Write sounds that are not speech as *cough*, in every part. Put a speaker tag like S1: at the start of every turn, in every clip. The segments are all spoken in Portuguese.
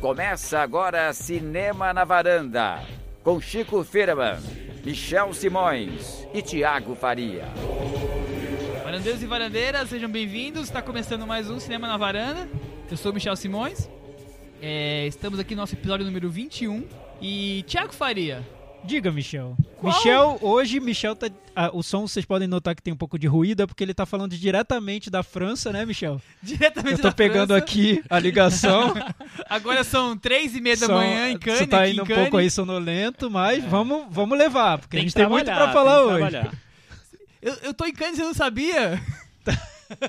S1: Começa agora Cinema na Varanda, com Chico Firman, Michel Simões e Tiago Faria.
S2: Varandeiros e varandeiras, sejam bem-vindos. Está começando mais um Cinema na Varanda. Eu sou o Michel Simões. É, estamos aqui no nosso episódio número 21. E Tiago Faria, *laughs*
S3: Diga, Michel.
S2: Qual?
S3: Michel, hoje, Michel tá. ah, o som vocês podem notar que tem um pouco de ruído, é porque ele tá falando diretamente da França,
S2: *laughs*
S3: né, Michel?
S2: diretamente
S3: Eu tô
S2: é da
S3: pegando
S2: França.
S3: aqui
S2: *laughs*
S3: a ligação.
S2: Agora são três e meia É da
S3: São-
S2: manhã em Cannes.
S3: Você tá
S2: aqui em
S3: indo um
S2: Cannes. É.
S3: pouco aí sonolento, mas vamos, vamos levar, porque a
S4: Tem que
S3: gente tem muito pra
S4: trabalhar,
S3: falar
S4: tem que
S3: hoje.
S4: trabalhar.
S2: Eu, eu tô em Cannes, eu não sabia. *laughs*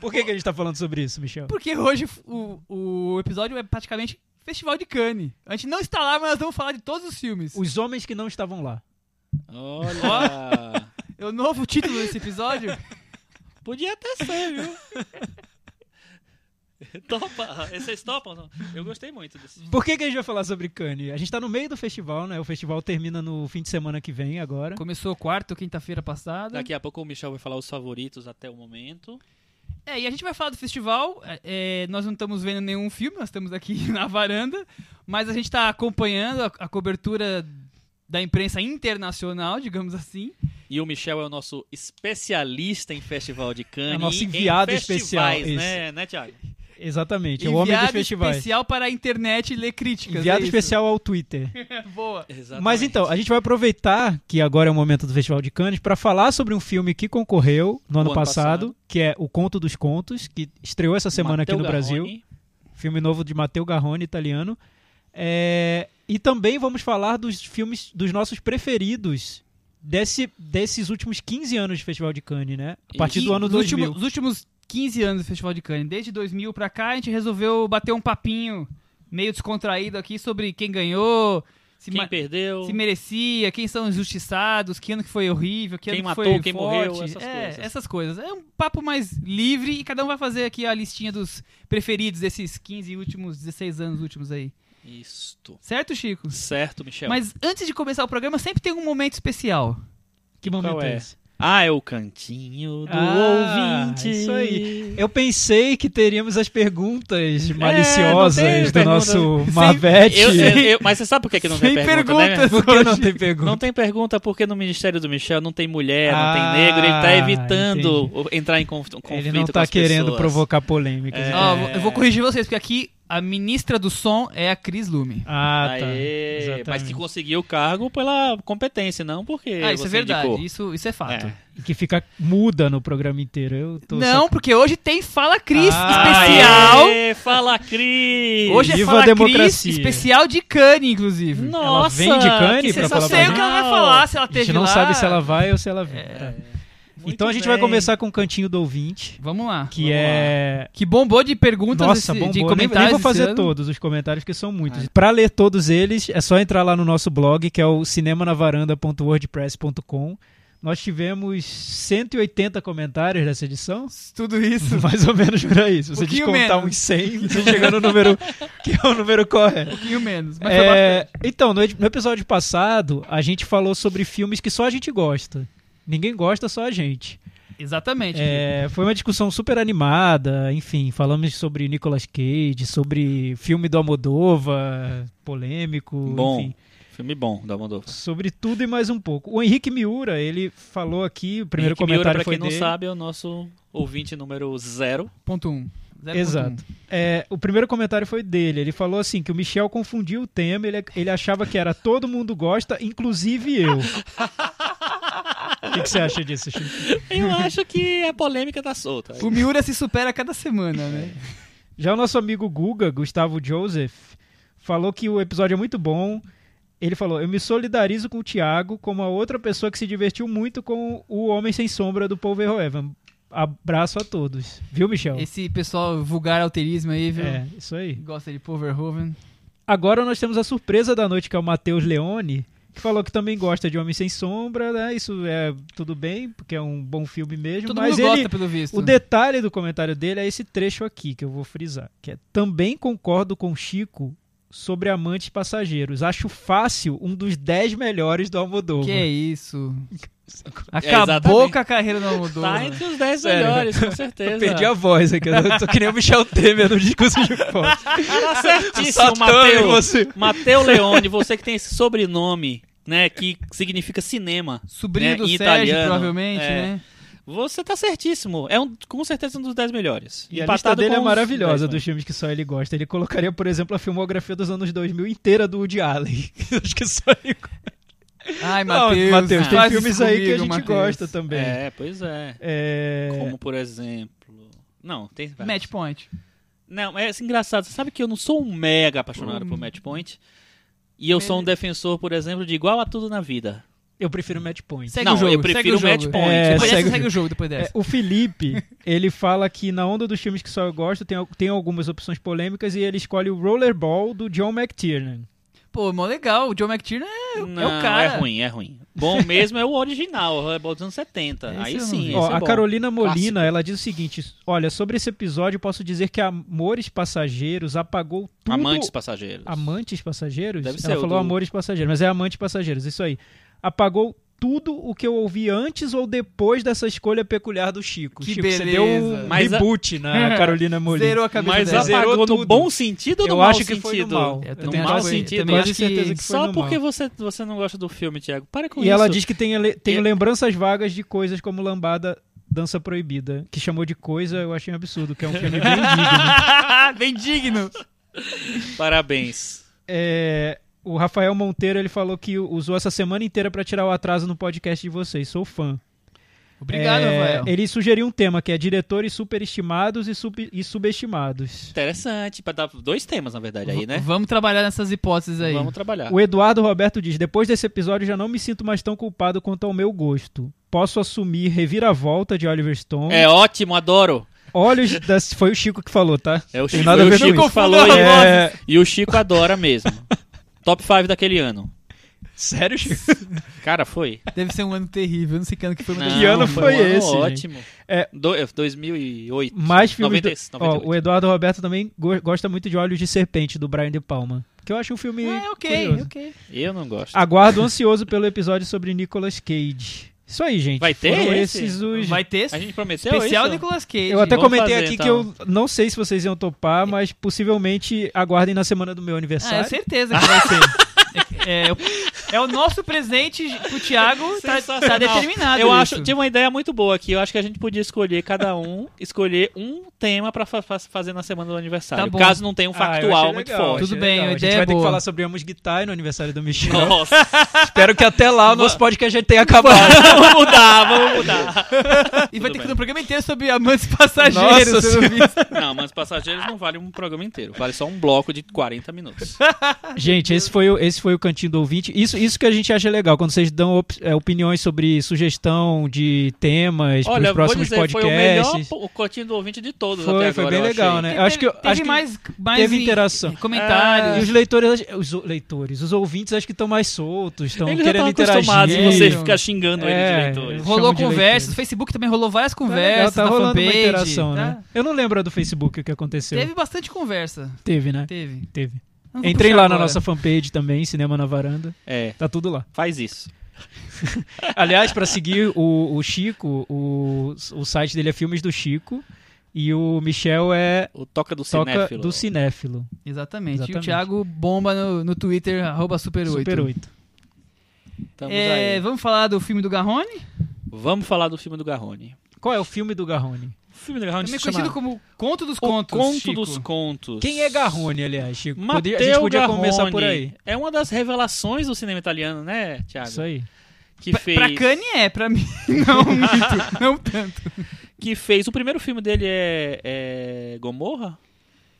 S3: Por que, que a gente tá falando sobre isso, Michel?
S2: Porque hoje o, o episódio é praticamente Festival de Cannes. A gente não está lá, mas nós vamos falar de todos os filmes.
S3: Os homens que não estavam lá.
S4: Olha!
S2: É o novo título desse
S3: *laughs*
S2: episódio.
S4: Podia até ser, viu? Topa! Vocês topam? Não? Eu gostei muito desse.
S3: Por que, que a gente vai falar sobre Cannes? A gente tá no meio do festival, né? O festival termina no fim de semana que vem agora.
S2: Começou quarta, quinta-feira passada.
S4: Daqui a pouco o Michel vai falar os favoritos até o momento.
S2: É, e a gente vai falar do festival. é, é, nós não estamos vendo nenhum filme, nós estamos aqui *laughs* na varanda. Mas a gente está acompanhando a, a cobertura da imprensa internacional, digamos assim.
S4: E o Michel é o nosso especialista em Festival de Cannes.
S3: É o nosso
S4: e em
S3: enviado especial,
S4: festivais,
S3: isso.
S4: né, né Thiago?
S3: Exatamente, é o homem dos festivais.
S2: especial para a internet ler críticas. é
S3: Enviado
S2: isso.
S3: especial ao Twitter.
S2: Boa.
S4: Exatamente.
S3: Mas então, a gente vai aproveitar que agora é o momento do Festival de Cannes para falar sobre um filme que concorreu no ano,
S4: ano
S3: passado,
S4: passado.
S3: que é O Conto dos Contos, que estreou essa semana
S4: Matteo
S3: aqui no Brasil.
S4: Garrone,
S3: Filme novo de Matteo Garrone, italiano. É, E também vamos falar dos filmes dos nossos preferidos desse, desses últimos 15 anos de Festival de Cannes, né? A partir
S2: E
S3: do ano
S2: os
S3: 2000.
S2: últimos- os últimos 15 anos do Festival de Cannes, desde 2000 pra cá, a gente resolveu bater um papinho meio descontraído aqui sobre quem ganhou, se,
S4: Quem
S2: ma-
S4: perdeu?
S2: se merecia, quem são os injustiçados, que ano que foi horrível, que
S4: Quem
S2: ano que
S4: matou,
S2: foi
S4: quem
S2: forte.
S4: morreu, essas
S2: é,
S4: coisas.
S2: essas coisas. É um papo mais livre e cada um vai fazer aqui a listinha dos preferidos desses 15 últimos, 16 anos últimos aí.
S4: Isto.
S2: Certo, Chico?
S4: Certo, Michel.
S2: Mas antes de começar o programa, sempre tem um momento especial.
S3: Que momento
S4: Qual
S3: é
S4: é?
S3: esse?
S4: Ah, é o cantinho do
S3: Ah,
S4: ouvinte.
S3: isso aí. Eu pensei que teríamos as perguntas maliciosas
S4: não É, tem
S3: do
S4: pergunta.
S3: nosso Mavete.
S4: Eu- eu- eu- mas você sabe por que, que não tem
S2: Sem
S4: pergunta, né?
S2: perguntas.
S3: *laughs* Por que não tem pergunta?
S4: Não tem pergunta porque no Ministério do Michel não tem mulher, não
S3: Ah,
S4: tem negro, ele tá evitando o- entrar em conf- conflito
S3: Ele não
S4: com
S3: tá
S4: as
S3: querendo
S4: pessoas.
S3: provocar polêmicas.
S4: É.
S3: né?
S2: Ó, eu vou corrigir vocês, porque aqui a ministra do som é a Cris Lume.
S3: Ah, tá.
S4: Aê,
S3: Exatamente.
S4: mas que conseguiu o cargo pela competência, não porque
S2: Ah, isso
S4: você
S2: é verdade,
S4: indicou.
S2: isso, isso é fato.
S4: É.
S3: E que fica muda no programa inteiro. Eu tô
S2: Não, porque hoje tem Fala Cris
S3: Ah,
S2: é especial.
S4: Aê, fala, Cris!
S2: Hoje é
S3: Viva
S2: Fala
S3: a
S2: Cris
S3: democracia.
S2: especial de Cane, inclusive.
S4: Nossa!
S3: vem de Cannes
S4: que
S3: pra
S2: Eu
S3: falar
S2: só
S3: pra
S2: sei o
S3: gente.
S2: que ela vai falar, se ela
S3: a gente
S2: teve
S3: não
S2: lá.
S3: sabe se ela vai ou se ela vem. Tá.
S4: É, Muito
S3: Então a gente vai
S4: bem.
S3: começar com o Cantinho do Ouvinte,
S2: Vamos lá.
S3: que
S4: Vamos
S3: é...
S2: Que bombou de perguntas
S3: Nossa,
S2: esse-
S3: bom,
S2: de
S3: nem,
S2: comentários.
S3: nem vou
S2: esse
S3: fazer
S2: ano.
S3: todos os comentários, que são muitos. Pra ler todos eles, é só entrar lá no nosso blog, que é o cinemanavaranda.wordpress.com. Nós tivemos 180 comentários nessa edição.
S2: Tudo isso. um
S3: *laughs* Mais ou menos por aí. Se você
S2: Pouquinho
S3: descontar
S2: menos.
S3: uns 100, *laughs* você chega no número que é o número correto.
S2: Um pouquinho menos. Mas foi
S3: É,
S2: bastante.
S3: então, no, ed- no episódio passado, a gente falou sobre filmes que só a gente gosta. Ninguém gosta, só a gente.
S2: Exatamente.
S3: É, foi uma discussão super animada, enfim, falamos sobre Nicolas Cage, sobre filme do Almodova, polêmico,
S4: Bom.
S3: enfim,
S4: Filme bom, da Moldova.
S3: sobre tudo e mais um pouco. O Henrique Miura, ele falou aqui, o primeiro
S4: Henrique Miura,
S3: comentário
S4: pra
S3: foi
S4: quem
S3: dele.
S4: não sabe, é o nosso ouvinte número zero.
S2: Ponto um. Zero
S3: Exato.
S2: ponto um.
S3: É, o primeiro comentário foi dele. Ele falou assim que o Michel confundiu o tema, ele, ele achava que era todo mundo gosta, inclusive eu. O que, que você acha disso, Chico?
S4: Eu acho que a polêmica tá solta.
S2: um. O Miura se supera a cada semana, né?
S3: Já o nosso amigo Guga, Gustavo Joseph, falou que o episódio é muito bom. Ele falou: Eu me solidarizo com o Thiago como a outra pessoa que se divertiu muito com o Homem Sem Sombra do Paul Verhoeven. Abraço a todos. Viu, Michel?
S2: Esse pessoal vulgar alterismo aí, viu?
S3: É, isso aí.
S2: Gosta de Poverhoven.
S3: Agora nós temos a surpresa da noite, que é o Matheus Leone, que falou que também gosta de Homem Sem Sombra, né? Isso é tudo bem, porque é um bom filme mesmo.
S2: Todo
S3: mas
S2: mundo
S3: ele.
S2: gosta, pelo visto.
S3: O detalhe do comentário dele é esse trecho aqui que eu vou frisar, que é também concordo com Chico sobre Amantes Passageiros. Acho fácil um dos 10 melhores do Almodóvar.
S2: Que isso. Acabou
S4: É, exatamente.
S2: com a carreira do
S4: Tá
S2: Almodóvar.
S4: entre os 10
S3: né? Sério.
S4: melhores, com
S3: *laughs* Eu
S4: certeza.
S3: perdi a voz aqui, eu tô que nem o Michel Temer no discurso
S2: *laughs*
S3: de posse. *laughs*
S4: Tá certíssimo,
S3: Satã,
S4: Matheus.
S3: você.
S4: Mateu Leone, você que tem esse sobrenome, né, que significa cinema.
S2: Sobrinho
S4: né,
S2: do
S4: em
S2: Sérgio,
S4: italiano.
S2: provavelmente,
S4: É.
S2: né?
S4: Você tá certíssimo. É um, com certeza um dos 10 melhores.
S3: E a lista
S4: Empatado
S3: dele
S4: com
S3: é
S4: os
S3: maravilhosa,
S4: 10
S3: dos filmes que só ele gosta. Ele colocaria, por exemplo, a filmografia dos anos 2000 inteira do Woody Allen. *laughs* Acho que só ele gosta.
S2: Ai,
S3: Não,
S2: Matheus.
S3: Matheus, tem
S2: faz
S3: filmes
S2: isso
S3: aí que a
S2: comigo,
S3: gente
S2: Matheus.
S3: gosta também.
S4: É, pois é.
S3: É,
S4: Como, por exemplo... Não, tem... vários.
S2: Match point.
S4: Não, é assim, engraçado. Você sabe que eu não sou um mega apaixonado
S2: Hum.
S4: por Match Point. E eu
S3: É.
S4: sou um defensor, por exemplo, de igual a tudo na vida.
S3: Eu prefiro Match Point.
S2: Segue
S4: Não,
S2: o jogo.
S4: eu prefiro
S2: segue o
S4: match
S2: jogo.
S4: point.
S3: É,
S2: depois
S3: segue
S2: dessa,
S3: o
S2: segue o jogo, depois
S3: É,
S2: dessa.
S3: o
S4: *laughs*
S3: Felipe, ele fala que na onda dos filmes que só eu gosto tem, al- tem algumas opções polêmicas e ele escolhe o Rollerball do John McTiernan.
S2: Pô, mó legal. O John McTiernan é,
S4: Não,
S2: é o cara.
S4: é ruim, é ruim. Bom mesmo é o original, o Rebel dos anos 70.
S2: Esse eu
S4: Aí
S2: não
S4: sim,
S2: vi.
S4: esse
S3: Ó,
S4: é
S3: a
S4: bom.
S3: Carolina Molina,
S4: Clássico.
S3: ela diz o seguinte: olha, sobre esse episódio, posso dizer que Amores Passageiros apagou tudo.
S4: Amantes Passageiros.
S3: Amantes Passageiros?
S4: Deve ser
S3: ela
S4: o
S3: falou
S4: do-
S3: Amores Passageiros, mas é Amantes Passageiros, isso aí. Apagou tudo o que eu ouvi antes ou depois dessa escolha peculiar do Chico.
S2: Que
S3: Chico, você
S2: beleza.
S3: deu um
S4: Mas a-
S3: reboot
S4: *laughs*
S3: na Carolina Molina.
S2: Zerou a cabeça
S4: Mas
S2: dela.
S3: zero.
S4: apagou
S3: Zerou
S4: no
S3: tudo.
S4: bom sentido ou no
S3: Eu
S4: mau
S3: acho que
S4: sentido?
S3: foi no mal.
S2: Eu
S4: no
S2: também
S4: mau
S2: acho que-
S4: sentido.
S2: também
S3: quase
S2: acho
S3: certeza que foi
S4: Só
S3: no
S4: porque
S3: mal.
S4: você, você não gosta do filme, Thiago. Para com
S3: E
S4: isso.
S3: ela
S4: *laughs*
S3: diz que tem, ele- tem
S4: E-
S3: lembranças vagas de coisas como Lambada, Dança Proibida, que chamou de coisa, eu achei um absurdo, que é um filme bem
S4: *laughs*
S3: digno.
S2: Bem digno.
S4: Parabéns.
S3: É, o Rafael Monteiro, ele falou que usou essa semana inteira pra tirar o atraso no podcast de vocês, sou fã.
S2: Obrigado,
S3: É,
S2: Rafael.
S3: Ele sugeriu um tema que é diretores superestimados e, sub- e subestimados.
S4: Interessante. Pra dar dois temas, na verdade, aí, né?
S2: Vamos trabalhar nessas hipóteses aí.
S4: Vamos trabalhar.
S3: O Eduardo Roberto diz: depois desse episódio já não me sinto mais tão culpado quanto ao meu gosto. Posso assumir Reviravolta de Oliver Stone.
S4: É ótimo, adoro.
S3: Olhos das. Foi o Chico que falou, tá?
S4: É o
S3: Tem
S4: Chico,
S3: nada a
S4: o
S3: ver com
S4: Chico
S3: isso.
S4: falou e-
S3: É,
S4: e o Chico adora mesmo. *laughs* Top 5 daquele ano.
S3: Sério, Chico?
S4: Cara, foi.
S2: Deve ser um ano terrível. Eu não sei que ano que foi. mas
S4: Não,
S2: deve ser um
S3: ano foi
S4: um ano
S3: esse, gente?
S4: Ótimo.
S3: É.
S4: Do- 2008.
S3: Mais filmes. do-
S4: 90,
S3: Ó,
S4: 98.
S3: o Eduardo Roberto também go- gosta muito de Olhos de Serpente, do Brian De Palma. Que eu acho um filme.
S2: É, ok,
S3: curioso.
S2: ok.
S4: Eu não gosto.
S3: Aguardo ansioso pelo episódio sobre Nicolas Cage. Isso aí, gente.
S4: Vai ter
S3: Foram
S4: esse?
S3: esses os.
S2: Vai ter
S4: A gente prometeu
S2: especial
S4: isso?
S2: Nicolas Cage. Ah,
S3: Eu até
S4: Vamos
S3: comentei
S4: fazer,
S3: aqui
S4: então.
S3: que eu não sei se vocês iam topar, mas possivelmente aguardem na semana do meu
S2: Ah, é
S3: aniversário.
S2: certeza que vai ser.
S3: *laughs*
S2: É, é- é o nosso presente pro Thiago. Tá, tá
S4: Sensacional.
S2: determinado.
S4: Eu
S2: isso.
S4: acho, tinha uma ideia muito boa aqui. Eu acho que a gente podia escolher cada um, *laughs* escolher um tema pra fa- fa- fazer na semana do aniversário.
S2: Tá bom.
S4: caso não tenha um
S3: Ah, eu
S4: factual
S3: achei
S4: muito
S3: legal,
S4: forte.
S3: achei
S2: Tudo bem,
S3: legal.
S2: a
S3: a gente
S2: ideia
S3: vai
S2: é
S3: ter que
S2: boa.
S3: falar sobre Amos Guitar no aniversário do Michel.
S4: Nossa,
S3: *laughs*
S4: *laughs*
S3: Espero que até lá o nosso podcast já tenha acabado.
S4: vamos mudar, vamos mudar.
S2: E vai ter que
S4: Tudo bem.
S2: ter um programa inteiro sobre amantes passageiros.
S3: Nossa
S2: pelo visto.
S4: Não, mas passageiros não vale um programa inteiro. Vale só um bloco de 40 minutos.
S3: gente, esse foi, o, esse foi o Cantinho do Ouvinte. Isso, isso que a gente acha legal, quando vocês dão op- é, opiniões sobre sugestão de temas para
S4: Olha,
S3: os
S4: vou
S3: próximos
S4: dizer, foi o melhor
S3: podcasts.
S4: po- o cotinho do ouvinte de todos
S3: Foi,
S4: até agora.
S3: foi bem
S4: eu achei.
S3: legal, né? Eu acho que, eu-
S2: Teve
S3: acho que
S2: mais, mais
S3: teve
S2: em-
S3: interação.
S2: Comentários.
S3: E os leitores, os o- leitores, os ouvintes acho que estão mais soltos, estão
S4: Eles já
S3: querendo
S4: estão
S3: interagir.
S4: acostumados em você
S2: interagir.
S4: ficar xingando
S3: É.
S4: ele diretor.
S2: Rolou
S3: Chama de
S2: conversas,
S3: leitura.
S2: Facebook também rolou várias
S3: Tá legal,
S2: conversas
S3: tá
S2: na
S3: rolando
S2: fanpage.
S3: uma interação,
S2: tá?
S3: né? Eu não lembro a do Facebook o que aconteceu.
S2: Teve bastante conversa.
S3: Teve, né?
S2: Teve.
S3: Teve.
S2: Eu não vou
S3: Entrei
S2: puxar
S3: lá na
S2: agora.
S3: nossa fanpage também, Cinema na Varanda.
S4: É,
S3: Tá tudo lá.
S4: faz isso.
S3: Aliás, pra seguir o, o Chico, o, o site dele é Filmes do Chico. E o Michel é
S4: O toca do
S3: Toca
S4: cinéfilo.
S3: do Cinéfilo.
S2: Exatamente. E o
S3: Exatamente.
S2: Thiago bomba no, no Twitter, arroba Super 8.
S3: Super 8.
S4: Estamos
S2: É,
S4: aí.
S2: vamos falar do filme do Garrone?
S4: Vamos falar do filme do Garrone.
S3: Qual é o filme do Garrone?
S4: O filme do Garrone
S2: Também
S4: se chama
S2: conhecido como Conto dos
S4: O
S2: Contos.
S4: Conto
S2: Chico.
S4: dos Contos.
S3: Quem é Garrone, aliás, Chico? Podia-
S4: Matteo
S3: a gente podia
S4: Garrone.
S3: começar por aí.
S4: É uma das revelações do cinema italiano, né, Thiago?
S3: Isso aí.
S4: Que
S2: Pra,
S4: fez,
S2: pra Kanye é, pra mim *laughs* não muito, não tanto.
S4: Que fez... O primeiro filme dele é, é Gomorra?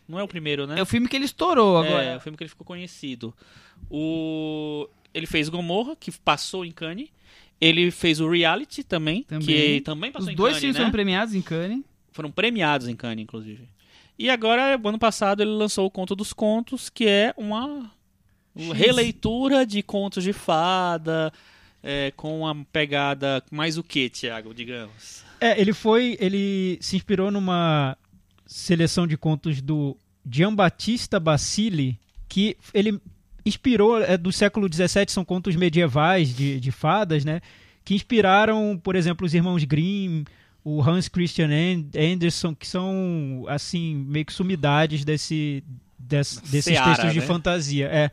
S4: Não é o primeiro, né?
S2: É o filme que ele estourou agora.
S4: É, o filme que ele ficou conhecido. O... Ele fez Gomorra, que passou em Cannes. Ele fez o Reality também,
S2: Também.
S4: que também passou
S2: Os
S4: em
S2: dois
S4: Cannes,
S2: filmes
S4: né?
S2: foram premiados em Cannes.
S4: foram premiados em Cannes, inclusive. E agora, ano passado, ele lançou o Conto dos Contos, que é uma releitura de contos de fada, é, com uma pegada mais o que, Tiago, digamos?
S3: É, ele foi. Ele se inspirou numa seleção de contos do Giambattista Basile, que ele inspirou, é, do século XVII, são contos medievais de, de fadas, né? Que inspiraram, por exemplo, os irmãos Grimm, o Hans Christian An- Andersen, que são, assim, meio que sumidades desse, des- desses
S4: Seara,
S3: textos de
S4: né?
S3: fantasia. É.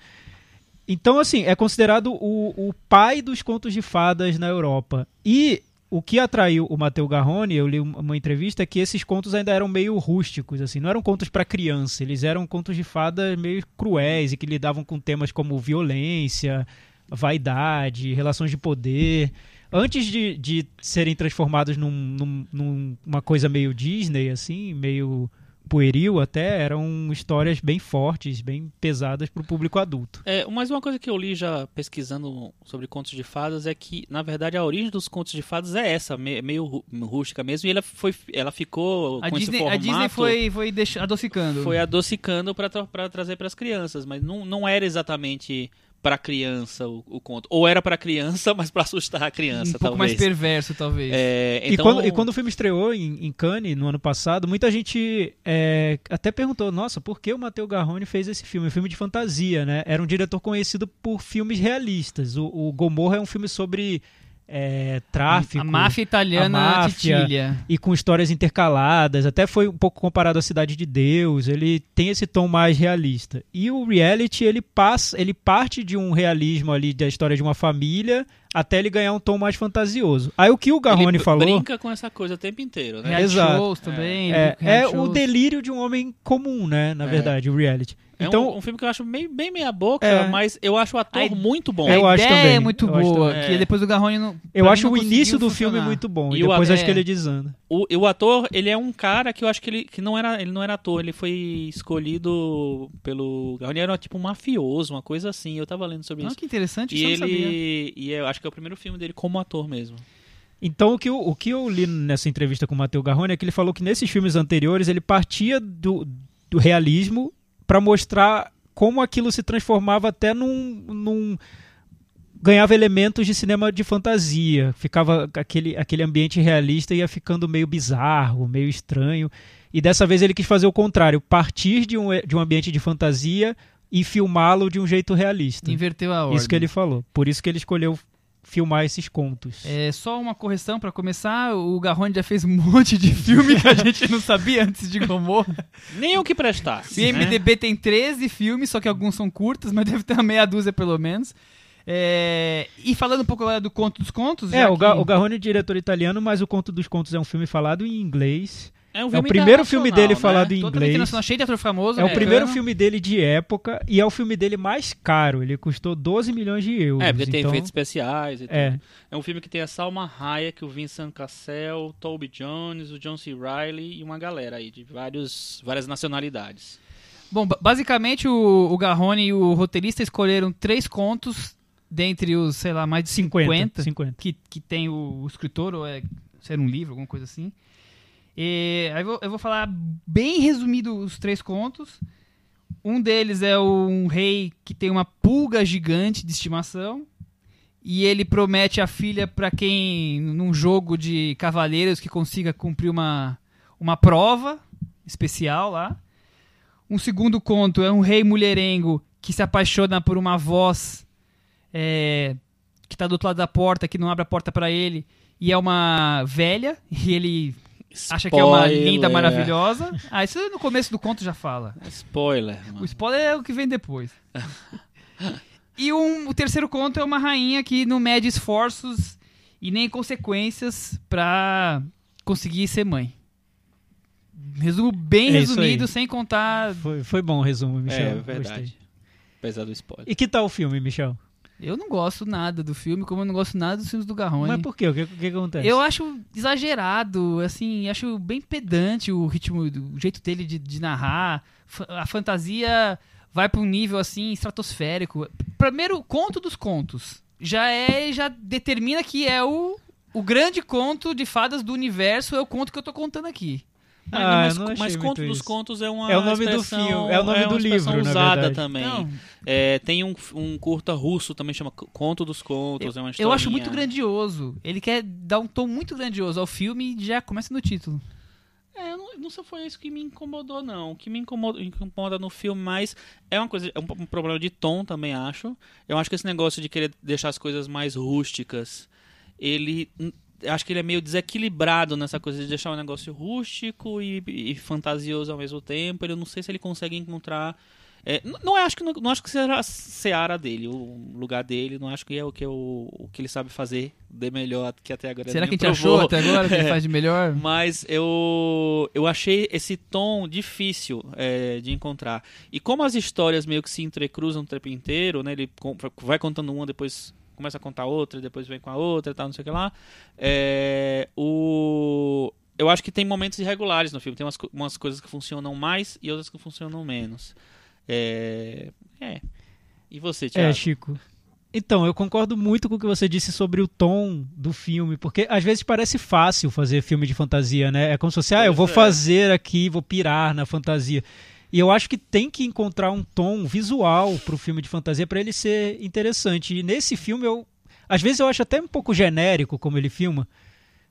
S3: Então, assim, é considerado o, o pai dos contos de fadas na Europa. E o que atraiu o Matteo Garrone, eu li um- uma entrevista, é que esses contos ainda eram meio rústicos, assim, não eram contos para criança, eles eram contos de fadas meio cruéis e que lidavam com temas como violência, vaidade, relações de poder. Antes de, de serem transformados num- num- num- numa coisa meio Disney, assim, meio pueril até, eram histórias bem fortes, bem pesadas para o público adulto.
S4: É, mas uma coisa que eu li já pesquisando sobre contos de fadas é que, na verdade, a origem dos contos de fadas é essa, me- meio rú- rústica mesmo, e ela, foi, ela ficou
S2: A
S4: com
S2: Disney,
S4: esse
S2: a
S4: formato...
S2: Disney foi, foi deixa- adocicando.
S4: foi adocicando para trazer para as crianças, mas não, não era exatamente para criança o, o conto. Ou era para criança, *laughs* mas para assustar a
S2: um
S4: criança,
S2: pouco mais
S4: talvez.
S2: perverso, talvez.
S4: É,
S3: E
S4: então,
S3: quando- E, quando, o filme estreou em, em Cannes, no ano passado, muita gente é, até perguntou, nossa, por que o Matteo Garrone fez esse filme? Um filme de fantasia, né? Era um diretor conhecido por filmes realistas. O, o Gomorra é um filme sobre é, tráfico.
S2: a máfia italiana
S3: a
S2: na
S3: máfia.
S2: titilha.
S3: e com histórias intercaladas, até foi um pouco comparado à Cidade de Deus, ele tem esse tom mais realista. E o reality, ele passa, ele parte de um realismo ali da história de uma família até ele ganhar um tom mais fantasioso. Aí o que o Garrone
S4: ele b-
S3: falou
S4: brinca com essa coisa o tempo inteiro, né?
S2: Reality
S3: Exato.
S2: shows também.
S3: é,
S2: reality
S3: é o
S2: né, shows.
S3: delírio de um homem comum, né, na
S4: É.
S3: verdade, o reality.
S4: É um-
S3: Então,
S4: um, filme que eu acho meio- bem meia boca,
S3: É.
S4: mas eu acho o ator
S2: Aí-
S4: muito bom.
S2: A
S3: Eu acho
S2: ideia
S3: também,
S2: é muito
S3: eu acho
S2: boa,
S4: também.
S2: que
S4: É.
S2: depois o Garrone não. pra
S3: eu
S2: mim
S3: acho
S2: não
S3: o início
S2: conseguiu
S3: do
S2: funcionar.
S3: filme muito bom, e,
S4: E o
S3: depois
S2: até-
S3: acho que ele desanda.
S4: O, o ator, ele é um cara que eu acho que ele que não era, ele não era ator, ele foi escolhido pelo Garrone, era tipo um mafioso, uma coisa assim. Eu tava lendo sobre
S2: Não,
S4: isso.
S2: Ah, que interessante,
S4: E
S2: isso eu não sabia.
S4: ele e eu acho que é o primeiro filme dele como ator mesmo.
S3: Então, o que, eu, o que eu li nessa entrevista com o Matheus Garrone é que ele falou que nesses filmes anteriores ele partia do, do realismo para mostrar como aquilo se transformava até num, num- ganhava elementos de cinema de fantasia. Ficava aquele, aquele ambiente realista ia ficando meio bizarro, meio estranho. E dessa vez ele quis fazer o contrário, partir de um, de um ambiente de fantasia e filmá-lo de um jeito realista.
S2: Inverteu a ordem.
S3: Isso que ele falou. Por isso que ele escolheu filmar esses contos.
S2: É, só uma correção pra começar, o Garrone já fez um *laughs* monte de filme que a gente não sabia antes de Gomorra.
S4: Nem o que prestasse.
S2: o
S4: né?
S2: IMDB tem 13 filmes, só que alguns são curtos, mas deve ter uma meia dúzia pelo menos. É, E falando um pouco agora do Conto dos Contos,
S3: É,
S2: já
S3: o,
S2: que-
S3: Ga o Garrone é diretor italiano, mas o Conto dos Contos é um filme falado em inglês.
S4: É, um
S3: é o
S4: filme
S3: primeiro filme dele
S4: internacional, né?
S3: falado em
S2: Totalmente
S3: inglês.
S2: internacional, cheio de ator famoso. né?
S3: É o
S2: americano.
S3: primeiro filme dele de época e é o filme dele mais caro. Ele custou 12 milhões de euros.
S4: né? É, porque tem
S3: então,
S4: efeitos especiais e tudo.
S3: É,
S4: É um filme que tem a Salma Hayek, o Vincent Cassel, o Toby Jones, o John C. Reilly e uma galera aí de vários, várias nacionalidades.
S2: Bom, ba- basicamente o, o Garrone e o roteirista escolheram três contos dentre os, sei lá, mais de 50,
S3: 50. 50.
S2: que, que tem o, o escritor, ou é ser um livro, alguma coisa assim. E, aí eu vou, eu vou falar bem resumido os três contos. Um deles é um rei que tem uma pulga gigante de estimação. E ele promete a filha pra quem, num jogo de cavaleiros, que consiga cumprir uma, uma prova especial lá. Um segundo conto é um rei mulherengo que se apaixona por uma voz é, que tá do outro lado da porta, que não abre a porta pra ele, e é uma velha, *laughs* e ele acha que é uma linda,
S4: Spoiler.
S2: maravilhosa. Ah, isso no começo do conto já fala.
S4: Spoiler. mano.
S2: O spoiler é o que vem
S3: *laughs*
S2: depois. e um- o terceiro conto é uma rainha que não mede esforços e nem consequências pra conseguir ser mãe. Resumo bem
S3: É isso
S2: resumido,
S3: aí.
S2: sem contar.
S3: Foi, foi bom o resumo, Michel.
S4: é verdade.
S3: Gostei.
S4: Apesar do spoiler.
S3: E que tal o filme, Michel?
S2: Eu não gosto nada do filme, como eu não gosto nada dos filmes do Garrone.
S3: Mas por quê? O que, o que acontece?
S2: Eu acho exagerado, assim, acho bem pedante o ritmo, o jeito dele de, de narrar. Fa- A fantasia vai pra um nível assim estratosférico. Primeiro, o conto dos contos. Já é, já determina que é o, o grande conto de fadas do universo, é o conto que eu tô contando aqui.
S4: Mas,
S3: Ah,
S4: mas,
S3: não achei
S4: mas
S3: muito
S4: Conto dos
S3: isso.
S4: Contos é uma
S3: É o nome do
S4: expressão-
S3: filme, é o nome
S4: uma
S3: do
S4: expressão
S3: livro, na
S4: usada
S3: verdade.
S4: também.
S2: Não,
S4: É, tem um, um curta russo também chama C- Conto dos Contos, é uma história.
S2: eu acho muito grandioso. Ele quer dar um tom muito grandioso ao filme e já começa no título.
S4: É, eu não, não sei se foi isso que me incomodou, não. O que me incomoda, incomoda no filme mais é uma coisa, é um, um problema de tom também, acho. Eu acho que esse negócio de querer deixar as coisas mais rústicas, ele. hum, Acho que ele é meio desequilibrado nessa coisa de deixar um negócio rústico e, e fantasioso ao mesmo tempo. Ele, eu não sei se ele consegue encontrar. é, n- não, é- acho que, não, não acho que seja a seara dele, o lugar dele. Não acho que é o que, o, o que ele sabe fazer de melhor que até agora. ele
S2: Será
S4: nem
S2: que a gente
S4: provou. É.
S2: achou até agora
S4: *laughs*
S2: que ele faz de melhor?
S4: Mas eu, eu achei esse tom difícil é, de encontrar. E como as histórias meio que se entrecruzam o tempo inteiro, né? Ele com- vai contando uma, depois começa a contar outra, depois vem com a outra e tal, não sei o que lá. É, o, eu acho que tem momentos irregulares no filme. Tem umas, co- umas coisas que funcionam mais e outras que funcionam menos. É. é. E você, Thiago?
S3: É, Chico. Então, eu concordo muito com o que você disse sobre o tom do filme, porque às vezes parece fácil fazer filme de fantasia, né? É como se fosse, ah, eu
S4: Pois
S3: vou
S4: é.
S3: fazer aqui, vou pirar na fantasia. E eu acho que tem que encontrar um tom visual pro filme de fantasia para ele ser interessante. E nesse filme eu às vezes eu acho até um pouco genérico como ele filma.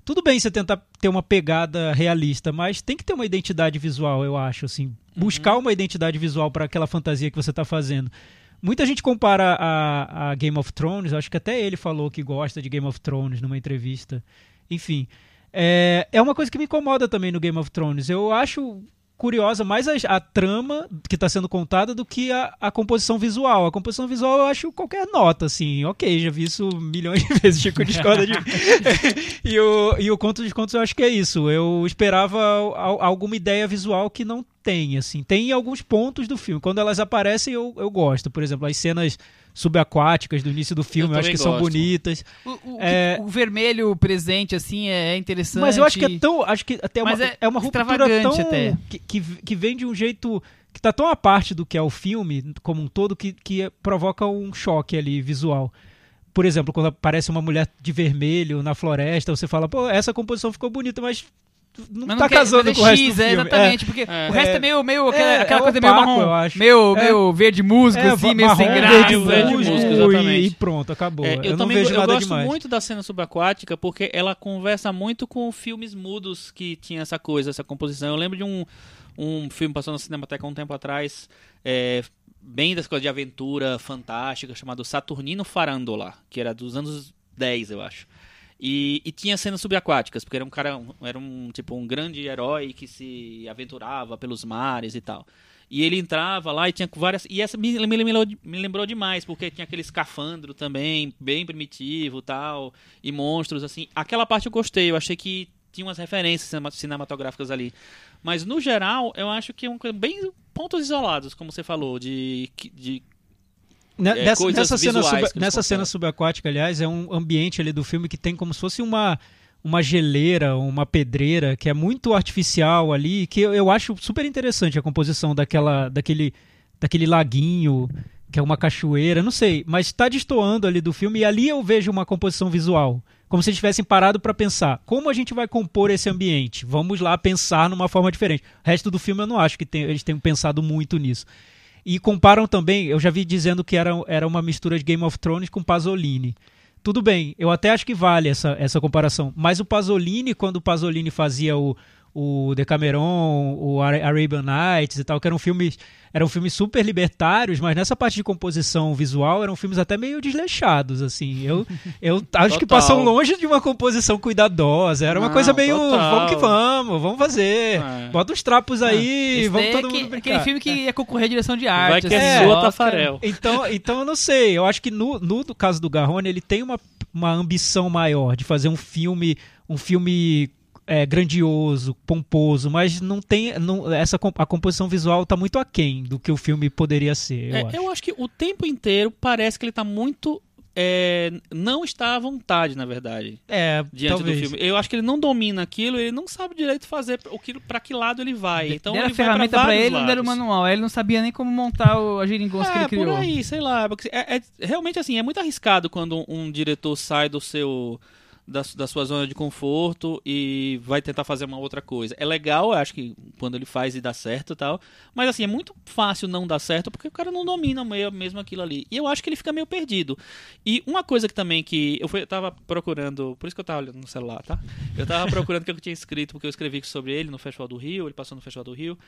S3: Tudo bem você tentar ter uma pegada realista, mas tem que ter uma identidade visual, eu acho, assim,
S4: Uhum.
S3: buscar uma identidade visual para aquela fantasia que você tá fazendo. Muita gente compara a, a Game of Thrones, acho que até ele falou que gosta de Game of Thrones numa entrevista. Enfim, é, é uma coisa que me incomoda também no Game of Thrones. Eu acho curiosa mais a, a trama que está sendo contada do que a, a composição visual. A composição visual eu acho qualquer nota, assim. Ok, já vi isso milhões de *laughs* vezes, Chico discorda de mim. e, o, e o Conto dos Contos eu acho que é isso. Eu esperava al- alguma ideia visual que não tem, assim. Tem em alguns pontos do filme. Quando elas aparecem, eu, eu gosto. Por exemplo, as cenas subaquáticas do início do filme, eu, acho
S4: também
S3: que são
S4: gosto.
S3: bonitas.
S2: O, o-
S3: É.
S2: o vermelho presente, assim, é interessante.
S3: Mas eu acho que é tão. Acho que até é uma,
S2: Mas é
S3: é uma ruptura
S2: extravagante
S3: tão.
S2: até.
S3: Que, que, que vem de um jeito. Que tá tão à parte do que é o filme, como um todo, que, que é- provoca um choque ali visual. Por exemplo, quando aparece uma mulher de vermelho na floresta, você fala, pô, essa composição ficou bonita, mas não
S2: Mas
S3: tá
S2: quer-
S3: casando
S2: mas é
S3: com o resto
S2: X,
S3: do
S2: é,
S3: filme.
S2: exatamente, porque
S4: É.
S2: o resto é, meio, meio aquela,
S3: É,
S2: aquela
S3: é
S2: coisa meio
S3: opaco,
S2: marrom,
S3: eu acho.
S2: meio,
S3: É.
S2: meio verde musgo,
S3: É,
S2: assim,
S3: va-
S2: meio sem
S3: marrom,
S2: graça. né,
S3: verde
S4: verde
S3: musgo,
S4: musgo,
S3: e-
S4: exatamente.
S3: e, pronto, acabou.
S4: É,
S3: eu, não
S4: também
S3: vejo
S4: go- eu
S3: nada
S4: gosto
S3: demais.
S4: muito da cena subaquática porque ela conversa muito com filmes mudos que tinha essa coisa, essa composição. Eu lembro de um, um filme passando na Cinemateca um tempo atrás, é, bem das coisas de aventura fantástica, chamado Saturnino Farandola, que era dos anos 10, eu acho. E, e tinha cenas subaquáticas, porque era um cara, um- era um tipo um grande herói que se aventurava pelos mares e tal. E ele entrava lá e tinha várias. E essa me, me, lembrou, me lembrou demais, porque tinha aquele escafandro também, bem primitivo tal, e monstros, assim. Aquela parte eu gostei, eu achei que tinha umas referências cinema- cinematográficas ali. Mas no geral, eu acho que é um coisa bem pontos isolados, como você falou, de. que- de
S3: Ne-
S4: É,
S3: nessa,
S4: coisas
S3: nessa cena,
S4: visuais
S3: suba-
S4: que eles
S3: nessa cena
S4: contaram.
S3: subaquática, aliás, é um ambiente ali do filme que tem como se fosse uma, uma geleira, uma pedreira, que é muito artificial ali, que eu, eu acho super interessante a composição daquela, daquele, daquele laguinho, que é uma cachoeira, não sei, mas está destoando ali do filme e ali eu vejo uma composição visual. Como se eles tivessem parado para pensar, como a gente vai compor esse ambiente? Vamos lá pensar numa forma diferente. O resto do filme eu não acho que tem- eles tenham pensado muito nisso. E comparam também, eu já vi dizendo que era, era uma mistura de Game of Thrones com Pasolini. Tudo bem, eu até acho que vale essa, essa comparação. Mas o Pasolini, quando o Pasolini fazia o, o Decameron, o Ar- Arabian Nights e tal, que eram filmes, eram filmes super libertários, mas nessa parte de composição visual eram filmes até meio desleixados, assim. Eu, eu
S4: *laughs*
S3: acho que
S4: Total.
S3: passam longe de uma composição cuidadosa. Era uma
S4: Não,
S3: coisa meio,
S4: total.
S3: vamos que vamos, vamos fazer.
S4: É.
S3: Bota os trapos aí,
S2: Esse
S3: vamos
S2: daí é
S3: todo
S2: que-
S3: mundo brincar.
S2: Aquele filme que ia concorrer à direção de arte.
S4: vai que
S2: assim,
S4: é,
S3: é,
S4: sua
S2: Oscar.
S4: Tafarel.
S3: Então, então eu não sei. Eu acho que no, no do caso do Garrone, ele tem uma, uma ambição maior de fazer um filme, um filme é, grandioso, pomposo, mas não tem. Não, essa, comp- a composição visual tá muito aquém do que o filme poderia ser, eu
S4: É,
S3: acho.
S4: que o tempo inteiro parece que ele tá muito. é, não está à vontade, na verdade.
S3: É,
S4: diante
S3: talvez.
S4: do filme. Eu acho que ele não domina aquilo, ele não sabe direito fazer o que, para que lado ele vai. Então
S2: deram
S4: ele
S2: a ferramenta
S4: vai
S2: pra
S4: pra vários
S2: ele, não deram o
S4: lados.
S2: manual. Aí ele não sabia nem como montar o, a geringonça que
S4: É,
S2: ele criou.
S4: por aí, sei lá. porque É, é- realmente assim, é muito arriscado quando um diretor sai do seu da, su- da sua zona de conforto e vai tentar fazer uma outra coisa. É legal, eu acho que quando ele faz e dá certo e tal. Mas assim, é muito fácil não dar certo porque o cara não domina meio, mesmo aquilo ali. E eu acho que ele fica meio perdido. E uma coisa que também que eu, fui, eu tava procurando, por isso que eu tava olhando no celular, tá? Eu tava procurando o que eu tinha escrito, porque eu escrevi sobre ele no Festival do Rio, ele passou no Festival do Rio.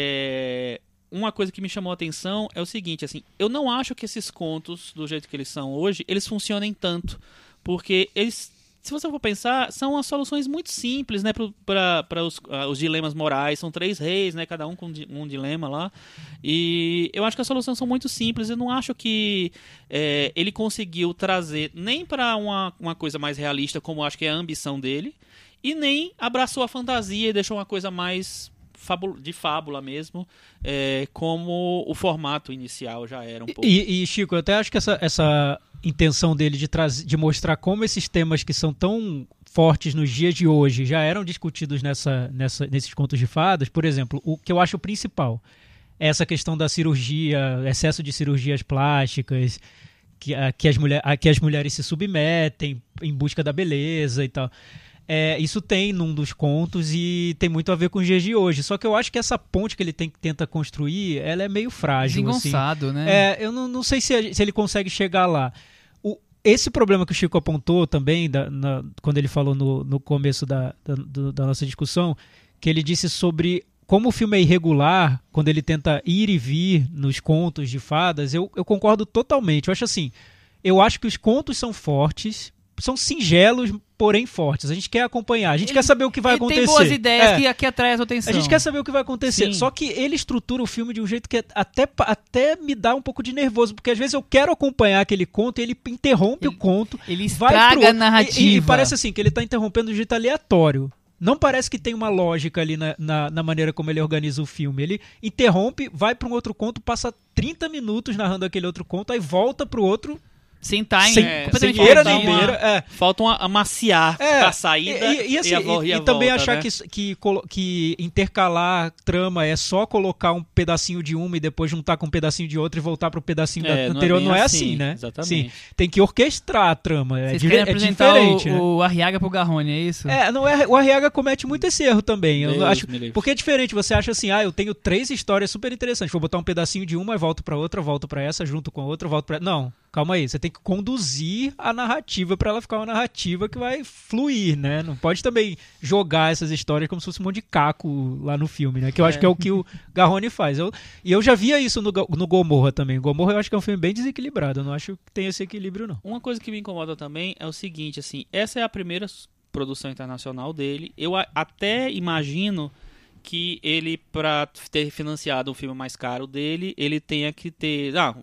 S4: É, Uma coisa que me chamou a atenção é o seguinte, assim, eu não acho que esses contos, do jeito que eles são hoje, eles funcionem tanto. Porque eles, se você for pensar, são as soluções muito simples, né, para os, ah, os dilemas morais. São três reis, né, cada um com di- um dilema lá. E eu acho que as soluções são muito simples. Eu não acho que eh, ele conseguiu trazer nem para uma, uma coisa mais realista, como eu acho que é a ambição dele, e nem abraçou a fantasia e deixou uma coisa mais fabu- de fábula mesmo, eh, como o formato inicial já era um pouco.
S3: E, e, Chico, eu até acho que essa, essa intenção dele de, trazer, de mostrar como esses temas que são tão fortes nos dias de hoje já eram discutidos nessa, nessa, nesses contos de fadas, por exemplo, o que eu acho principal é essa questão da cirurgia, excesso de cirurgias plásticas, que, a, que, as, mulher, a que as mulheres se submetem em busca da beleza e tal. É, isso tem num dos contos e tem muito a ver com os dias de hoje. Só que eu acho que essa ponte que ele tem, tenta construir, ela é meio frágil. Assim.
S2: Desengonçado, né?
S3: É, eu não, não sei se, a- se ele consegue chegar lá. O- esse problema que o Chico apontou também, da- na- quando ele falou no, no começo da, da- do- da nossa discussão, que ele disse sobre como o filme é irregular, quando ele tenta ir e vir nos contos de fadas, eu, eu concordo totalmente. Eu acho assim, eu acho que os contos são fortes, são singelos, porém fortes. A gente quer acompanhar, a gente
S2: Ele-
S3: quer saber o que vai
S2: Ele
S3: acontecer.
S2: tem boas ideias
S3: É.
S2: que aqui atrai a sua atenção.
S3: A gente quer saber o que vai acontecer.
S4: Sim.
S3: Só que ele estrutura o filme de um jeito que até, pa- até me dá um pouco de nervoso, porque às vezes eu quero acompanhar aquele conto e ele interrompe o conto.
S2: Ele
S3: Vai pro
S2: estraga a
S3: outro-
S2: narrativa.
S3: E, e parece assim, que ele tá interrompendo de jeito aleatório. Não parece que tem uma lógica ali na, na, na maneira como ele organiza o filme. Ele interrompe, vai pra um outro conto, passa 30 minutos narrando aquele outro conto, aí volta pro outro,
S2: Sem time,
S3: sem,
S4: é,
S3: sem
S2: completamente
S3: beira
S2: fora
S4: falta
S3: nem
S2: de
S4: uma-
S3: beira. É.
S4: Falta uma amaciar
S3: É,
S4: a saída
S3: E, e- e assim,
S4: a, vo-
S3: e-
S4: e a
S3: e também
S4: volta,
S3: achar
S4: né?
S3: que, isso- que, colo- que intercalar trama é só colocar um pedacinho de uma e depois juntar com um pedacinho de outra e voltar pro pedacinho da
S4: É, não é
S3: anterior
S4: bem
S3: não é assim,
S4: assim,
S3: né?
S4: exatamente.
S3: Sim, tem que orquestrar a trama. É,
S2: Vocês
S3: dire-
S2: querem
S3: é
S2: apresentar
S3: diferente,
S2: o,
S3: né?
S2: o Arriaga pro Garrone, é isso?
S3: É, não é, o Arriaga comete muito esse erro também. Eu
S4: Deus
S3: não acho,
S4: me livre.
S3: porque é diferente, você acha assim, ah, eu tenho três histórias super interessantes, vou botar um pedacinho de uma e volto pra outra, volto pra essa, junto com a outra, volto pra. Não, calma aí, você tem que conduzir a narrativa pra ela ficar uma narrativa que vai fluir, né? Não pode também jogar essas histórias como se fosse um monte de caco lá no filme, né? Que eu acho que é o que o Garrone faz. Eu- e eu já via isso no, Ga- no Gomorra também. Gomorra eu acho que é um filme bem desequilibrado, eu não acho que tem esse equilíbrio, não.
S4: Uma coisa que me incomoda também é o seguinte, assim, essa é a primeira s- produção internacional dele. Eu a- até imagino que ele, pra ter financiado um filme mais caro dele, ele tenha que ter. Ah,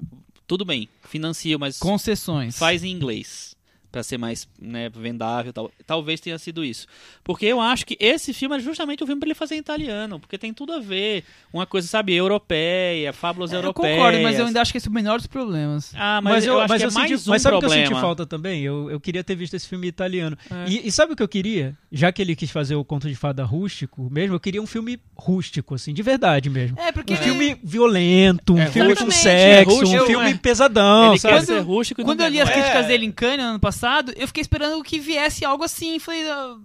S4: tudo bem, financia, mas
S2: Concessões.
S4: faz em inglês. Pra ser mais né, vendável e tal. Talvez tenha sido isso. Porque eu acho que esse filme é justamente o filme pra ele fazer em italiano. Porque tem tudo a ver. Uma coisa, sabe, europeia, fábulas
S2: É, eu
S4: europeias.
S2: concordo, mas eu ainda acho que esse é o menor dos problemas.
S4: Ah, mas, eu, acho que é
S3: senti-
S4: mais um
S3: mas sabe o que eu
S4: problema.
S3: senti falta também? Eu, eu queria ter visto esse filme italiano.
S4: É.
S3: E, e sabe o que eu queria? Já que ele quis fazer o conto de fada rústico mesmo, eu queria um filme rústico, assim, de verdade mesmo.
S2: É, porque
S3: Um
S2: ele-
S3: filme violento, um
S4: É,
S3: filme com
S2: exatamente,
S3: sexo,
S4: é rústico,
S3: um filme
S4: é.
S3: pesadão,
S4: ele
S3: sabe?
S4: quer ser rústico e
S2: Quando
S4: não
S2: eu li as
S4: é.
S2: críticas dele em Cannes ano passado, eu fiquei esperando que viesse algo assim. Falei, ah,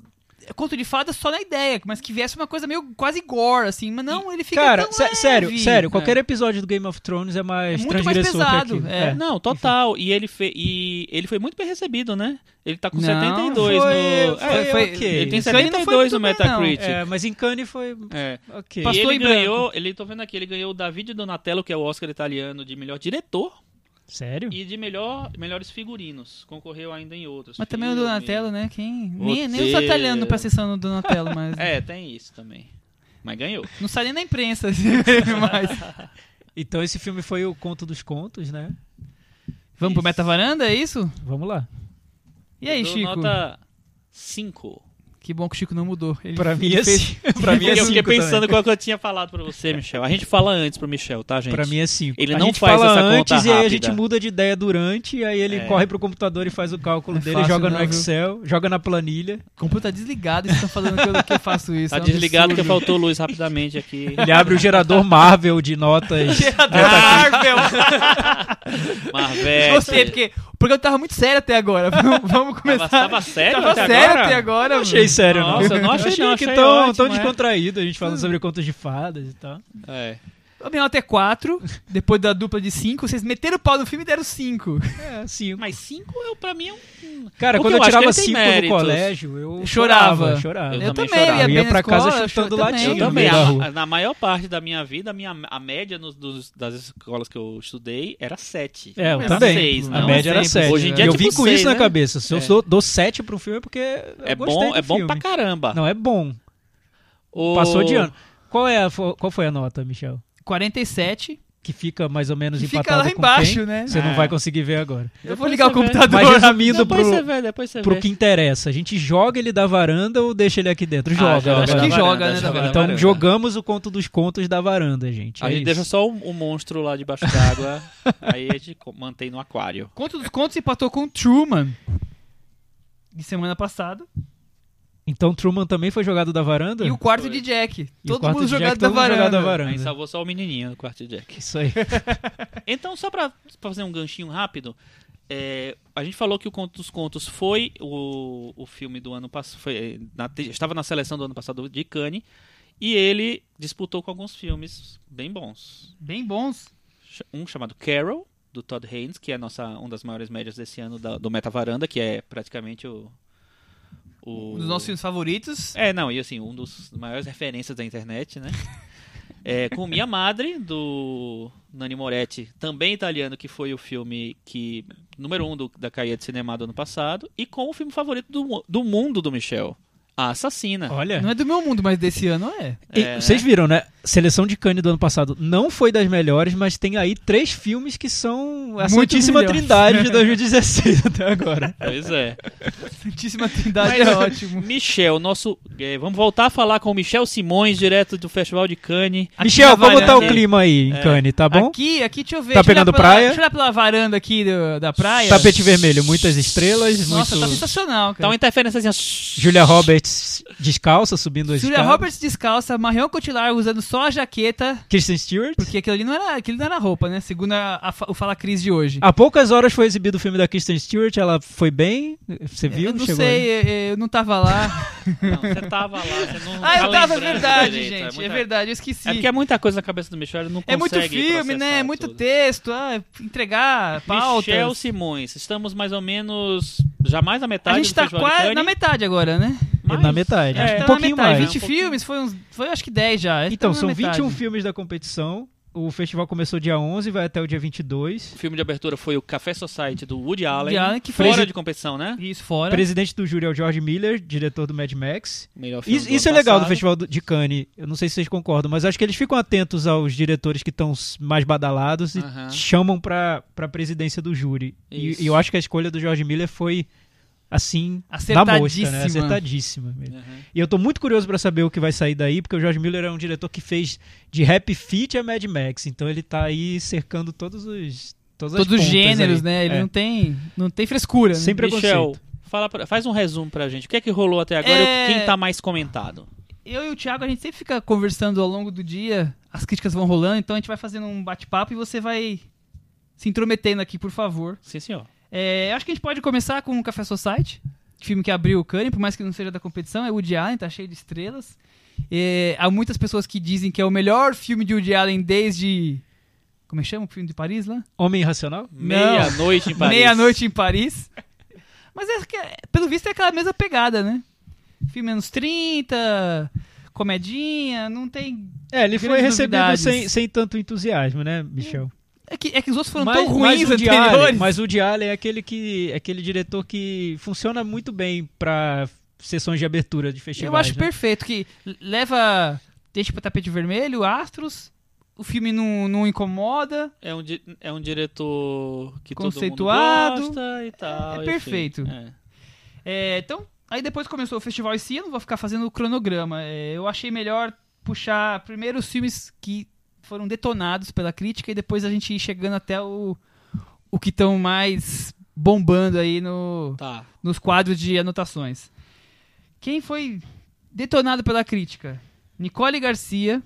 S2: conto de fadas só na ideia, mas que viesse uma coisa meio quase gore, assim. Mas não, ele
S4: é
S2: fica.
S3: Cara,
S2: tão
S3: sé-
S2: leve.
S3: sério, sério, qualquer episódio do Game of Thrones é
S2: É
S3: mais
S2: muito mais
S3: transgressor
S2: pesado,
S3: que aquilo.
S2: é.
S4: Não, total. E ele, fe... e ele foi muito bem recebido, né? Ele tá com
S2: Não,
S4: 72 no.
S3: foi-
S4: É,
S2: Foi, foi,
S3: ok.
S4: ele tem
S2: isso aí não foi
S4: 72 no
S2: muito bem, não.
S4: Metacritic.
S3: É, mas em Cannes foi
S4: É.
S3: ok.
S2: Passou
S4: e ele
S2: em branco.
S4: ganhou, ele tô vendo aqui, ele ganhou o David Donatello, que é o Oscar italiano de melhor diretor
S3: Sério?
S4: e de melhor melhores figurinos. Concorreu ainda em outros.
S2: Mas também o
S4: filme.
S2: Donatello, né? Quem. Nem, nem
S4: Roteiro.
S2: eu sou italiano pra sessão do Donatello, mas.
S4: É, tem isso também. Mas ganhou.
S2: Não sai nem na imprensa, assim, *laughs* mas.
S3: Então esse filme foi o conto dos contos, né?
S2: Vamos pro Meta Varanda, é isso?
S3: Vamos lá.
S2: E aí,
S4: Eu dou
S2: Chico?
S4: Nota 5.
S2: Que bom que o Chico não mudou. Ele
S3: Pra mim
S2: ele
S3: é
S2: fez-
S3: cinco.
S4: *laughs*
S3: Pra *laughs* mim é
S4: eu fiquei
S3: cinco também.
S4: pensando qual que eu tinha falado pra você, Michel. A gente fala antes pro Michel, tá, gente?
S3: Pra mim é 5.
S4: Ele
S3: a
S4: não
S3: gente
S4: faz
S3: fala
S4: essa conta
S3: antes e aí a
S4: rápida.
S3: gente muda de ideia durante, e aí ele
S4: É.
S3: corre pro computador e faz o cálculo
S2: É
S3: dele,
S2: fácil,
S3: joga
S2: não,
S3: no
S2: viu?
S3: Excel, joga na planilha.
S2: O computador tá desligado e vocês estão falando que eu, que eu faço isso.
S4: Tá
S2: é um
S4: desligado que
S2: absurdo.
S4: faltou luz
S2: *laughs*
S4: rapidamente aqui.
S3: Ele abre o gerador *laughs* Marvel de notas.
S2: Marvel!
S4: Marvel.
S2: Ah,
S3: É,
S2: Gostei, é- porque Porque eu tava muito sério até agora. *laughs* Vamos,
S3: tá
S2: vamos começar.
S4: Tava,
S2: *laughs*
S4: tava sério? tá?
S2: Tava
S4: até
S2: sério
S4: agora?
S2: até agora.
S3: Não achei sério, não.
S4: Nossa, eu não achei, não.
S3: que
S4: Achei
S3: tão,
S4: ótimo,
S3: tão
S4: é.
S3: descontraído a gente falando sobre contos de fadas e tal.
S4: É.
S2: Eu minha nota é 4, depois da dupla de 5, vocês meteram o pau no filme e deram 5.
S3: É, cinco.
S4: Mas 5 eu, pra mim é um.
S3: Cara, quando
S4: Porque eu
S3: eu,
S4: acho que
S3: tirava
S4: ele tem
S3: cinco
S4: méritos.
S3: no colégio, eu
S2: Chorava.
S3: chorava. É,
S4: Eu
S2: Eu,
S4: também
S2: também,
S4: chorava.
S2: ia
S3: Eu
S2: bem
S3: ia
S2: na
S3: pra
S2: escola,
S3: casa
S2: eu
S3: chutando
S2: também.
S3: latinha
S4: Eu
S3: no
S4: também.
S3: meio da
S4: a-
S3: rua.
S4: a- na maior parte da minha vida, a, minha, a média nos- dos- das escolas que eu estudei era 7.
S3: É, eu
S4: Era
S3: também.
S4: seis,
S3: a
S4: não
S3: média era
S4: sempre.
S3: 7.
S4: Hoje em dia
S3: eu
S4: é
S3: vim
S4: tipo
S3: com
S4: seis,
S3: isso na
S4: né?
S3: cabeça. Se
S4: É.
S3: eu sou, dou 7 pro filme é porque eu
S4: É
S3: gostei
S4: bom,
S3: do
S4: é bom
S3: filme.
S4: pra caramba.
S3: Não, é bom.
S4: O-
S3: Passou de ano. Qual, é a fo- qual foi a nota, Michel?
S2: 47,
S3: Que fica mais ou menos
S2: que fica
S3: empatado
S2: lá
S3: com
S2: embaixo,
S3: quem?
S2: né?
S3: Você
S4: Ah.
S3: não vai conseguir ver agora.
S2: Eu vou ligar o
S4: Depois você
S2: computador.
S3: Mas resumindo
S4: Depois você
S3: pro,
S4: vê, depois você
S3: pro
S4: vê.
S3: que interessa. A gente joga ele da varanda ou deixa ele aqui dentro?
S4: Ah,
S3: Joga.
S4: da
S2: acho que
S4: varanda,
S2: joga, né, da
S4: da
S2: varanda.
S3: Então
S4: varanda.
S3: jogamos o conto dos contos da varanda, gente.
S4: A
S3: É
S4: gente
S3: isso.
S4: deixa só o o monstro lá debaixo
S3: *laughs*
S4: d'água, aí a gente co- mantém no aquário.
S2: Conto dos Contos empatou com Truman. De semana passada.
S3: Então Truman também foi jogado da varanda?
S2: E o quarto
S4: Foi.
S2: de Jack.
S3: E o
S2: Todo
S3: quarto
S2: mundo
S3: de
S2: jogado
S3: Jack,
S2: da
S3: todo mundo jogado
S2: varanda.
S3: da varanda.
S4: Aí salvou só o menininho do quarto de Jack.
S2: *laughs*
S3: Isso aí.
S4: Então, só pra, pra fazer um ganchinho rápido, é, a gente falou que o Conto dos Contos foi o, o filme do ano passado, estava na seleção do ano passado de Cannes, e ele disputou com alguns filmes bem bons.
S2: Bem bons.
S4: Ch- Um chamado Carol, do Todd Haynes, que é a nossa, uma das maiores médias desse ano da- do Meta Varanda, que é praticamente o... o-
S2: Um dos nossos filmes favoritos.
S4: é, não, e assim, um dos maiores referências da internet, *laughs* né? É, com Minha Madre, do Nani Moretti, também italiano, que foi o filme que número um do- da caída de cinema do ano passado, e com o filme favorito do, mu- do mundo do Michel, A Assassina.
S3: Olha.
S2: Não é do meu mundo, mas desse ano é.
S3: E
S4: É, né?
S3: vocês viram, né? Seleção de Cannes do ano passado não foi das melhores, mas tem aí três filmes que são a
S2: Muito
S3: Santíssima
S2: melhores. *laughs*
S3: Trindade de 2016 até agora.
S4: Pois é.
S2: Santíssima Trindade
S4: Mas-
S2: é ótimo.
S4: Michel, nosso. é, vamos voltar a falar com o Michel Simões, direto do Festival de Cannes.
S2: Aqui na
S3: Michel, como tá o
S2: varanda.
S3: clima aí em Cannes, tá bom?
S2: Aqui, aqui, deixa eu ver.
S3: Tá
S2: deixa eu olhar
S3: pegando
S2: pela-
S3: praia?
S2: Deixa eu olhar pela varanda aqui do- da praia.
S3: Tapete vermelho, muitas estrelas,
S2: Nossa, tá
S3: muito...
S2: sensacional,
S4: Tá uma
S2: cara.
S4: interferência assim. ó.
S3: Julia Roberts descalça, subindo as
S2: Julia
S3: escadas.
S2: Roberts descalça, Marion Cotillard usando só a jaqueta,
S3: Kristen Stewart.
S2: porque aquilo ali não era, aquilo não era roupa, né? Segundo a- a fa- o Fala Cris de hoje.
S3: Há poucas horas foi exibido o filme da Kristen Stewart, ela foi bem? Você viu?
S2: Eu não
S3: Chegou aí?
S2: sei, eu- eu não tava lá.
S4: Não, você tava lá, você não.
S2: ah, eu
S4: tá
S2: tava, é
S4: lembrando
S2: verdade,
S4: direito,
S2: gente. É,
S4: muita-
S2: verdade, eu esqueci.
S4: É porque é muita coisa na cabeça do Michel, ele não consegue
S2: É muito filme, né?
S4: processar
S2: É muito
S4: tudo.
S2: texto, ah, entregar, pauta.
S4: Michel Simões, estamos mais ou menos já mais na
S2: A
S4: metade
S2: gente
S4: do
S2: tá
S4: Festival de
S2: quase
S4: Cannes,
S2: na metade agora, né?
S4: mas-
S3: Na metade,
S4: É,
S3: um
S2: tá
S3: pouquinho
S2: na metade.
S3: mais.
S2: 20
S4: É, um pouquinho.
S2: filmes, foi, uns, foi acho que 10 já.
S3: Então,
S2: Tá na
S3: são
S2: metade.
S3: 21 filmes da competição. O festival começou dia 11 e vai até o dia 22.
S4: O filme de abertura foi o Café Society do Woody Allen,
S2: Woody Allen, que
S4: fora
S2: foi-
S4: de competição, né?
S3: um
S2: Isso, fora.
S3: presidente do júri é o George Miller, diretor do Mad Max.
S4: Melhor filme
S3: Isso,
S4: do
S3: isso é
S4: ano
S3: legal do
S4: passado.
S3: Festival do- de Cannes. Eu não sei se vocês concordam, mas acho que eles ficam atentos aos diretores que estão s- mais badalados e
S4: Aham.
S3: chamam pra, pra presidência do júri. E,
S4: Isso.
S3: e eu acho que a escolha do George Miller foi, assim, na mosca,
S2: Acertadíssima.
S3: né? Acertadíssima. mesmo.
S4: Aham.
S3: E eu tô muito curioso pra saber o que vai sair daí, porque o George Miller é um diretor que fez de rap feat a Mad Max. Então ele tá aí cercando todos os. Todas as
S2: Todos os
S3: pontas
S2: gêneros,
S3: aí.
S2: né? Ele
S3: É.
S2: não tem, não tem frescura, né?
S3: Sem
S4: Michel,
S3: preconceito.
S4: fala pra- faz um resumo pra gente. O que é que rolou até agora
S2: É-
S4: e quem tá mais comentado?
S2: Eu e o Thiago, a gente sempre fica conversando ao longo do dia, as críticas vão rolando, então a gente vai fazendo um bate-papo e você vai se intrometendo aqui, por favor.
S4: Sim, senhor.
S2: É, eu acho que a gente pode começar com o Café Society, filme que abriu o Cannes, por mais que não seja da competição, é Woody Allen, tá cheio de estrelas. É, há muitas pessoas que dizem que é o melhor filme de Woody Allen desde... Como é que chama o filme de Paris lá?
S3: Homem Irracional?
S2: Hum.
S4: Meia-noite em Paris.
S2: Meia-noite em Paris. Mas é que, pelo visto é aquela mesma pegada, né? Filme anos 30, comedinha, não tem.
S3: É, ele foi
S2: Grandes
S3: recebido
S2: novidades.
S3: sem, sem tanto entusiasmo, né, Michel?
S2: É que, é que os outros foram
S3: Mas-
S2: tão ruins
S3: mas o Woody Allen-
S2: anteriores.
S3: Mas o Woody Allen é aquele, que, é aquele diretor que funciona muito bem pra sessões de abertura de
S2: eu
S3: festivais.
S2: acho
S3: né?
S2: perfeito que leva. Deixa pra tapete vermelho, astros. O filme não, não incomoda.
S4: É um, di- é um diretor que
S2: Conceituado.
S4: todo mundo gosta e tal.
S2: é
S4: enfim.
S2: perfeito.
S4: É.
S2: É, então, aí depois começou o festival em si, eu não vou ficar fazendo o cronograma. É, eu achei melhor puxar primeiro os filmes que foram detonados pela crítica e depois a gente ir chegando até o, o que estão mais bombando aí no,
S4: Tá.
S2: nos quadros de anotações. Quem foi detonado pela crítica? Nicole Garcia.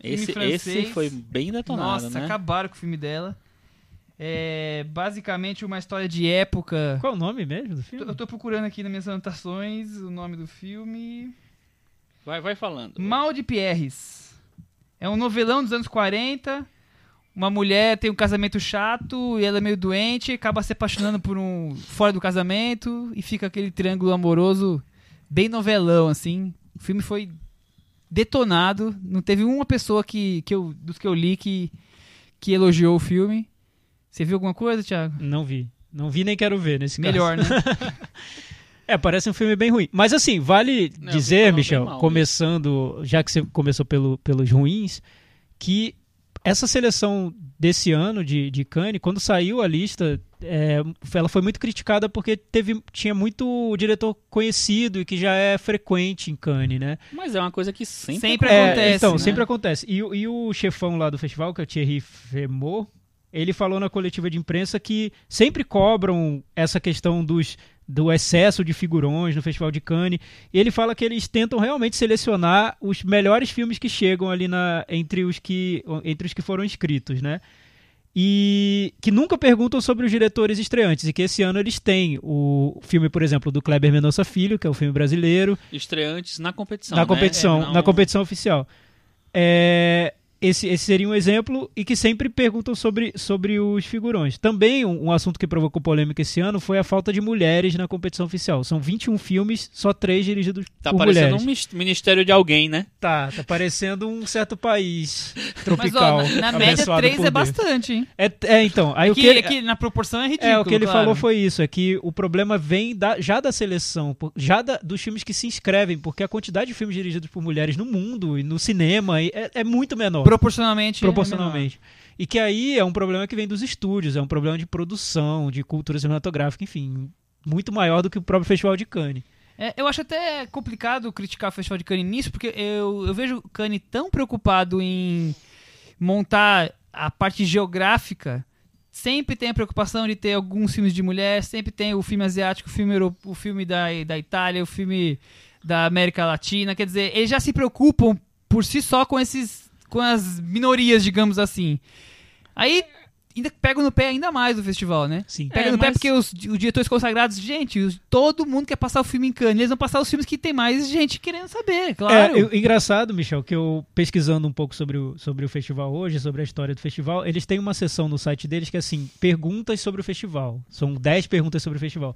S2: Filme
S4: Esse,
S2: francês.
S4: esse foi bem detonado,
S2: Nossa,
S4: né?
S2: acabaram com o filme dela. É basicamente uma história de época.
S3: Qual é o nome mesmo do
S2: Eu
S3: filme?
S2: tô procurando aqui nas minhas anotações o nome do filme.
S4: Vai, vai falando.
S2: Mal de Pierres. É um novelão dos anos 40. Uma mulher tem um casamento chato e ela é meio doente, acaba se apaixonando por um fora do casamento e fica aquele triângulo amoroso bem novelão, assim. O filme foi detonado. Não teve uma pessoa que, que eu, dos que eu li que, que elogiou o filme. Você viu alguma coisa, Thiago?
S3: Não vi. Não vi nem quero ver nesse caso.
S2: Melhor, né?
S3: É, parece um filme bem ruim. Mas assim, vale
S4: Não, eu
S3: dizer,
S4: vi falar bem
S3: Michel,
S4: mal,
S3: começando, já que você começou pelo- pelos ruins, que essa seleção desse ano de, de Cannes, quando saiu a lista, é, ela foi muito criticada porque teve, tinha muito diretor conhecido e que já é frequente em Cannes, né?
S4: Mas é uma coisa que sempre,
S2: Sempre
S3: É,
S2: acontece,
S3: Então,
S2: né?
S3: sempre acontece. E, o- e o chefão lá do festival, que é o Thierry Fremont, ele falou na coletiva de imprensa que sempre cobram essa questão dos, do excesso de figurões no Festival de Cannes. E ele fala que eles tentam realmente selecionar os melhores filmes que chegam ali na, entre, os que, entre os que foram escritos, né? E que nunca perguntam sobre os diretores estreantes. E que esse ano eles têm o filme, por exemplo, do Kleber Mendonça Filho, que é um filme brasileiro
S4: estreantes na competição.
S3: na
S4: né?
S3: competição,
S4: É, não-
S3: na competição oficial. É, esse, esse seria um exemplo e que sempre perguntam sobre, sobre os figurões. Também um, um assunto que provocou polêmica esse ano foi a falta de mulheres na competição oficial. São 21 filmes, só três dirigidos
S4: Tá
S3: por
S4: parecendo
S3: mulheres.
S4: um mis- ministério de alguém, né?
S3: Tá, tá parecendo um certo país
S2: Mas, ó,
S3: *laughs* tropical.
S2: na, na média,
S3: abençoado
S2: três
S3: por
S2: é
S3: Deus.
S2: bastante, hein?
S3: É, é, então, aí
S2: É
S3: o
S2: que,
S3: que ele-
S2: é que na proporção é ridículo,
S3: é, o que ele
S2: claro.
S3: falou foi isso, é que o problema vem da- já da seleção, por- já da- dos filmes que se inscrevem, porque a quantidade de filmes dirigidos por mulheres no mundo e no cinema e- é, é muito menor,
S2: Proporcionalmente. é
S3: proporcionalmente. e que aí é um problema que vem dos estúdios, é um problema de produção, de cultura cinematográfica, enfim, muito maior do que o próprio Festival de Cannes.
S2: menor. É, eu acho até complicado criticar o Festival de Cannes nisso, porque eu, eu vejo o Cannes tão preocupado em montar a parte geográfica. Sempre tem a preocupação de ter alguns filmes de mulher, sempre tem o filme asiático, o filme, euro- o filme da, da Itália, o filme da América Latina. Quer dizer, eles já se preocupam por si só com esses com as minorias, digamos assim. Aí ainda pegam no pé ainda mais do festival, né?
S3: Sim.
S2: Pega
S4: É,
S2: no pé
S4: mas-
S2: porque os, os diretores consagrados, gente, os- todo mundo quer passar o filme em Cannes. Eles vão passar os filmes que tem mais gente querendo saber, claro.
S3: É, eu- engraçado, Michel, que eu pesquisando um pouco sobre o, sobre o festival hoje, sobre a história do festival, eles têm uma sessão no site deles que é assim, perguntas sobre o festival. São 10 perguntas sobre o festival.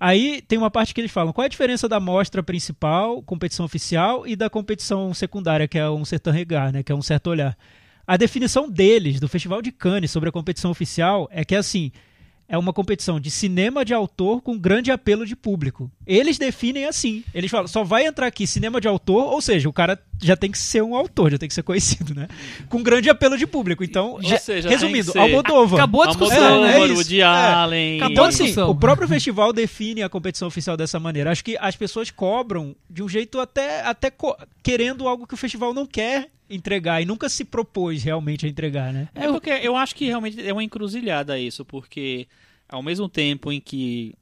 S3: Aí tem uma parte que eles falam, qual é a diferença da mostra principal, competição oficial, e da competição secundária, que é um certain regard, né, que é um certo olhar. A definição deles, do Festival de Cannes, sobre a competição oficial, é que assim, é uma competição de cinema de autor com grande apelo de público. Eles definem assim. Eles falam, só vai entrar aqui cinema de autor, ou seja, o cara já tem que ser um autor, já tem que ser conhecido, né? Com grande apelo de público. Então,
S4: Ou
S3: já-
S4: seja,
S3: resumindo,
S4: tem que ser
S3: Almodóvar.
S2: Acabou a discussão,
S3: É,
S2: né?
S3: é
S4: Almodóvar,
S3: isso.
S4: Woody
S3: É.
S4: Allen.
S3: Então,
S2: Acabou a
S3: assim,
S2: discussão.
S3: o próprio festival define a competição oficial dessa maneira. Acho que as pessoas cobram de um jeito até, até co- querendo algo que o festival não quer entregar e nunca se propôs realmente a entregar, né?
S4: É porque eu acho que realmente é uma encruzilhada isso, porque ao mesmo tempo em que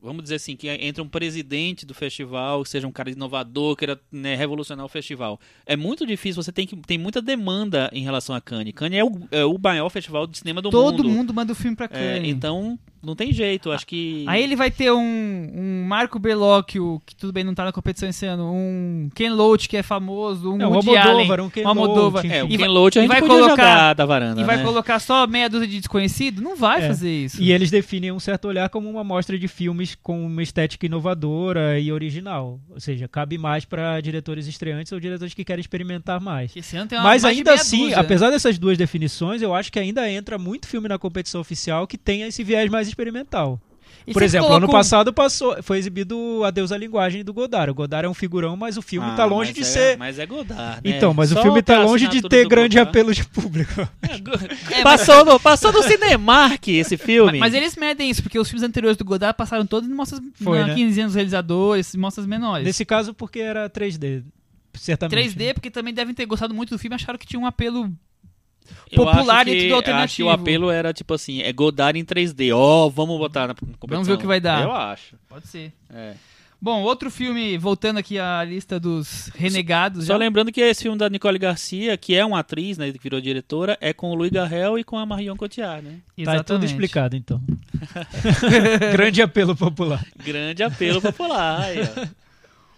S4: vamos dizer assim que entra um presidente do festival, que seja um cara inovador, queira né, revolucionar o festival, é muito difícil. Você tem que tem muita demanda em relação a Cannes. Cannes é o, é o maior festival de cinema do
S2: Todo
S4: mundo.
S2: mundo. manda o filme pra
S4: É,
S2: Cannes.
S4: então não tem jeito. Acho que
S2: Aí ele vai ter um, um Marco Bellocchio, que tudo bem, não tá na competição esse ano, um Ken Loach, que é famoso, um
S3: É, o
S2: Woody
S3: Almodóvar,
S2: Allen,
S3: um Ken
S2: um Almodóvar.
S3: Loach,
S4: é, o
S2: e
S4: Ken
S2: vai-
S4: Loach a
S2: e
S4: gente
S2: vai
S4: podia
S2: colocar-
S4: jogar da varanda,
S2: E vai
S4: né?
S2: colocar só meia dúzia de desconhecido? Não vai
S3: É.
S2: fazer isso.
S3: E eles definem um certo olhar como uma amostra de filmes com uma estética inovadora e original. Ou seja, cabe mais para diretores estreantes ou diretores que querem experimentar mais.
S2: Que Esse ano tem uma
S3: Mas
S2: mais de
S3: ainda
S2: meia
S3: assim,
S2: dúzia.
S3: apesar dessas duas definições, eu acho que ainda entra muito filme na competição oficial que tenha esse viés mais experimental.
S2: E
S3: Por
S2: você
S3: exemplo, ano
S2: colocou-
S3: passado passou, foi exibido Adeus à Linguagem do Godard. O Godard é um figurão, mas o filme
S4: Ah,
S3: está longe
S4: mas
S3: de
S4: é-
S3: ser.
S4: Mas é Godard, né?
S3: Então, mas
S4: Só
S3: o filme está
S4: pela
S3: longe de
S4: assinatura
S3: ter
S4: do
S3: grande
S4: Godard. É,
S3: apelo de público.
S4: *laughs* passou, no, passou *laughs* no Cinemark esse filme.
S2: Mas, mas eles medem isso, porque os filmes anteriores do Godard passaram todos em mostras
S3: Foi,
S2: na
S3: né?
S2: 15 anos realizadores, mostras menores.
S3: Nesse caso, porque era 3D. Certamente.
S2: 3D, porque também devem ter gostado muito do filme, acharam que tinha um apelo.
S4: Eu acho
S2: popular
S4: que-
S2: dentro do
S4: eu Acho que
S2: alternativo.
S4: o apelo era tipo assim, é Godard em 3D. Ó, vamos botar na competição.
S2: Vamos ver o que vai dar.
S4: Eu acho.
S2: Pode ser.
S4: É.
S2: Bom, outro filme, voltando aqui à lista dos renegados.
S4: Só
S2: já-
S4: lembrando que esse filme da Nicole Garcia, que é uma atriz, né, que virou diretora, é com o Louis Garrel e com a Marion Cotillard, né?
S3: Tá tudo
S2: Exatamente.
S3: explicado, então.
S2: *laughs*
S3: Grande apelo popular.
S4: Grande apelo popular. aí,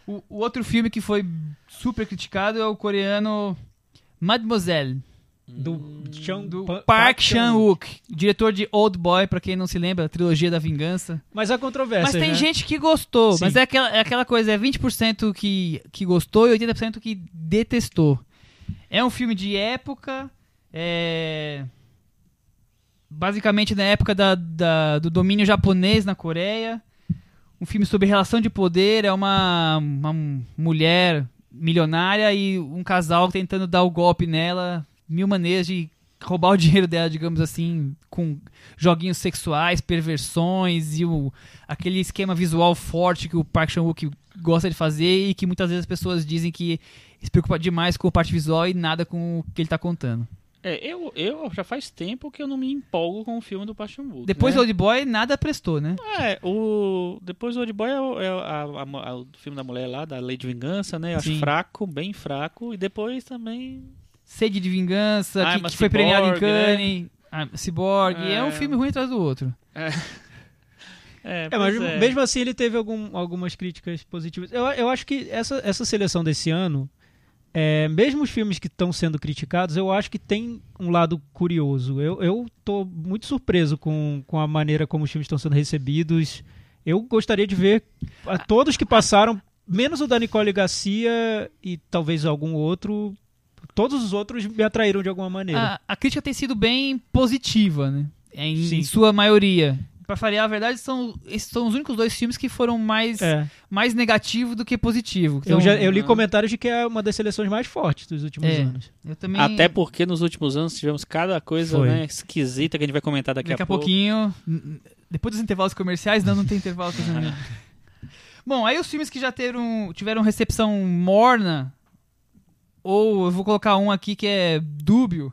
S4: ó.
S2: O, o outro filme que foi super criticado é o coreano Mademoiselle,
S3: Do, Chan,
S2: Hum, do
S3: Pa-
S2: Park Chan-wook, diretor de Old Boy, pra quem não se lembra, a trilogia da vingança.
S3: Mas há controvérsia.
S2: mas tem
S3: né?
S2: gente que gostou,
S3: Sim.
S2: mas é aquela, é aquela coisa, é 20% que, que gostou e 80% que detestou. É um filme de época, é... basicamente na época da, da- do domínio japonês na Coreia. Um filme sobre relação de poder, é uma, uma mulher milionária e um casal tentando dar o golpe nela, mil maneiras de roubar o *laughs* dinheiro dela, digamos assim, com joguinhos sexuais, perversões e o, aquele esquema visual forte que o Park Chan-wook gosta de fazer e que muitas vezes as pessoas dizem que se preocupa demais com a parte visual e nada com o que ele tá contando.
S4: É, eu, eu já faz tempo que eu não me empolgo com o filme do Passion Wook.
S2: Depois
S4: né?
S2: do Old Boy, nada prestou, né?
S4: É, o... Depois do Old Boy é, o, é a- a- a- o filme da mulher lá, da Lei de Vingança, né? Eu acho
S2: Sim.
S4: fraco, bem fraco. E depois também.
S2: Sede de Vingança,
S4: Ah,
S2: que,
S4: mas
S2: que foi premiado em
S4: Cyborg, né?
S2: Cannes, ah, Cyborg, é.
S4: É.
S2: um filme ruim atrás do outro.
S4: É,
S3: É, mas
S4: pois é.
S3: mesmo assim ele teve algum- algumas críticas positivas. Eu, eu acho que essa, essa seleção desse ano, é, mesmo os filmes que estão sendo criticados, eu acho que tem um lado curioso. Eu, eu tô muito surpreso com, com a maneira como os filmes estão sendo recebidos. Eu gostaria de ver a todos que passaram, menos o da Nicole Garcia e talvez algum outro. Todos os outros me atraíram de alguma
S4: Ah,
S3: maneira.
S2: A, a crítica tem sido bem positiva, né? Em,
S3: Sim.
S2: em sua maioria. Pra variar, a verdade, são, esses são os únicos dois filmes que foram mais,
S3: É.
S2: mais negativo do que positivo.
S3: eu,
S2: Então,
S3: já, eu li
S4: não.
S3: comentários de que é uma das seleções mais fortes dos últimos
S2: É.
S3: anos.
S2: eu também...
S4: Até porque nos últimos anos tivemos cada coisa
S3: Foi.
S4: né, esquisita que a gente vai comentar daqui,
S2: Daqui a pouquinho. n- n- Depois dos intervalos comerciais, não, não tem intervalo. coisa nenhuma. Bom, aí os filmes que já teram, tiveram recepção morna, ou eu vou colocar um aqui que é dúbio.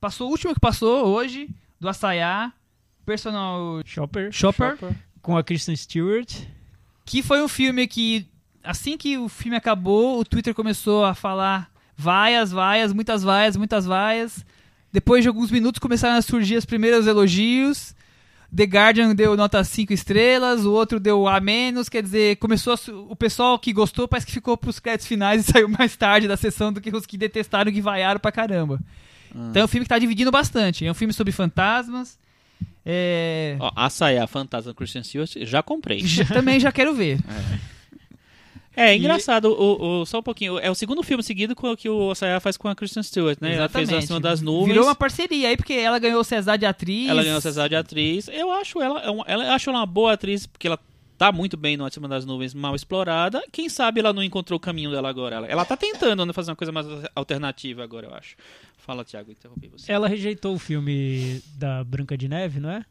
S2: Passou o último que passou hoje, do Assayá, Personal
S3: Shopper.
S2: Shopper,
S3: com a Kristen Stewart.
S2: que foi um filme que, assim que o filme acabou, o Twitter começou a falar vaias, vaias, muitas vaias, muitas vaias. Depois de alguns minutos começaram a surgir os primeiros elogios. The Guardian deu nota 5 estrelas, o outro deu A menos, quer dizer, começou a su- o pessoal que gostou parece que ficou pros créditos finais e *laughs* saiu mais tarde da sessão do que os que detestaram e que vaiaram pra caramba. Então é um filme que tá dividindo bastante. É um filme sobre fantasmas. É...
S4: Ó, açaí, a Fantasma Christian Stewart, já comprei.
S2: já- Também já quero ver.
S4: É, engraçado, o, o- só um pouquinho. É o segundo filme seguido com- que o Asaya faz com a Kristen Stewart, né? Ela fez
S2: Exatamente.
S4: Acima das Nuvens.
S2: Virou uma parceria aí, porque ela ganhou o César de atriz.
S4: Ela ganhou o César de atriz. Eu acho ela, é uma- ela, eu acho ela uma boa atriz, porque ela tá muito bem no Acima das Nuvens, mal explorada. Quem sabe ela não encontrou o caminho dela agora. Ela, ela tá tentando né, fazer uma coisa mais alternativa agora, eu acho. Fala, Thiago, interrompi você.
S3: Ela rejeitou o filme da Branca de Neve, não é?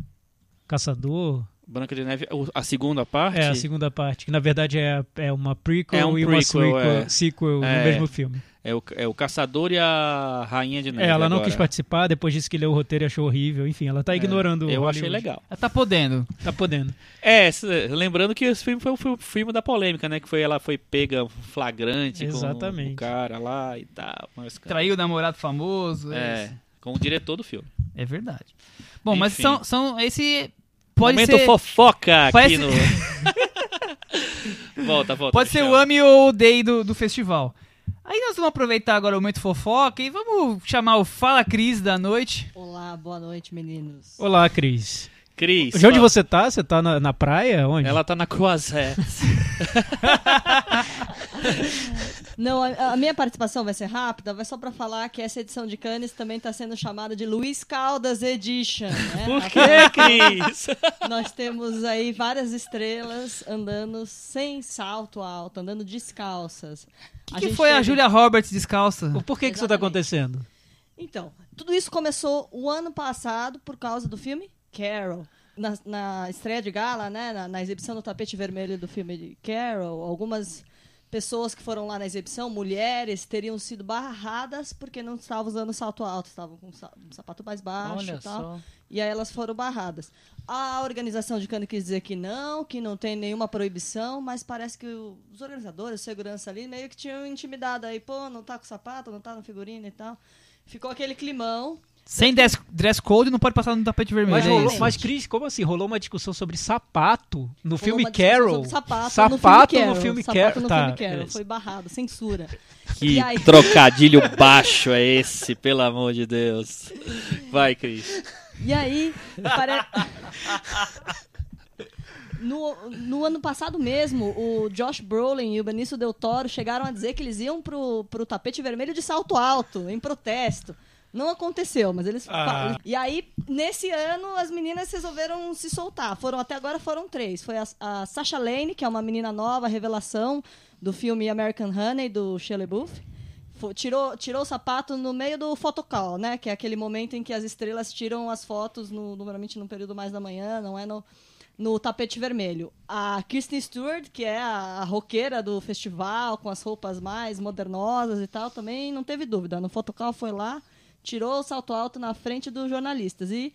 S3: Caçador.
S4: Branca de Neve, o- a segunda parte.
S3: É a segunda parte, que na verdade é, é uma prequel
S4: É um
S3: e
S4: prequel,
S3: uma sequel,
S4: é.
S3: sequel
S4: É.
S3: no mesmo filme.
S4: É o, é o Caçador e a Rainha de Neve.
S3: É, ela não
S4: agora. É.
S3: quis participar, depois disse que leu o roteiro e achou horrível. Enfim, ela tá ignorando o
S4: Eu achei
S3: Hollywood.
S4: legal.
S2: Ela tá podendo.
S3: Tá podendo.
S4: É, s- lembrando que esse filme foi o fi- filme da polêmica, né? Que foi ela foi pega flagrante com
S3: Exatamente.
S4: o cara lá e tal. Mas, cara,
S2: Traiu o namorado famoso. É,
S4: é, com o diretor do filme.
S2: é verdade. Bom, mas
S4: Enfim.
S2: são, são. Esse. Pode
S4: Momento
S2: ser.
S4: fofoca aqui
S2: Parece-
S4: no... *laughs* volta, volta.
S2: Pode ser
S4: Michel.
S2: o Ame ou o Day do, do festival. Aí nós vamos aproveitar agora o momento fofoca e vamos chamar o Fala Cris da noite.
S5: Olá, boa noite, meninos.
S3: Olá, Cris.
S4: Cris.
S3: De onde
S4: fala.
S3: você tá? Você tá na, na praia? Onde?
S4: Ela tá na Croisette.
S5: Não, a, a minha participação vai ser rápida, vai só pra falar que essa edição de Cannes também tá sendo chamada de Luiz Caldas Edition,
S2: *laughs*
S5: né?
S4: Por que, Cris?
S5: Nós temos aí várias estrelas andando sem salto alto, andando descalças.
S2: O
S5: A
S2: que,
S5: gente
S2: foi a
S5: teve-
S2: Julia Roberts descalça?
S3: Por que, que isso tá
S5: Exatamente.
S3: acontecendo?
S5: Então, tudo isso começou o ano passado por causa do filme Carol. Na, na estreia de gala, né, na, na exibição do tapete vermelho do filme de Carol, algumas pessoas que foram lá na exibição, mulheres, teriam sido barradas porque não estavam usando salto alto, estavam com sa- um sapato mais baixo
S4: Olha
S5: e tal.
S4: só.
S5: E aí elas foram barradas. A organização de Cannes quis dizer que não, que não tem nenhuma proibição, mas parece que o- os organizadores, segurança ali, meio que tinham intimidado aí, pô, não tá com sapato, não tá no figurino e tal. Ficou aquele climão.
S2: Sem dress, dress code não pode passar no tapete vermelho.
S3: Mas,
S2: é
S3: rolou,
S2: isso.
S3: mas, Cris, como assim? Rolou uma discussão sobre sapato no filme
S5: uma discussão
S3: Carol?
S5: sobre Sapato,
S3: Sapato
S5: no
S3: no filme
S5: Sapato
S3: Carol.
S5: no
S3: Tá,
S5: filme Carol.
S3: beleza.
S5: Foi barrado, censura.
S4: Que
S5: E aí?
S4: trocadilho baixo é esse, pelo amor de Deus. Vai, Cris.
S5: E aí, pare- no, no ano passado mesmo, o Josh Brolin e o Benício Del Toro chegaram a dizer que eles iam pro, pro tapete vermelho de salto alto, em protesto. Não aconteceu, mas eles. fa- E aí, nesse ano, as meninas resolveram se soltar. Foram até agora foram três. Foi a, a Sasha Lane, que é uma menina nova, revelação do filme American Honey, do Shia LaBeouf. Fo- Tirou, tirou o sapato no meio do fotocall, né? Que é aquele momento em que as estrelas tiram as fotos, no, normalmente num período mais da manhã, não é no, no tapete vermelho. A Kirsten Stewart, que é a, a roqueira do festival, com as roupas mais modernosas e tal, também não teve dúvida. No fotocall foi lá, tirou o salto alto na frente dos jornalistas. E,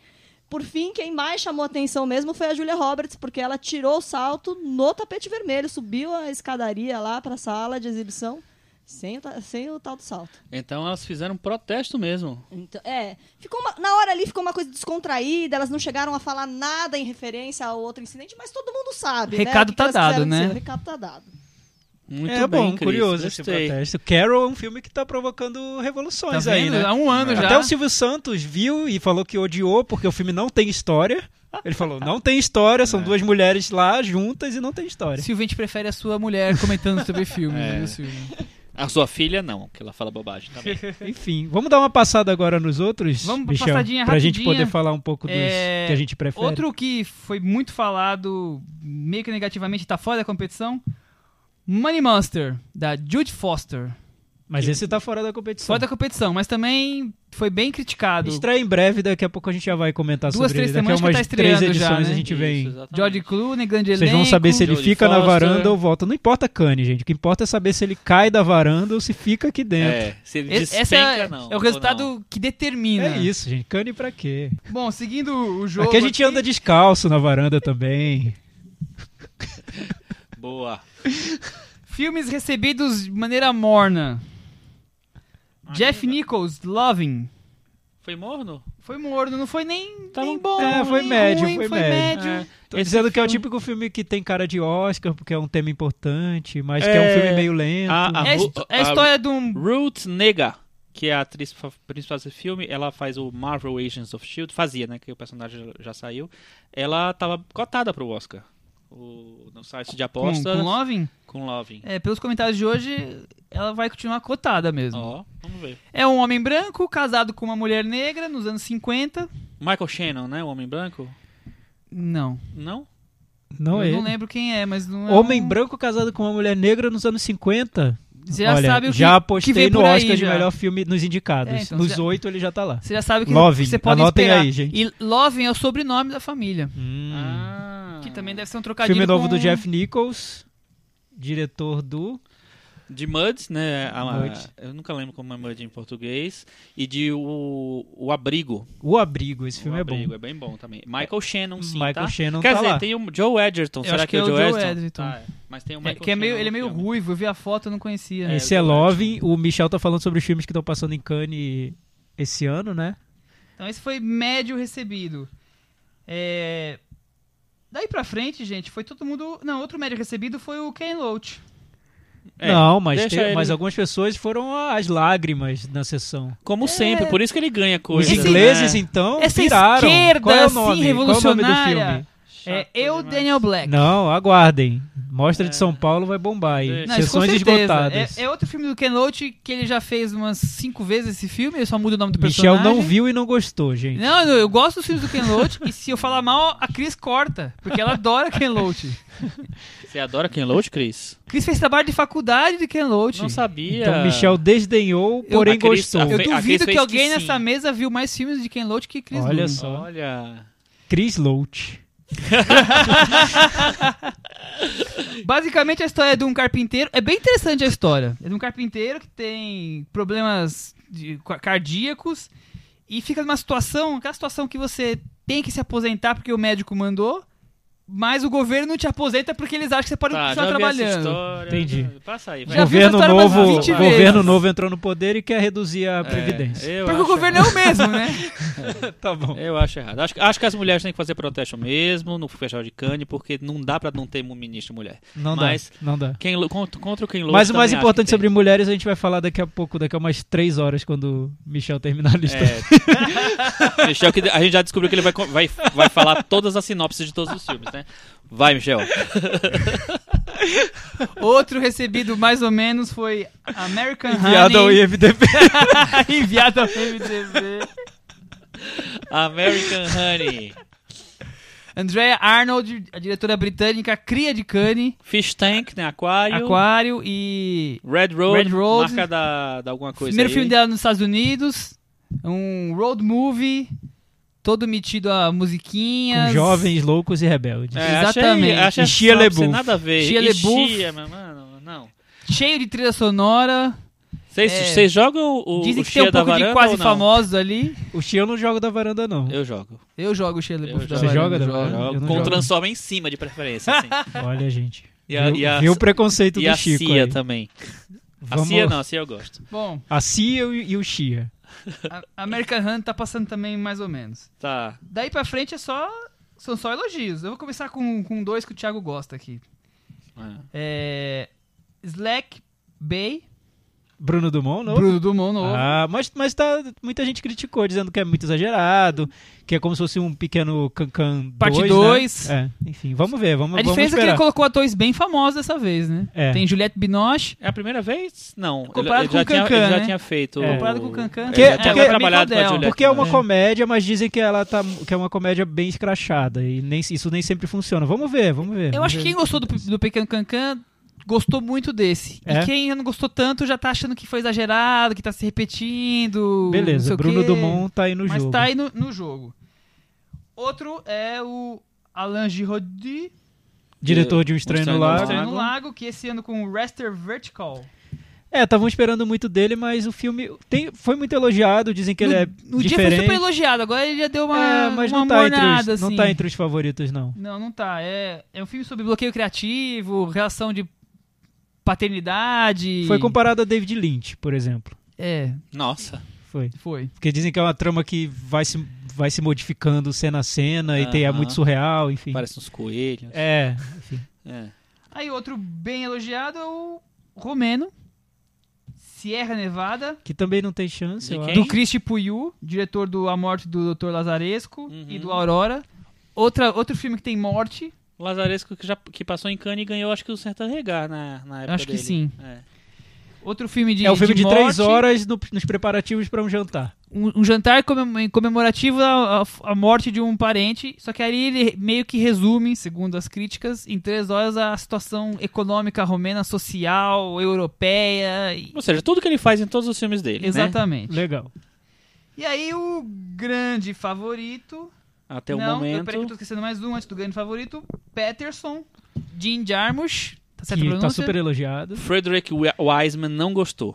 S5: por fim, quem mais chamou atenção mesmo foi a Julia Roberts, porque ela tirou o salto no tapete vermelho, subiu a escadaria lá para a sala de exibição. Sem o, ta- sem o tal do salto.
S4: Então elas fizeram um protesto mesmo.
S5: Então, é, ficou uma- na hora ali ficou uma coisa descontraída, elas não chegaram a falar nada em referência ao outro incidente, mas todo mundo sabe. né, o
S2: Recado
S5: que que
S2: tá
S5: elas quiseram
S2: dado, né?
S5: dizer, O recado tá dado.
S4: Muito
S3: é
S4: bem,
S3: bom,
S4: Cris.
S3: curioso esse
S4: Gostei.
S3: protesto. Carol é um filme que tá provocando
S2: Tá
S3: revoluções
S2: vendo?
S3: aí, né?
S2: Há um ano já.
S3: Até o Silvio Santos viu e falou que odiou porque o filme não tem história. Ele falou, não tem história,
S2: É.
S3: são duas mulheres lá juntas e não tem história.
S2: Silvio, a gente prefere a sua mulher comentando sobre
S4: *laughs*
S2: filmes,
S4: É.
S2: viu, Silvio?
S4: A sua filha não, que ela fala bobagem também.
S3: Enfim, vamos dar uma passada agora nos outros,
S2: Vamos pra
S3: Michel,
S2: passadinha
S3: pra gente
S2: rapidinha.
S3: poder falar um pouco dos
S2: É,
S3: que a gente prefere.
S2: Outro que foi muito falado, meio que negativamente, tá fora da competição. Money Monster, da Jude Foster.
S3: Mas esse tá fora da competição.
S2: Fora da competição, mas também foi bem criticado.
S3: Estreia em breve, daqui a pouco a gente já vai comentar
S2: Duas,
S3: sobre
S2: três
S3: ele. Daqui a
S2: semanas que
S3: umas
S2: tá
S3: três
S2: estreando
S3: edições
S2: já, né?
S3: *laughs* a gente vem.
S2: George Clooney, grande elenco.
S3: Vocês vão saber se ele
S4: Jodie
S3: fica na
S4: Foster.
S3: varanda ou volta. Não importa Cane, gente. O que importa é saber se ele cai da varanda ou se fica aqui dentro.
S4: É, se ele
S2: Esse
S4: despenca,
S2: esse é,
S4: não.
S2: é o
S4: ou não.
S2: resultado que
S3: É,
S2: determina.
S3: isso, gente. Cane pra quê?
S2: Bom, seguindo o jogo.
S3: aqui a gente anda descalço na varanda também.
S4: Boa.
S2: Filmes recebidos de maneira morna. Jeff Nichols, Loving.
S4: Foi morno?
S2: Foi morno, não foi nem,
S4: Tá
S2: nem
S4: bom.
S2: bom.
S3: É, foi
S2: nem
S3: médio,
S2: ruim,
S3: foi
S2: foi
S3: médio.
S2: médio.
S3: Tô dizendo que é o típico filme que tem cara de Oscar, porque é um tema importante, mas que é um
S4: É.
S3: filme meio lento.
S4: Ah, ah.
S2: É a, his- é a história de um.
S4: Ruth Nega, que é a atriz fa- principal desse filme, ela faz o Marvel Agents of S.H.I.E.L.D., fazia, né, que o personagem já- já saiu. Ela tava cotada pro Oscar. O, no site de
S2: Com,
S4: apostas
S2: com Loving?
S4: com Loving.
S2: É, pelos comentários de hoje, ela vai continuar cotada mesmo.
S4: Ó, vamos ver.
S2: É um homem branco casado com uma mulher negra nos anos 50.
S4: Michael Shannon, né, o Homem Branco?
S2: Não.
S4: Não?
S3: não é.
S2: eu
S3: ele.
S2: não lembro quem é, mas não é.
S3: Homem
S2: um-
S3: branco casado com uma mulher negra nos anos 50.
S2: Você já
S3: Olha,
S2: sabe o que,
S3: já
S2: que
S3: apostei
S2: vem
S3: no
S2: por aí
S3: Oscar de
S2: já.
S3: melhor filme nos indicados.
S2: É, então,
S3: nos
S2: já-
S3: oito ele já tá lá.
S2: Você já sabe que
S3: Loving,
S2: você pode
S3: anotem
S2: esperar.
S3: aí, gente.
S2: E Loving é o sobrenome da família.
S4: Ah.
S2: Que também deve ser um trocadilho.
S3: Hum. filme novo
S2: com-
S3: do Jeff Nichols, diretor do
S4: De Muds, né? a-
S3: Muds.
S4: Eu nunca lembro como é Mud em português. E de o, o Abrigo.
S3: O Abrigo. Esse filme
S4: o
S3: é
S4: Abrigo
S3: bom.
S4: é bem bom também. Michael Shannon, sim,
S3: Michael
S4: tá?
S3: Shannon
S4: Quer
S3: tá
S4: dizer,
S3: lá.
S4: tem o Joe Edgerton. Será
S2: acho
S4: que é o Joe Edgerton?
S2: Edgerton.
S4: Tá, é. Mas tem
S2: É,
S4: o Michael um-
S2: que é meio,
S4: Shannon
S2: ele é
S4: no
S2: meio
S4: filme.
S2: ruivo, eu vi a foto, eu não conhecia.
S3: Esse é
S4: eu
S3: Love. O Michel tá falando sobre os filmes que estão passando em Cannes esse ano, né?
S2: Então esse foi médio recebido. É... Daí pra frente, gente, foi todo mundo... Não, outro médio recebido foi o Ken Loach.
S4: É,
S3: não, mas,
S4: deixa
S3: tem-
S4: ele-
S3: mas algumas pessoas foram às lágrimas na sessão.
S4: Como
S2: É.
S4: sempre, por isso que ele ganha
S3: Os
S4: coisa.
S2: Esse-
S3: ingleses,
S4: né?
S3: então,
S2: Essa
S3: viraram.
S2: esquerda,
S3: Qual é o
S2: assim,
S3: nome? Qual é o nome do
S2: revolucionária.
S3: filme?
S2: É
S4: Chato
S2: eu,
S4: demais.
S2: Daniel Black.
S3: Não, aguardem. Mostra de São Paulo vai bombar aí.
S4: É.
S2: Não, isso com
S3: Sessões
S2: certeza.
S3: esgotadas.
S2: É, é outro filme do Ken Loach que ele já fez umas cinco vezes esse filme, ele só muda o nome do
S3: Michel
S2: personagem.
S3: não viu e não gostou, gente.
S2: Não, eu- eu gosto dos filmes do Ken Loach e se eu falar mal, a Cris corta, porque ela adora Ken Loach.
S4: Você adora Ken Loach, Cris?
S2: Cris fez trabalho de faculdade de Ken Loach.
S4: Não sabia.
S3: Então Michel desdenhou, porém
S4: A Cris-
S3: gostou.
S4: a
S2: Eu
S4: Fe- Cris
S2: duvido
S4: fez
S2: que alguém
S4: que sim.
S3: né?
S2: nessa mesa viu mais filmes de Ken Loach que Chris
S3: Olha
S2: Nolan.
S3: só.
S4: Olha.
S3: Chris Loach.
S2: Basicamente, a história é de um carpinteiro. É bem interessante a história. É de um carpinteiro que tem problemas de- ca- cardíacos e fica numa situação aquela situação que você tem que se aposentar porque o médico mandou, mas o governo não te aposenta porque eles acham que você pode
S4: Tá, já
S2: continuar
S4: vi essa
S2: trabalhando.
S4: história.
S3: Entendi.
S4: Passa aí,
S2: Já
S4: vai.
S2: vi essa
S3: governo
S2: história umas
S3: novo,
S2: 20 vezes.
S3: governo novo entrou no poder e quer reduzir a
S4: É,
S3: previdência.
S4: eu
S2: Porque o
S4: acho
S2: governo é
S4: *laughs*
S2: o mesmo, né?
S3: Tá bom.
S4: Eu acho errado. Acho, acho que as mulheres têm que fazer protesto mesmo no Festival de Cannes, porque não dá pra não ter um ministro mulher.
S3: *laughs* Não
S4: Mas-
S3: dá, não dá.
S4: Quem, lu- contra, contra o Ken Loach
S3: Mas o
S4: também
S3: mais
S4: acho
S3: importante
S4: que tem.
S3: sobre mulheres a gente vai falar daqui a pouco, daqui a umas três horas, quando o Michel terminar a lista.
S4: É. *laughs* Michel, que a gente já descobriu que ele vai, co- vai, vai falar todas as sinopses de todos os filmes, né? Vai, Michel.
S2: Outro recebido mais ou menos foi American
S3: Enviado ao
S2: Honey.
S3: IMDB.
S2: *laughs* Enviado ao MDB.
S4: American Honey.
S2: Andrea Arnold, a diretora britânica, cria de Cane,
S4: Fish Tank, né? Aquário.
S2: Aquário e.
S4: Red Road.
S2: Red Road.
S4: Marca da, da alguma coisa
S2: primeiro
S4: aí.
S2: filme dela nos Estados Unidos. Um road movie, todo metido a musiquinhas.
S3: Com jovens, loucos e rebeldes.
S4: É, achei-
S2: Exatamente.
S4: Achei,
S3: E Shia
S4: só pra você
S3: LaBeouf.
S4: nada a ver.
S2: Shia
S4: E
S2: LaBeouf.
S4: Shia, meu mano, não.
S2: Cheio de trilha sonora.
S4: Vocês
S2: É.
S4: vocês jogam o,
S2: Dizem
S4: o
S2: que
S4: Shia
S2: tem um
S4: da
S2: pouco
S4: varanda
S2: de quase
S4: ou não?
S2: famosos ali.
S3: O Chia eu não jogo da varanda, não.
S4: Eu jogo.
S2: Eu jogo o Shia LaBeouf
S4: Eu
S2: da
S4: jogo. Você
S2: varanda,
S3: joga da
S2: jogo.
S3: varanda?
S4: jogo
S3: eu não
S4: com o
S3: jogo.
S4: Transformer em cima, de
S2: *laughs*
S4: preferência, assim.
S3: Olha, gente.
S4: E a-
S3: viu,
S4: e a-
S3: viu o preconceito
S4: e
S3: do
S4: a
S3: Chico.
S4: Cia
S3: aí.
S4: também. A
S3: Vamos-
S4: Cia não, a Cia eu gosto.
S2: Bom,
S3: A Cia e e o Chia.
S2: a American Hunt tá passando também mais ou menos.
S4: Tá.
S2: Daí pra frente é só. São só elogios. Eu vou começar com, com dois que o Thiago gosta aqui.
S4: É.
S2: É, Slack Bay,
S3: Bruno Dumont, não?
S2: Bruno Dumont novo.
S3: Ah, mas, mas tá, muita gente criticou, dizendo que é muito exagerado, que é como se fosse um pequeno Cancan
S2: Parte
S3: 2.
S2: dois.
S3: Né? É, enfim, vamos ver, vamos,
S2: a
S3: vamos
S2: diferença é que
S3: esperar.
S2: ele colocou atores bem famosos dessa vez, né?
S3: É.
S2: Tem Juliette Binoche.
S4: É a primeira vez? Não. ele-
S2: Comparado
S4: ele
S2: com
S4: já
S2: o
S4: tinha,
S2: Cancan,
S4: ele já
S2: né?
S4: tinha feito.
S3: É.
S2: Comparado com o Cancan.
S4: Ele
S3: Porque-
S4: já tinha
S3: porque-
S4: trabalhado com a
S2: Micodel.
S4: Juliette.
S3: Porque é uma
S4: né?
S3: comédia, mas dizem que ela tá que é uma comédia bem escrachada e nem, isso nem sempre funciona. Vamos ver, vamos ver.
S2: Eu
S3: vamos
S2: acho que
S3: ver.
S2: quem gostou do, do Pequeno Cancan gostou muito desse.
S3: É?
S2: E quem não gostou tanto já tá achando que foi exagerado, que tá se repetindo. não sei
S3: Beleza,
S2: o
S3: Bruno
S2: quê.
S3: Dumont tá aí no
S2: Mas
S3: jogo.
S2: tá aí no, no jogo. Outro é o Alain Giraudy,
S3: Diretor de Um Estranho,
S4: Estranho
S3: no
S4: no
S3: Lago.
S4: Lago.
S2: Estranho né? no Lago, que esse ano com o Rester Vertical.
S3: É, estavam esperando muito dele, mas o filme tem, foi muito elogiado, dizem que
S2: no,
S3: ele é
S2: no dia foi
S3: diferente.
S2: super elogiado, agora ele já deu uma,
S3: é, mas
S2: uma
S3: não tá, entre os,
S2: mornada, assim.
S3: não tá entre os favoritos não.
S2: Não, não tá. É, é um filme sobre bloqueio criativo, relação de paternidade.
S3: Foi comparado a David Lynch, por exemplo.
S2: É,
S4: Nossa.
S3: Foi.
S2: foi.
S3: Porque dizem que é uma trama que vai se, vai se modificando cena a cena e tem, é
S4: Aham.
S3: muito surreal, enfim.
S4: Parece uns coelhos.
S3: É, enfim.
S4: É.
S2: Aí outro bem elogiado é o Romeno, Sierra Nevada,
S3: Que também não tem chance.
S4: De
S3: eu
S4: quem?
S3: acho.
S2: do Cristi Puyu, diretor do A Morte do Dr. Lazaresco
S4: Uhum.
S2: e do Aurora. Outra, outro filme que tem morte.
S4: O Lazaresco que, já, que passou em Cannes e ganhou, acho que o Sertão Regar na, na época
S2: Acho que
S4: dele.
S2: sim.
S4: É.
S2: Outro filme de
S3: é um filme de,
S2: morte,
S3: três horas no- nos preparativos pra um jantar.
S2: Um, um jantar comem- comemorativo à, à- à morte de um parente. Só que aí ele meio que resume, segundo as críticas, em três horas a situação econômica romena, social, europeia. e-
S4: Ou seja, tudo que ele faz em todos os filmes dele. né?
S2: Exatamente.
S3: Legal.
S2: E aí o grande favorito.
S4: Até o
S2: não, eu-
S4: um momento.
S2: peraí que eu tô esquecendo mais um antes do grande favorito. Peterson, Jim Jarmusch. Tá certo a
S3: Que tá
S2: pronúncia?
S3: super elogiado.
S4: Frederick We- Wiseman não gostou.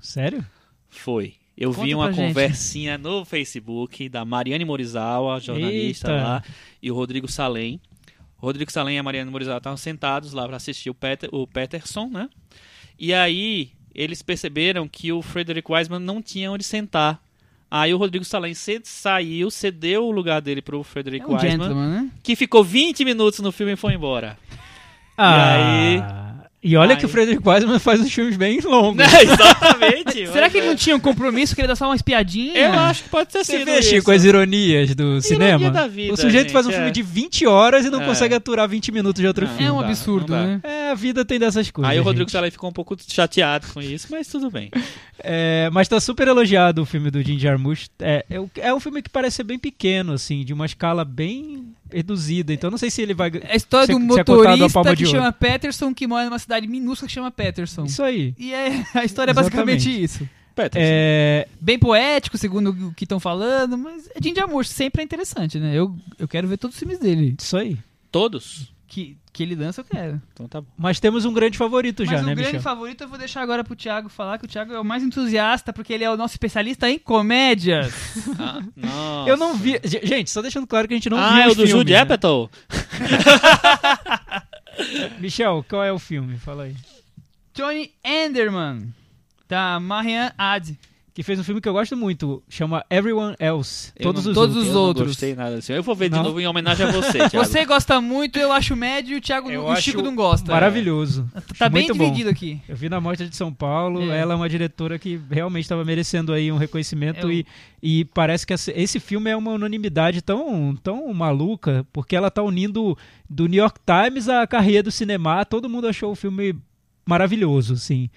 S3: Sério?
S4: Foi. Eu vi
S2: Conta
S4: uma
S2: pra gente.
S4: conversinha no Facebook da Mariane Morizawa, jornalista
S3: Eita.
S4: lá, e o Rodrigo Salem. O Rodrigo Salem e a Mariane Morizawa estavam sentados lá para assistir o, Peter, o Peterson, né? E aí eles perceberam que o Frederick Wiseman não tinha onde sentar. Aí o Rodrigo Salem se- saiu, cedeu o lugar dele pro Frederick
S2: É um
S4: Wiseman,
S2: gentleman, né?
S4: que ficou 20 minutos no filme e
S3: *laughs*
S4: foi embora.
S3: Ah, E olha
S4: Aí.
S3: que o Frederick Wiseman faz uns filmes bem longos.
S4: Né?
S3: *laughs*
S4: Exatamente.
S2: Será que ele não tinha um compromisso, queria dar só uma espiadinha?
S4: Eu acho que pode ter
S3: Você
S4: sido
S3: vê,
S4: isso.
S3: Chico, as ironias do cinema?
S4: da vida,
S3: o sujeito faz um
S4: gente,
S3: filme
S4: é.
S3: de 20 horas e não
S4: É.
S3: consegue aturar 20 minutos de outro
S4: Não,
S3: filme.
S2: É um
S4: dá,
S2: absurdo,
S4: não dá.
S2: né?
S3: É, a vida tem dessas coisas.
S4: Aí o Rodrigo
S3: gente.
S4: Salem ficou um pouco chateado com isso, mas tudo
S3: *laughs*
S4: bem.
S3: É, mas tá super elogiado o filme do Jim Jarmusch. É, é, o- é um filme que parece ser bem pequeno, assim, de uma escala bem reduzida. Então não sei se ele vai.
S2: É a história
S3: Se-
S2: de um
S3: se é contado a
S2: motorista
S3: palma
S2: que
S3: de ouro.
S2: chama Peterson, que mora numa cidade minúscula que chama Peterson.
S3: Isso aí.
S2: E é, a história é basicamente isso.
S4: Patterson.
S3: É,
S2: Bem poético, segundo o que estão falando, mas é Jim Jarmusch sempre é interessante, né? Eu, eu quero ver todos os filmes dele.
S3: isso aí.
S4: Todos?
S2: Que, que ele dança, eu quero.
S4: Então
S3: *laughs*
S4: tá bom.
S3: Mas temos um grande favorito já,
S2: mas o
S3: né,
S2: grande
S3: Michel?
S2: favorito eu vou deixar agora pro Thiago falar, que o Thiago é o mais entusiasta, porque ele é o nosso especialista em comédias.
S3: *laughs*
S4: Ah, Nossa.
S3: Eu não vi. Ge- Gente, só deixando claro que a gente não
S4: ah,
S3: viu
S4: é
S3: os
S4: o do
S3: filmes,
S4: Jude
S3: né?
S4: Apatow?
S3: Michel, qual é o filme? Fala aí.
S2: Johnny Enderman, da Marianne Ad.
S3: Que fez um filme que eu gosto muito, chama Everyone Else.
S4: Eu
S3: Todos
S4: não-
S3: os
S2: todos os
S3: outros.
S4: eu não
S2: outros.
S4: gostei nada desse filme. Eu vou ver
S3: Não?
S4: de novo em homenagem
S2: *laughs*
S4: a você, Thiago.
S2: Você gosta muito, eu acho médio, e o Thiago
S3: Eu
S2: não- o Chico
S3: acho
S2: não
S4: é.
S2: gosta.
S3: Maravilhoso.
S2: Tá bem
S3: muito bom.
S2: dividido aqui.
S3: Eu vi na Mostra de São Paulo,
S2: É.
S3: ela é uma diretora que realmente estava merecendo aí um reconhecimento
S2: Eu-
S3: e, e parece que esse- esse filme é uma unanimidade tão, tão maluca, porque ela tá unindo do New York Times à carreira do cinema, todo mundo achou o filme maravilhoso, assim.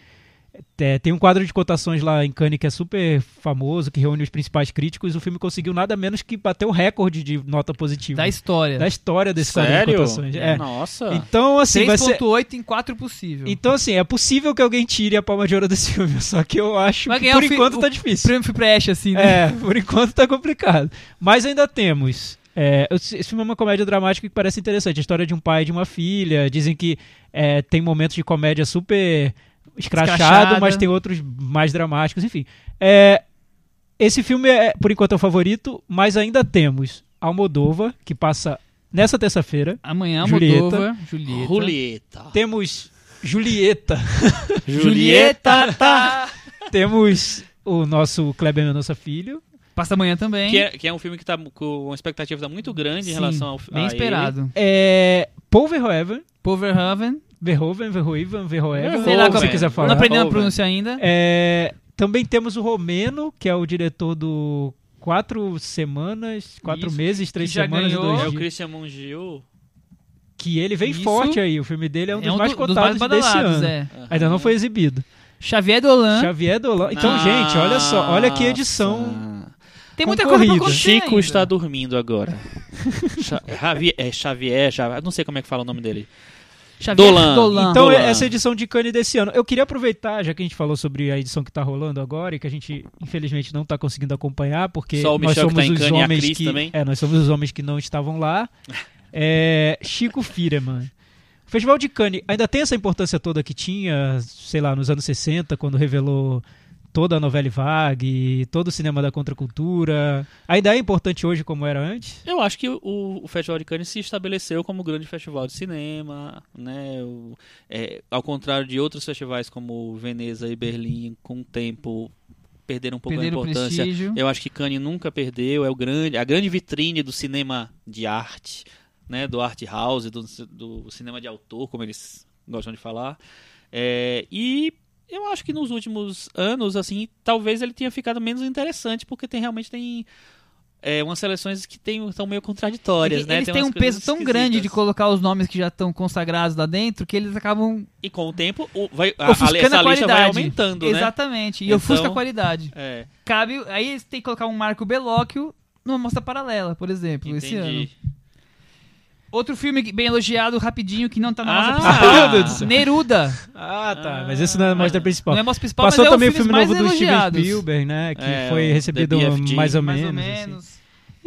S3: É, tem um quadro de cotações lá em Cannes que é super famoso, que reúne os principais críticos, o filme conseguiu nada menos que bater o recorde de nota positiva
S2: Da história.
S3: da história desse quadro de
S4: Sério?
S3: cotações. É.
S4: Nossa.
S3: Então, assim, vai ser...
S2: 3.8 em 4 possível.
S3: Então, assim, é possível que alguém tire a palma de ouro desse *laughs* filme, só que eu acho
S2: Vai
S3: que
S2: ganhar
S3: por
S2: o fi-
S3: enquanto
S2: o
S3: tá difícil.
S2: Prêmio Fipresh, assim, né?
S3: É, por enquanto tá complicado. Mas ainda temos. é, esse esse filme é uma comédia dramática que parece interessante. A história de um pai e de uma filha. Dizem que é, tem momentos de comédia super escrachado,
S2: Escrachada.
S3: mas tem outros mais dramáticos, enfim. É, esse filme é, por enquanto, é o favorito, mas ainda temos Almodova, que passa nessa terça-feira.
S2: Amanhã,
S3: Julieta.
S2: Moldova, Julieta. *laughs*
S4: Julieta.
S3: Temos Julieta.
S2: Julieta, tá.
S3: temos o nosso Kleber Mendonça Filho.
S2: *laughs* Passa amanhã também.
S4: Que é, que é um filme que tá com uma expectativa muito grande em
S2: Sim,
S4: relação ao
S2: Bem
S4: a
S2: esperado.
S3: É, Paul Verhoeven,
S2: Poverhaven.
S3: Verhoeven, Verhoeven, Verhoeven,
S2: Sei lá
S3: como
S2: como
S3: você
S2: é.
S3: quiser
S2: Não
S3: falar.
S2: aprendi a
S4: Over.
S2: pronunciar ainda.
S3: É, também temos o Romeno, que é o diretor do Quatro Semanas, Quatro
S2: Isso,
S3: Meses, Três
S2: já
S3: Semanas e
S2: ganhou.
S3: Dois
S4: É o
S3: Dias.
S4: Christian Mungil.
S3: Que ele vem
S2: Isso.
S3: forte aí, o filme dele é um dos mais
S2: do-
S3: cotados desse
S2: badalados,
S3: ano.
S2: é.
S3: Ainda não foi exibido.
S2: Xavier Dolan.
S3: Xavier Dolan. Então, gente, olha só, olha que edição.
S4: Nossa.
S3: é
S2: Tem muita coisa pra
S3: Concorrida.
S2: acontecer
S4: Ah. Chico
S2: ainda.
S4: está dormindo agora. Cha- *laughs* Javi- é Xavier, Xavier, não sei como é que fala o nome dele.
S2: Xavier
S4: Dolan.
S2: Dolan.
S3: Então,
S4: Dolan.
S3: é essa edição de Cannes desse ano. Eu queria aproveitar, já que a gente falou sobre a edição que tá rolando agora e que a gente, infelizmente, não tá conseguindo acompanhar, porque
S4: Só o
S3: nós
S4: Michel que
S3: somos
S4: tá em
S3: os
S4: Cannes e a
S3: homens
S4: Cris
S3: que.
S4: também.
S3: É, nós somos os homens que não estavam
S4: *laughs*
S3: lá. É, Chico Fireman. O Festival de Cannes ainda tem essa importância toda que tinha, sei lá, nos anos 60, quando revelou toda a novela vague, todo o cinema da contracultura. Ainda é importante hoje como era antes?
S4: Eu acho que o, o Festival de Cannes se estabeleceu como o grande festival de cinema, né? O- é, ao contrário de outros festivais como Veneza e Berlim, com o tempo perderam um pouco
S2: Perderam
S4: a
S2: o
S4: importância.
S2: prestígio.
S4: Eu acho que Cannes nunca perdeu, é o grande, a grande vitrine do cinema de arte, né, do art house, do, do cinema de autor, como eles gostam de falar. É, e eu acho que nos últimos anos, assim, talvez ele tenha ficado menos interessante, porque tem realmente tem é, umas seleções que tem, são meio
S2: Eles
S4: contraditórias, né?
S2: têm
S4: umas
S2: um
S4: coisas
S2: peso tão grande de
S4: esquisitas.
S2: colocar os nomes que já estão consagrados lá dentro que eles acabam
S4: E com o tempo, o- vai, a, a, essa
S2: ofuscando
S4: lista
S2: a qualidade.
S4: vai aumentando, né?
S2: Exatamente. E
S4: Então-
S2: ofusca a qualidade.
S4: É,
S2: Cabe. Aí eles têm que colocar um Marco Belóquio numa mostra paralela, por exemplo, esse ano.
S4: entendi.
S2: Outro filme que- bem elogiado, rapidinho, que não tá na nossa
S4: Ah, *laughs*
S2: principal.
S3: Meu Deus do céu.
S2: Neruda.
S3: Ah, tá.
S4: Ah.
S3: mas esse não é a mostra principal.
S2: Não é nosso principal,
S3: Passou
S2: mas
S3: também
S2: é
S3: o filme novo do Steven
S2: elogiados.
S3: Spielberg, né? Que
S4: É,
S3: foi
S4: o
S3: recebido
S4: The BFG.
S3: mais ou
S2: Mais
S3: menos.
S2: ou
S3: assim.
S2: menos.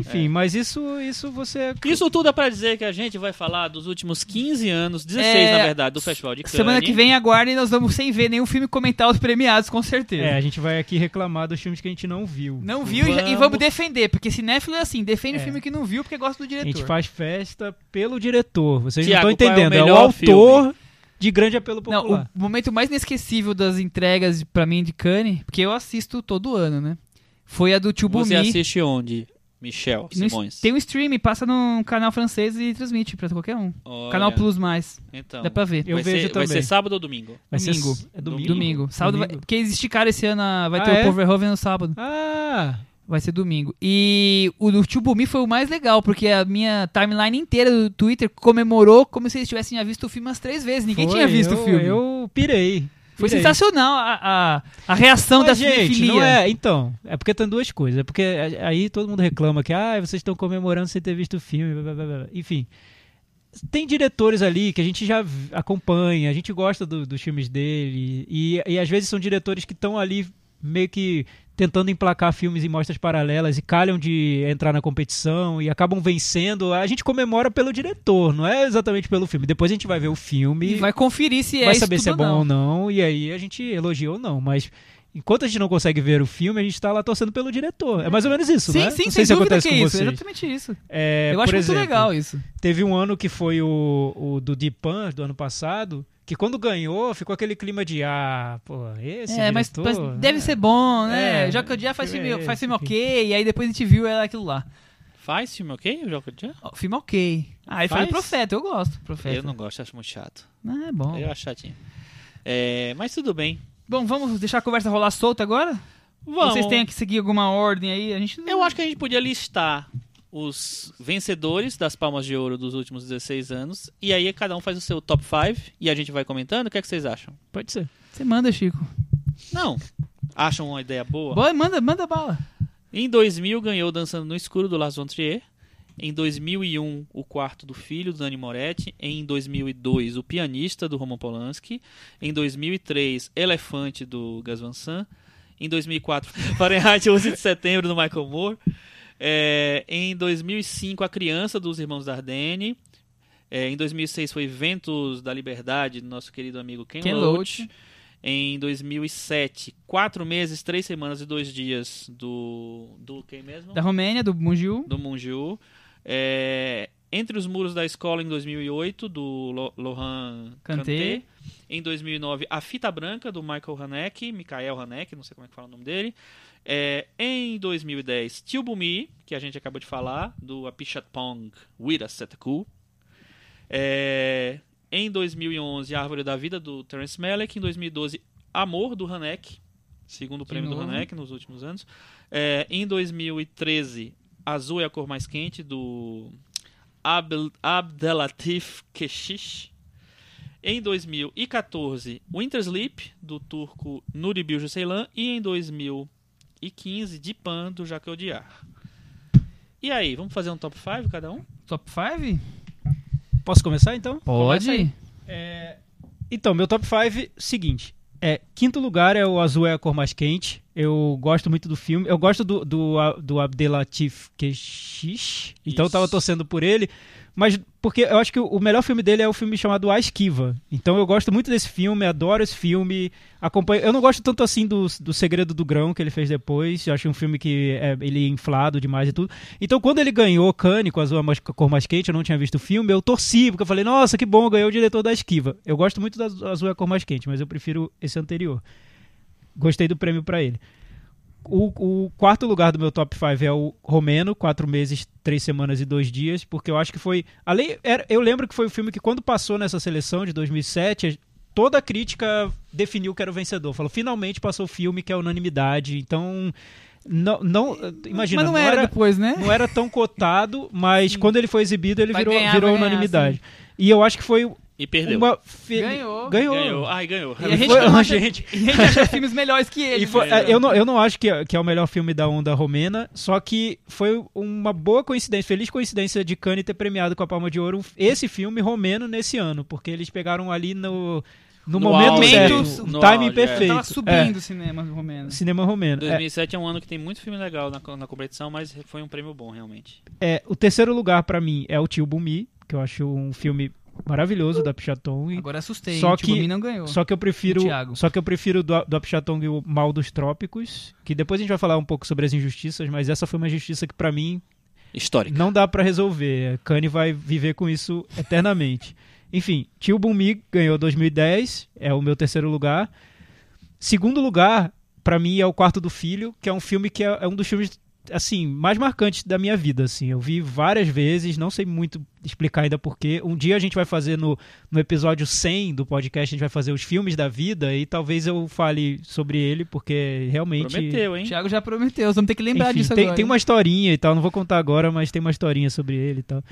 S3: Enfim, mas isso, isso você.
S4: Isso tudo é pra dizer que a gente vai falar dos últimos 15 anos, 16
S2: É,
S4: na verdade, do Festival de Cannes.
S2: Semana que vem aguardem, nós vamos sem ver nenhum filme comentar os premiados, com certeza.
S3: É, a gente vai aqui reclamar dos filmes que a gente não viu.
S2: Não viu e já- e
S4: Vamos.
S2: vamos defender, porque cinéfilo é assim, defende
S3: É.
S2: o filme que não viu porque gosta do
S3: A
S2: diretor.
S3: gente faz festa pelo diretor. Vocês
S4: Tiago,
S3: não estão
S4: qual é o
S3: entendendo. É o,
S4: melhor
S3: autor de grande apelo
S2: Não, o
S3: popular.
S2: momento mais inesquecível das entregas de- pra mim de Cannes, porque eu assisto todo ano, né? Foi a do Tio
S4: Você
S2: Bumi.
S4: assiste onde, Michel
S2: No-
S4: Simões?
S2: Tem um stream, passa num canal francês e transmite pra qualquer um.
S4: Olha,
S2: Canal Plus mais,
S4: Então,
S2: dá pra ver.
S3: Eu
S4: vai
S3: vejo
S4: ser, Vai
S3: também.
S4: ser sábado ou domingo?
S3: Vai ser
S2: domingo.
S3: s- É domingo.
S2: Domingo. Sábado vai-
S3: Domingo?
S2: porque eles esticaram esse ano, a- vai
S3: Ah,
S2: ter
S3: é?
S2: o Poverhoven no sábado.
S3: Ah!
S2: Vai ser domingo. E o do Tio Bumi foi o mais legal, porque a minha timeline inteira do Twitter comemorou como se eles tivessem já visto o filme umas três vezes. Ninguém
S3: foi,
S2: tinha visto
S3: eu-
S2: o filme.
S3: Eu pirei.
S2: Foi
S3: pirei.
S2: sensacional a, a, a reação da
S3: Mas, gente,
S2: cinefilia.
S3: não é. Então, é porque tem duas coisas. É porque a- aí todo mundo reclama que ah, vocês estão comemorando sem ter visto o filme. blá, blá, blá, blá. Enfim. Tem diretores ali que a gente já v- acompanha, a gente gosta do- dos filmes dele, e, e às vezes são diretores que estão ali meio que tentando emplacar filmes em mostras paralelas e calham de entrar na competição e acabam vencendo, a gente comemora pelo diretor, não é exatamente pelo filme. Depois a gente vai ver o filme,
S2: E vai conferir se é
S3: vai
S2: isso
S3: saber
S2: tudo
S3: se é
S2: ou
S3: bom
S2: não.
S3: ou não, e aí a gente elogia ou não, mas enquanto a gente não consegue ver o filme, a gente tá lá torcendo pelo diretor. É mais ou menos isso,
S2: sim,
S3: né?
S2: sim, sem
S3: não sei se
S2: dúvida
S3: acontece
S2: que é
S3: com
S2: isso.
S3: vocês.
S2: Exatamente isso.
S3: É,
S2: Eu acho
S3: por
S2: muito
S3: exemplo,
S2: legal isso.
S3: Teve um ano que foi o, o do Deep Pan, do ano passado, que quando ganhou, ficou aquele clima de ah, pô, esse
S2: é, mas,
S3: diretor,
S2: mas
S3: né?
S2: deve ser bom, né?
S3: É,
S2: Já que o dia faz
S3: filme
S2: filme,
S3: é
S2: faz
S3: esse
S2: filme
S3: aqui.
S2: ok, e aí depois a gente viu ela aquilo lá.
S4: Faz filme, ok? O Jogo de Dia?
S2: Ó, filme ok. Ah, aí foi
S4: Faz?
S2: Profeta, eu gosto. Profeta.
S4: Eu não gosto, acho muito chato.
S2: Ah, é bom.
S4: Eu acho chatinho. É, mas tudo bem.
S2: Bom, vamos deixar a conversa rolar solta agora?
S4: Vamos.
S2: Vocês têm que seguir alguma ordem aí? A gente
S4: Eu acho que a gente podia listar os vencedores das palmas de ouro dos últimos 16 anos. E aí cada um faz o seu top 5 e a gente vai comentando. O que é que vocês acham?
S3: Pode ser.
S2: Você manda, Chico.
S4: Não. Acham uma ideia boa?
S2: Boa, manda, manda bala.
S4: Em 2000 ganhou Dançando no Escuro do Lars von Trier. Em 2001, O Quarto do Filho, do Dani Moretti. Em 2002, O Pianista, do Roman Polanski. Em 2003, Elefante, do Gus Van Sant. Em 2004, *laughs* Fahrenheit 11 de Setembro, do Michael Moore. É, em 2005, A Criança, dos Irmãos Dardenne. É, em 2006, foi Ventos da Liberdade, do nosso querido amigo Ken,
S2: Ken
S4: Loach.
S2: Loach.
S4: Em 2007, Quatro Meses, Três Semanas e Dois Dias, do... do quem mesmo?
S2: Da Romênia, do Mungiu.
S4: do Monju. É, Entre os Muros da Escola, em 2008, do Lo- Lohan
S2: Kanté.
S4: Kanté. Em 2009, A Fita Branca, do Michael Haneke, Mikael Haneke, não sei como é que fala o nome dele. É, em 2010, Till Bumi, que a gente acabou de falar, do Apichatpong Wiraseteku. É, em 2011, A Árvore da Vida, do Terence Malick. Em 2012, Amor, do Haneke, segundo
S2: De
S4: prêmio do
S2: novo.
S4: Haneke nos últimos anos. É, em 2013, Azul é a Cor Mais Quente, do Abel- Abdelatif Keşiş. Em 2014, Wintersleep, do turco Nuri Bilge Ceylan. E em 2015, Dipan, do Jacques Odiar. E aí, vamos fazer um top 5 cada um?
S2: Top 5?
S3: Posso começar então?
S4: Começa aí.
S2: Pode.
S3: Então, meu top 5, seguinte. É, quinto lugar é o Azul é a Cor Mais Quente. Eu gosto muito do filme. Eu gosto do, do, A- do Abdelatif Kechish. Então eu tava
S4: Isso.
S3: torcendo por ele. Mas porque eu acho que o- o melhor filme dele é o filme chamado A Esquiva. Então eu gosto muito desse filme, adoro esse filme. Acompanho... Eu não gosto tanto assim do, do Segredo do Grão que ele fez depois. Eu acho um filme que é, ele é inflado demais e tudo. Então, quando ele ganhou Cane com a Azul é mais- Cor Mais Quente, eu não tinha visto o filme, eu torci, porque eu falei, nossa, que bom, ganhou o diretor da esquiva. Eu gosto muito da Azul é a Cor Mais Quente, mas eu prefiro esse anterior. Gostei do prêmio pra ele. O, o quarto lugar do meu top 5 é o Romeno, quatro meses, três semanas e dois dias, porque eu acho que foi. Além, era- eu lembro que foi o filme que, quando passou nessa seleção de 2007, toda a crítica definiu que era o vencedor. Falou, finalmente passou o filme que é unanimidade. Então, não. não imagina,
S2: Mas não era, depois, né? *laughs*
S3: não era tão cotado, mas quando ele foi exibido, ele
S2: Vai
S3: virou,
S2: ganhar,
S3: virou
S2: vai ganhar,
S3: unanimidade. E eu acho que foi
S4: E perdeu.
S3: uma. fe-
S2: Ganhou.
S3: Ganhou.
S4: Ganhou. Ah, Ai, *laughs* ganhou.
S2: E a gente,
S3: Foi-
S2: não acha-
S3: gente.
S2: e a gente acha filmes melhores que ele.
S3: E foi- é, eu, não, eu não acho que é, que é o melhor filme da onda romena, só que foi uma boa coincidência, feliz coincidência de Cannes ter premiado com a Palma de Ouro um esse filme romeno nesse ano, porque eles pegaram ali no, no,
S4: No
S3: momento
S2: auge,
S3: certo,
S4: no
S3: o timing
S4: auge, é.
S3: perfeito.
S2: Tava subindo o cinema romeno.
S3: É, cinema romeno. É,
S4: 2007 é um ano que tem muito filme legal na, na competição, mas foi um prêmio bom, realmente.
S3: É, o terceiro lugar pra mim é o Tio Bumi, que eu acho um filme maravilhoso da Pichaton. e
S2: Agora assustei.
S3: Só
S2: Só que
S3: que-
S2: o Gumi não ganhou.
S3: Só que eu prefiro,
S2: O Thiago.
S3: só que eu prefiro do, do Apichatong o Mal dos Trópicos, que depois a gente vai falar um pouco sobre as injustiças, mas essa foi uma injustiça que pra mim
S4: Histórico.
S3: não dá pra resolver. Kanye vai viver com isso eternamente. Enfim, Tio Bumi ganhou 2010, é o meu terceiro lugar. Segundo lugar, pra mim é o Quarto do Filho, que é um filme que é, é um dos filmes assim mais marcantes da minha vida. Assim, eu vi várias vezes, não sei muito explicar ainda porquê. Um dia a gente vai fazer no, no episódio 100 do podcast, a gente vai fazer os filmes da vida e talvez eu fale sobre ele, porque realmente
S4: Prometeu,
S2: O
S4: hein?
S2: Thiago já prometeu, vamos ter que lembrar
S3: enfim,
S2: disso
S3: tem,
S2: agora.
S3: tem
S2: hein?
S3: uma historinha e tal, não vou contar agora, mas tem uma historinha sobre ele e tal.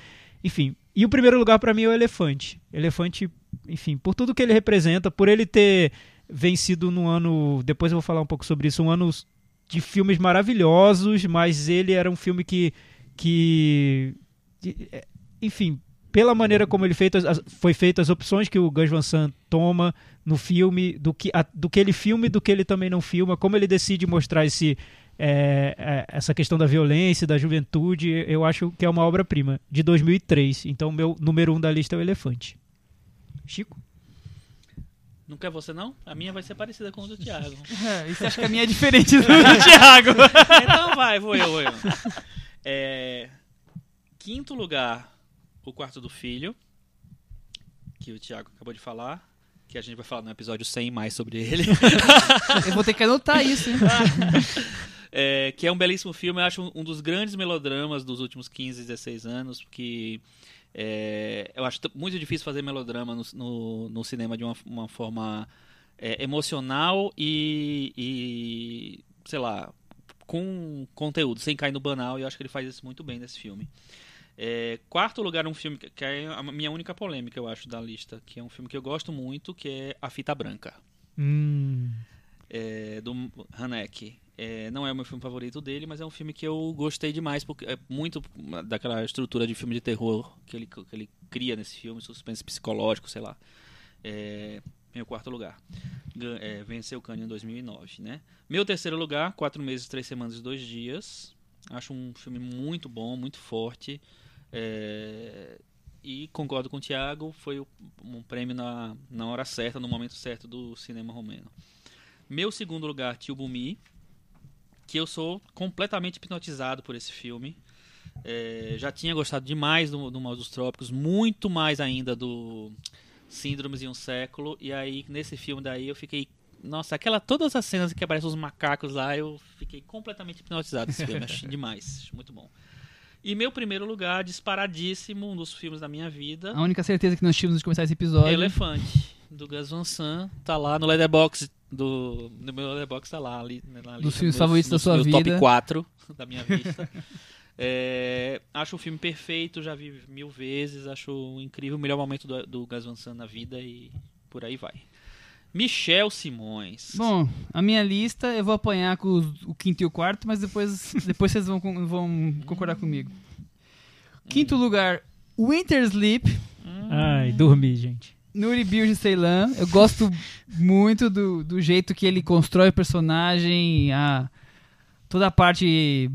S3: Enfim, e o primeiro lugar pra mim é o Elefante. Elefante, enfim, por tudo que ele representa, por ele ter vencido no ano, depois eu vou falar um pouco sobre isso, um ano de filmes maravilhosos, mas ele era um filme que que de- é, enfim, pela maneira como ele feito, as- as- foi feito, as opções que o Gus Van Sant toma no filme, do que, a- do que ele filma e do que ele também não filma, como ele decide mostrar esse, é, é, essa questão da violência, da juventude, eu acho que é uma obra-prima, de 2003. Então, meu número um da lista é o Elefante. Chico?
S4: Não quer você, não? A minha vai ser parecida com a do
S2: *laughs*
S4: Thiago. *laughs*
S2: É, e você acha que a minha é diferente do
S4: né?
S2: Thiago?
S4: então vai, vou eu, vou eu. É, quinto lugar, o quarto do filho, que o Thiago acabou de falar, que a gente vai falar no episódio 100 mais sobre ele.
S2: Eu vou ter que anotar isso, hein?
S4: É, que é um belíssimo filme, eu acho um- um dos grandes melodramas dos últimos 15, 16 anos, porque é, eu acho t- muito difícil fazer melodrama no, no- no cinema de uma, uma forma é, emocional e, e, sei lá, com conteúdo, sem cair no banal, e eu acho que ele faz isso muito bem nesse filme. É, quarto lugar, um filme que, que é a minha única polêmica, eu acho, da lista, que é um filme que eu gosto muito, que é A Fita Branca
S3: Hum,
S4: é, do Haneke. É, não é o meu filme favorito dele, mas é um filme que eu gostei demais, porque é muito daquela estrutura de filme de terror que ele, que ele cria nesse filme, suspense psicológico, sei lá. É, meu quarto lugar. Gan- é, venceu o Cannes em 2009, né? Meu terceiro lugar, Quatro Meses, Três Semanas e Dois Dias. Acho um filme muito bom, muito forte. É, e concordo com o Thiago, foi o- um prêmio na, na hora certa, no momento certo do cinema romeno. Meu segundo lugar, Tio Bumi, que eu sou completamente hipnotizado por esse filme. É, já tinha gostado demais do, do Mal dos Trópicos, muito mais ainda do Síndromes em um Século. E aí, nesse filme daí, eu fiquei... Nossa, aquela, todas as cenas que aparecem os macacos lá, eu fiquei completamente hipnotizado esse filme. Achei demais, acho muito bom. E meu primeiro lugar, disparadíssimo, um dos filmes da minha vida.
S2: A única certeza que nós tínhamos de começar esse episódio.
S4: é Elefante, do Gus Van Sant, tá lá no Leatherbox do. No meu Leatherbox tá lá ali. né, Na lista,
S2: filmes
S4: meus-
S2: favoritos da
S4: nos
S2: sua
S4: meus
S2: vida.
S4: Top 4 *laughs* da minha vista. É, acho o filme perfeito, já vi mil vezes, acho um incrível, o melhor momento do, do Gus Van Sant na vida e por aí vai. Michel Simões.
S2: Bom, a minha lista eu vou apanhar com os- o quinto e o quarto, mas depois, depois vocês vão, con- vão concordar comigo. Quinto lugar, Winter Sleep,
S3: ai, dormi, gente.
S2: Nuri Bilge Ceylan. Eu gosto muito do, do jeito que ele constrói o personagem, a, toda a parte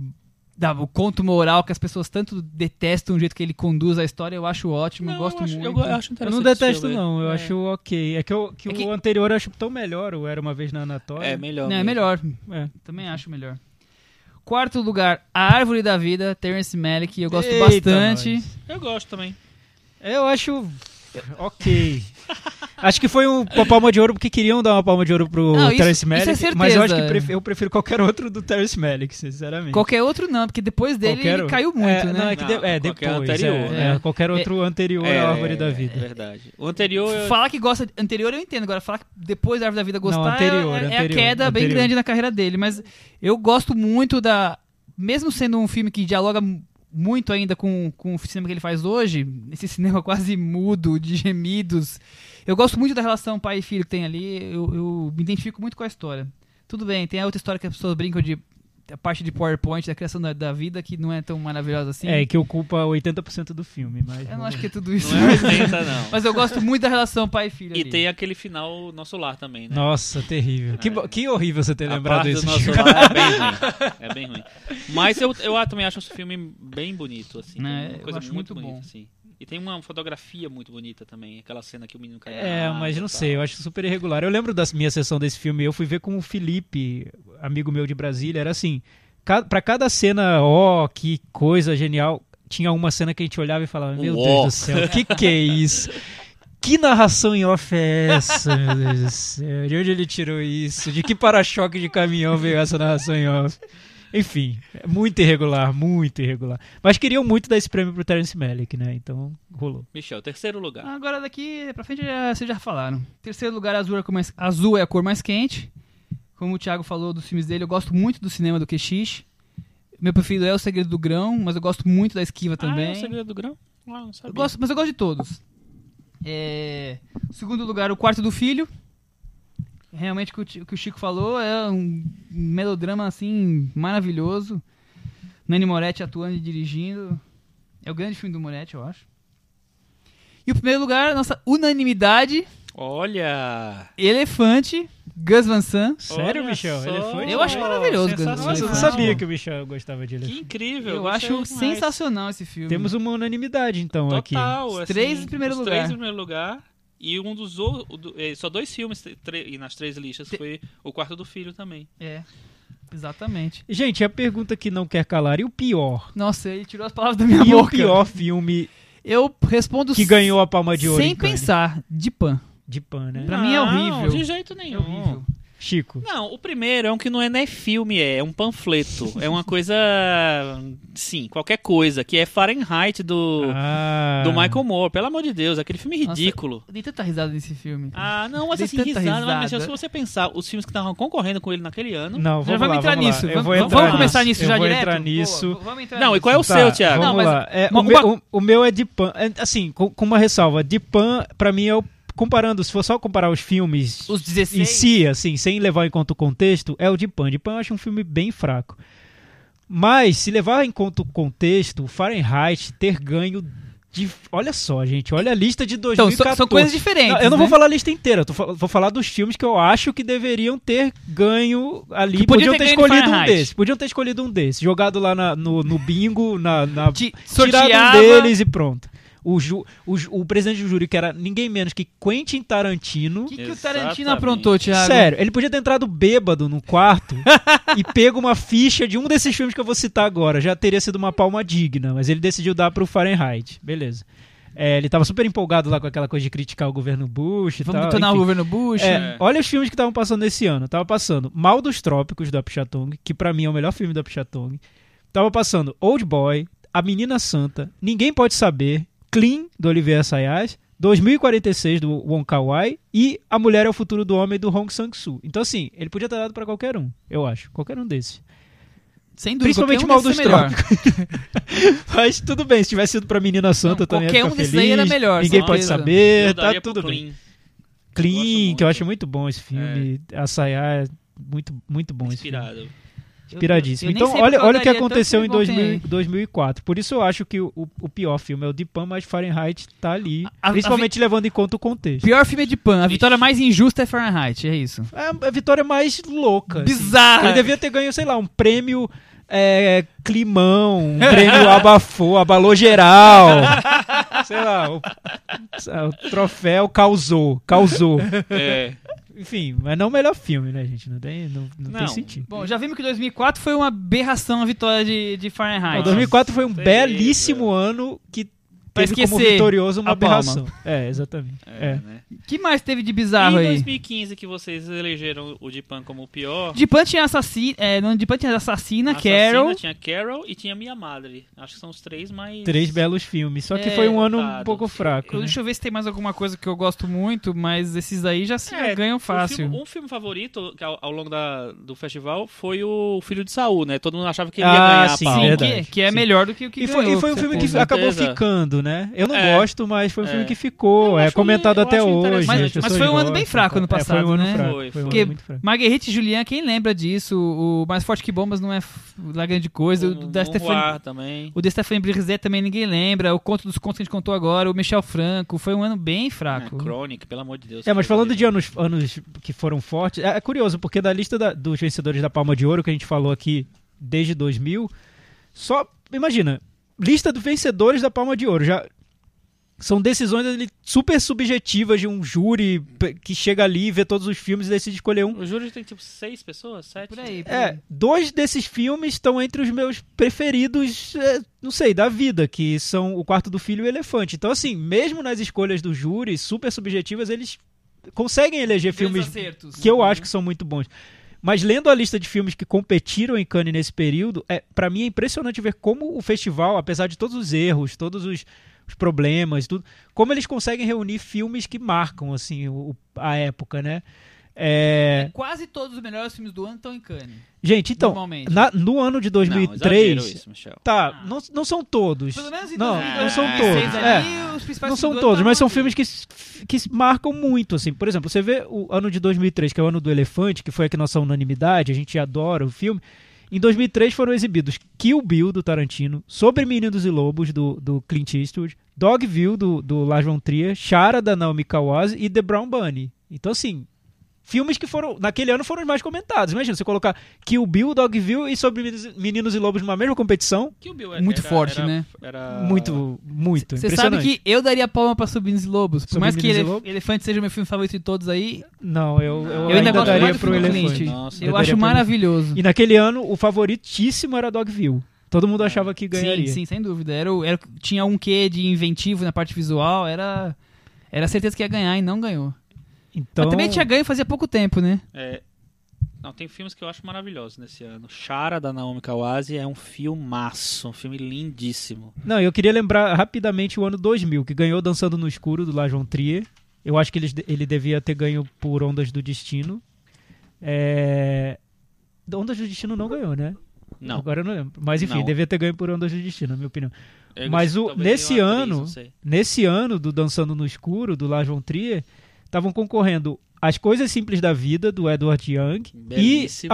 S2: da, o conto moral que as pessoas tanto detestam, o jeito que ele conduz a história, eu acho ótimo,
S4: Não,
S2: eu gosto
S4: eu acho,
S2: muito.
S4: Eu, go- eu acho
S3: Eu
S4: interessante
S3: não
S4: esse
S3: detesto,
S4: filme.
S3: não. Eu
S4: É.
S3: acho ok. É que, eu, que
S2: É que-
S3: o anterior eu acho tão melhor, o Era Uma Vez na Anatólia.
S4: É melhor.
S2: Não, é
S4: mesmo.
S2: melhor.
S3: É.
S2: Também
S4: Uhum.
S2: acho melhor. Quarto lugar, A Árvore da Vida, Terence Malick. Eu gosto
S3: Eita,
S2: bastante.
S3: nós.
S4: Eu gosto também.
S3: Eu acho. Ok. acho que foi um- uma palma de ouro porque queriam dar uma palma de ouro pro
S2: Não, isso-
S3: Terence
S2: isso
S3: Malick.
S2: é certeza.
S3: mas eu acho que pref- eu prefiro qualquer outro do Terence Malick, sinceramente.
S2: Qualquer outro não, porque depois dele
S3: Qualquer
S2: ele
S3: outro.
S2: caiu muito,
S3: é,
S2: né?
S3: Não, é que de-
S4: Não,
S3: é,
S4: qualquer
S3: depois.
S4: anterior,
S3: é,
S2: né?
S3: é, qualquer outro anterior à Árvore da
S4: É
S3: Vida.
S4: verdade.
S2: *laughs*
S4: O anterior. eu-
S2: Falar que gosta de anterior eu entendo, agora falar que depois da Árvore da Vida gostar é-
S3: anterior,
S2: é, é a
S3: anterior,
S2: queda bem
S3: anterior.
S2: grande na carreira dele, mas eu gosto muito da mesmo sendo um filme que dialoga mu- muito ainda com, com o cinema que ele faz hoje, esse cinema *laughs* quase mudo, de gemidos. Eu gosto muito da relação pai e filho que tem ali, eu, eu me identifico muito com a história. Tudo bem, tem a outra história que as pessoas brincam de a parte de PowerPoint, da criação da, da vida, que não é tão maravilhosa assim.
S3: É, que ocupa 80% do filme, mas.
S2: Eu não acho que é tudo isso.
S4: Não é 80,
S2: *laughs*
S4: não.
S2: Mas eu gosto muito da relação pai e filho.
S4: E
S2: ali.
S4: tem aquele final nosso lar também, né?
S3: Nossa, terrível. Que, bo- que horrível você ter
S4: É. A
S3: lembrado
S4: parte do
S3: isso.
S4: nosso
S3: Chico.
S4: lar é *laughs* bem ruim. É bem ruim. Mas eu, eu também acho esse filme bem bonito, assim. tem
S2: Né,
S4: uma
S2: eu
S4: coisa
S2: acho
S4: muito,
S2: muito
S4: bonita,
S2: bom.
S4: assim. E tem uma fotografia muito bonita também, aquela cena que o menino cai. na
S3: É,
S2: Ah,
S4: água
S3: mas
S4: e
S3: não
S4: tal.
S3: sei, eu acho super irregular. Eu lembro da minha sessão desse filme, eu fui ver com o Felipe, amigo meu de Brasília, era assim, ca- pra cada cena, ó, que coisa genial, tinha uma cena que a gente olhava e falava, meu
S4: Uó.
S3: Deus do céu, que que
S2: *laughs*
S3: é isso? Que narração em off é essa, meu Deus do céu? De onde ele tirou isso? De que para-choque de caminhão veio essa narração em off? Enfim, é muito irregular, muito irregular. Mas queriam muito dar esse prêmio pro Terence Malick, né? Então, rolou.
S4: Michel, terceiro lugar.
S2: Agora daqui pra frente já, vocês já falaram. Terceiro lugar, azul é, a cor mais- azul é a cor mais quente. Como o Thiago falou dos filmes dele, eu gosto muito do cinema do Quechiche. Meu preferido é O Segredo do Grão, mas eu gosto muito da Esquiva também.
S4: Ah, é o segredo do grão? Ah, não sabia.
S2: eu gosto, mas eu gosto de todos. É, Segundo lugar, O Quarto do Filho. Realmente o que o Ti- o que o Chico falou é um melodrama assim maravilhoso. Nani Moretti atuando e dirigindo. É o grande filme do Moretti, eu acho. E o primeiro lugar, a nossa unanimidade,
S4: Olha!
S2: Elefante, Gus Van Sant.
S3: Sério,
S4: Olha
S3: Michel?
S4: só.
S3: Elefante?
S2: Eu acho maravilhoso, Guns N' Roses.
S3: Nossa, eu não
S2: Elefante.
S3: sabia que o Michel gostava de
S4: Que
S3: elefante.
S4: incrível!
S2: Eu
S4: gostei
S2: acho
S4: demais.
S2: sensacional esse filme.
S3: Temos uma unanimidade, então, aqui.
S4: Total.
S2: Os
S4: assim,
S2: três em primeiro
S4: os
S2: lugar.
S4: Três em primeiro lugar. E um dos outros. Só dois filmes tre- e nas três listas
S2: Te-
S4: foi O Quarto do Filho também.
S2: É, exatamente.
S3: Gente, a pergunta que não quer calar, e o pior?
S2: Nossa, ele tirou as palavras da minha
S3: E o
S2: boca.
S3: pior filme
S2: Eu respondo
S3: que
S2: s-
S3: ganhou a palma de ouro?
S2: sem
S3: em Cannes?
S2: pensar, de pan.
S3: De pan, né?
S2: Pra mim é
S4: Não,
S2: horrível.
S4: De jeito nenhum.
S2: É horrível.
S3: Chico.
S4: Não, o primeiro é um que não é nem filme, é, é um panfleto. é uma coisa. Sim, qualquer coisa. Que é Fahrenheit do,
S3: Ah.
S4: do Michael Moore. Pelo amor de Deus, aquele filme
S2: Nossa,
S4: ridículo.
S2: Eu dei tanta risada nesse filme.
S4: Ah, não, mas
S2: Dei
S4: assim,
S2: tanta
S4: risada, Mas, Michel,
S2: risada.
S4: se você pensar os filmes que estavam concorrendo com ele naquele ano. Não,
S3: Não, vamos
S2: já vamos
S3: lá,
S2: entrar
S3: vamos lá.
S2: nisso.
S3: Eu
S2: Vamos,
S3: vou
S2: vamos
S3: entrar
S2: começar
S3: nisso.
S2: nisso
S3: Eu
S2: já
S3: vou
S2: direto.
S3: entrar
S2: Boa,
S3: nisso.
S2: vamos entrar
S4: e
S2: nisso.
S4: qual é o
S3: Tá,
S4: seu, Thiago?
S2: Não,
S3: Vamos
S2: mas-
S3: lá. É,
S2: uma-
S3: o, meu,
S2: uma-
S3: o- o meu é de pan. é, Assim, com, com uma ressalva. De pan, pra mim, é o. Comparando, se for só comparar os filmes
S2: Os 16.
S3: em si, assim, sem levar em conta o contexto, é o de Pan. De Pan eu acho um filme bem fraco. Mas, se levar em conta o contexto, o Fahrenheit ter ganho de. Olha só, gente, olha a lista de
S2: Então,
S3: 2014.
S2: são, são coisas diferentes.
S3: Não, eu não
S2: né?
S3: vou falar a lista inteira, eu tô fal- vou falar dos filmes que eu acho que deveriam ter ganho ali.
S2: Que podia ter
S3: podiam ter,
S2: ganho de
S3: escolhido um
S2: Fahrenheit.
S3: desses. Podiam ter escolhido um desses. Jogado lá na- no, no bingo, na, na
S2: Ti-
S3: tirado
S2: sorteava-
S3: um deles e pronto. O, ju, o, ju- o presidente do júri, que era ninguém menos que Quentin
S2: O
S3: Tarantino.
S2: que, que o
S4: Exatamente.
S2: Tarantino aprontou, Thiago?
S3: Sério, ele podia ter entrado bêbado no
S2: *laughs*
S3: quarto e pego uma ficha de um desses filmes que eu vou citar agora. Já teria sido uma palma digna, mas ele decidiu dar pro Fahrenheit. Beleza. É, ele tava super empolgado lá com aquela coisa de criticar o governo Bush e
S2: Vamos
S3: tal.
S2: detonar o
S3: enfim.
S2: governo Bush.
S3: É,
S4: né?
S3: Olha os filmes que estavam passando esse ano. Tava passando Mal dos Trópicos, da Pichatong, que pra mim é o melhor filme da Pichatong. Tava passando Old Boy, A Menina Santa, Ninguém Pode Saber, Clean, do Olivier Sayas, 2046, do Wong Kar Wai, e A Mulher é o Futuro do Homem, do Hong Sang-soo. Então, assim, ele podia ter dado pra qualquer um, eu acho. Qualquer um desses. *laughs*
S2: Sem dúvida. qualquer
S3: Principalmente
S2: um
S3: Mal
S2: desses
S3: dos
S2: é melhor.
S3: Trópicos. Mas tudo bem, se tivesse sido pra Menina Santa,
S2: Não,
S3: eu também ia
S2: qualquer
S3: ficar
S2: um desses
S3: feliz.
S2: aí era melhor,
S3: Ninguém
S2: com
S3: Pode
S2: certeza.
S3: Saber,
S4: Eu
S3: tá
S4: daria pro
S3: tudo bem.
S4: Clean.
S3: Clean,
S4: Gosto
S3: que eu
S4: muito.
S3: acho muito bom esse filme. A Sayá é muito, muito bom esse filme.
S4: Inspirado.
S3: Inspiradíssimo.
S2: Eu- eu nem
S3: Então,
S2: sei
S3: olha,
S2: porque eu
S3: olha o que
S2: daria tanto
S3: aconteceu em
S2: futebol
S3: 2000
S2: tem
S3: 2004. Por isso eu acho que o, o pior filme é o de Pan, mas Fahrenheit tá ali.
S2: A- a-
S3: principalmente levando em conta o contexto.
S2: Pior filme de Pan. A vitória mais injusta é Fahrenheit. É isso.
S3: É a vitória mais louca. assim.
S2: Bizarra.
S3: Ele devia ter ganho, sei lá, um prêmio é, Climão,
S2: *laughs*
S3: um prêmio Abafou, Abalou Geral. sei lá, o, é, o troféu Causou, Causou.
S2: *laughs*
S4: É.
S3: Enfim, mas não o melhor filme, né, gente? Não tem, não, não
S4: Não.
S3: tem sentido.
S2: Bom, já vimos que 2004 foi uma aberração a vitória de, de
S3: Não,
S2: Fahrenheit.
S3: 2004 foi um
S4: sei,
S3: belíssimo ano que
S2: então Pra
S3: teve como
S2: esquecer
S3: vitorioso uma
S2: a palma.
S3: aberração. É, exatamente.
S4: é,
S3: É.
S4: né?
S2: que mais teve de
S4: E
S2: bizarro
S4: em
S2: aí?
S4: 2015 que vocês elegeram o Dipan como o pior.
S2: De Pan tinha assassina. É, não, de Pan tinha assassina,
S4: Assassina,
S2: Carol.
S3: né?
S4: Tinha Carol e tinha Minha Madre. Acho que são os três mais.
S3: Três belos filmes, só que
S2: É,
S3: foi um ano um
S4: contado.
S3: pouco fraco.
S2: Eu-
S3: né?
S2: Deixa eu ver se tem mais alguma coisa que eu gosto muito, mas esses aí já se
S4: É,
S2: ganham
S4: um
S2: fácil.
S4: filme- Um filme, favorito que ao, ao longo da- do festival foi o Filho de Saul, né? Todo mundo achava que ele ia
S3: Ah,
S4: ganhar
S3: sim,
S4: a palma.
S2: Sim,
S3: verdade.
S2: que, que é
S3: Sim.
S2: melhor do que o que
S3: E foi,
S2: ganhou,
S3: e foi um
S2: com
S3: filme que
S2: certeza.
S3: acabou
S4: certeza.
S3: ficando, né? Eu não
S4: É.
S3: gosto, mas foi um filme
S4: É.
S3: que ficou,
S4: Eu
S3: é
S4: acho
S3: comentado
S4: um- eu
S3: até
S4: acho
S3: hoje.
S4: interessante.
S3: as
S4: Mas-
S2: mas
S3: pessoas
S2: foi um ano bem
S3: gostam,
S2: fraco ano
S3: tá? É, foi um
S2: passado,
S3: ano
S2: né?
S3: fraco,
S4: Foi,
S3: foi um
S4: foi.
S3: ano muito fraco.
S2: Marguerite e Julian, quem lembra disso? O Mais Forte que Bombas não é f- lá grande coisa. O,
S4: Um-
S2: da
S4: um
S2: Stephanie,
S4: Noir também.
S2: o de Stephanie Brisset também ninguém lembra. O Conto dos Contos que a gente contou agora. O Michel Franco. Foi um ano bem fraco.
S4: É, Chronic, pelo amor de Deus.
S3: É, mas
S4: coisa
S3: falando de
S4: horrível.
S3: anos, anos que foram fortes, é, é curioso, porque da lista da- dos vencedores da Palma de Ouro que a gente falou aqui desde 2000, só, imagina, lista dos vencedores da Palma de Ouro, já são decisões ali, super subjetivas de um júri p- que chega ali e vê todos os filmes e decide escolher um.
S4: O júri tem tipo seis pessoas, sete?
S2: Por aí. por
S3: É,
S2: aí.
S3: dois desses filmes estão entre os meus preferidos, é, não sei, da vida, que são O Quarto do Filho e O Elefante. Então, assim, mesmo nas escolhas do júri, super subjetivas, eles conseguem eleger filmes
S2: Desacertos.
S3: que eu acho que são muito bons. Mas lendo a lista de filmes que competiram em Cannes nesse período, é, para mim é impressionante ver como o festival, apesar de todos os erros, todos os, os problemas, tudo, como eles conseguem reunir filmes que marcam assim o- a época, né? É,
S2: Quase todos os melhores filmes do ano estão em Cannes.
S3: gente, então,
S2: normalmente. Ah.
S3: na- no ano de
S4: Não, exagero
S3: 2003,
S4: isso, Michel.
S3: tá, não, não são todos.
S2: Pelo menos então, em
S3: não,
S2: 2002,
S3: não são
S2: 2006
S3: todos. É.
S2: né? ali, os principais tá
S3: Não
S2: filmes
S3: são
S2: do ano
S3: todos, mas são
S2: estavam
S3: filmes que, s- que s- marcam muito, assim. Por exemplo, você vê o ano de 2003, que é o ano do Elefante, que foi aqui nossa unanimidade, a gente adora o filme. Em 2003 foram exibidos Kill Bill, do Tarantino, Sobre Meninos e Lobos, do, do Clint Eastwood, Dogville, do, do Lars von Trier, Chara, da Naomi Kawase e The Brown Bunny. Então, assim, filmes que foram, naquele ano, foram os mais comentados. Imagina, você colocar Kill Bill, Dogville e Sobre Meninos- Meninos e Lobos numa mesma competição,
S4: Kill Bill é-
S2: Muito forte, né?
S4: era-
S3: muito, muito
S2: Você sabe
S3: impressionante.
S2: que eu daria palma pra Subinos e Lobos. Por
S3: Sobre
S2: mais que
S3: Meninos e
S2: Elef-
S3: Lobos?
S2: Elefante seja meu filme favorito de todos aí,
S3: Não, eu, eu,
S4: Eu
S2: eu ainda,
S3: ainda
S2: gosto
S3: daria
S2: mais do
S3: pro
S2: filme do
S3: Elefante.
S2: Clint.
S4: Nossa,
S2: eu
S3: eu daria
S2: acho
S3: pro-
S2: maravilhoso.
S3: E naquele ano, o favoritíssimo era Dogville. Todo mundo achava que ganharia.
S2: Sim, sim, sem dúvida. Era, o- era, o- tinha um quê de inventivo na parte visual, era, era certeza que ia ganhar e não ganhou.
S3: Então,
S2: Mas também tinha ganho fazia pouco tempo, né?
S4: É, Não, tem filmes que eu acho maravilhosos nesse ano. Chara, da Naomi Kawase, é um filmaço, um filme lindíssimo.
S3: Não, eu queria lembrar rapidamente o ano 2000, que ganhou Dançando no Escuro, do Lars von Trier. Eu acho que ele, ele devia ter ganho por Ondas do Destino. É... Ondas do Destino não ganhou, né?
S4: Não,
S3: Agora eu não lembro. Mas enfim,
S4: Não.
S3: devia ter ganho por Ondas do Destino, na minha opinião.
S4: eu-
S3: Mas o-
S4: talvez
S3: nesse
S4: nenhuma atriz,
S3: ano-
S4: não sei.
S3: Nesse ano do Dançando no Escuro, do Lars von Trier, estavam concorrendo As Coisas Simples da Vida, do Edward Young,
S4: Belíssimo.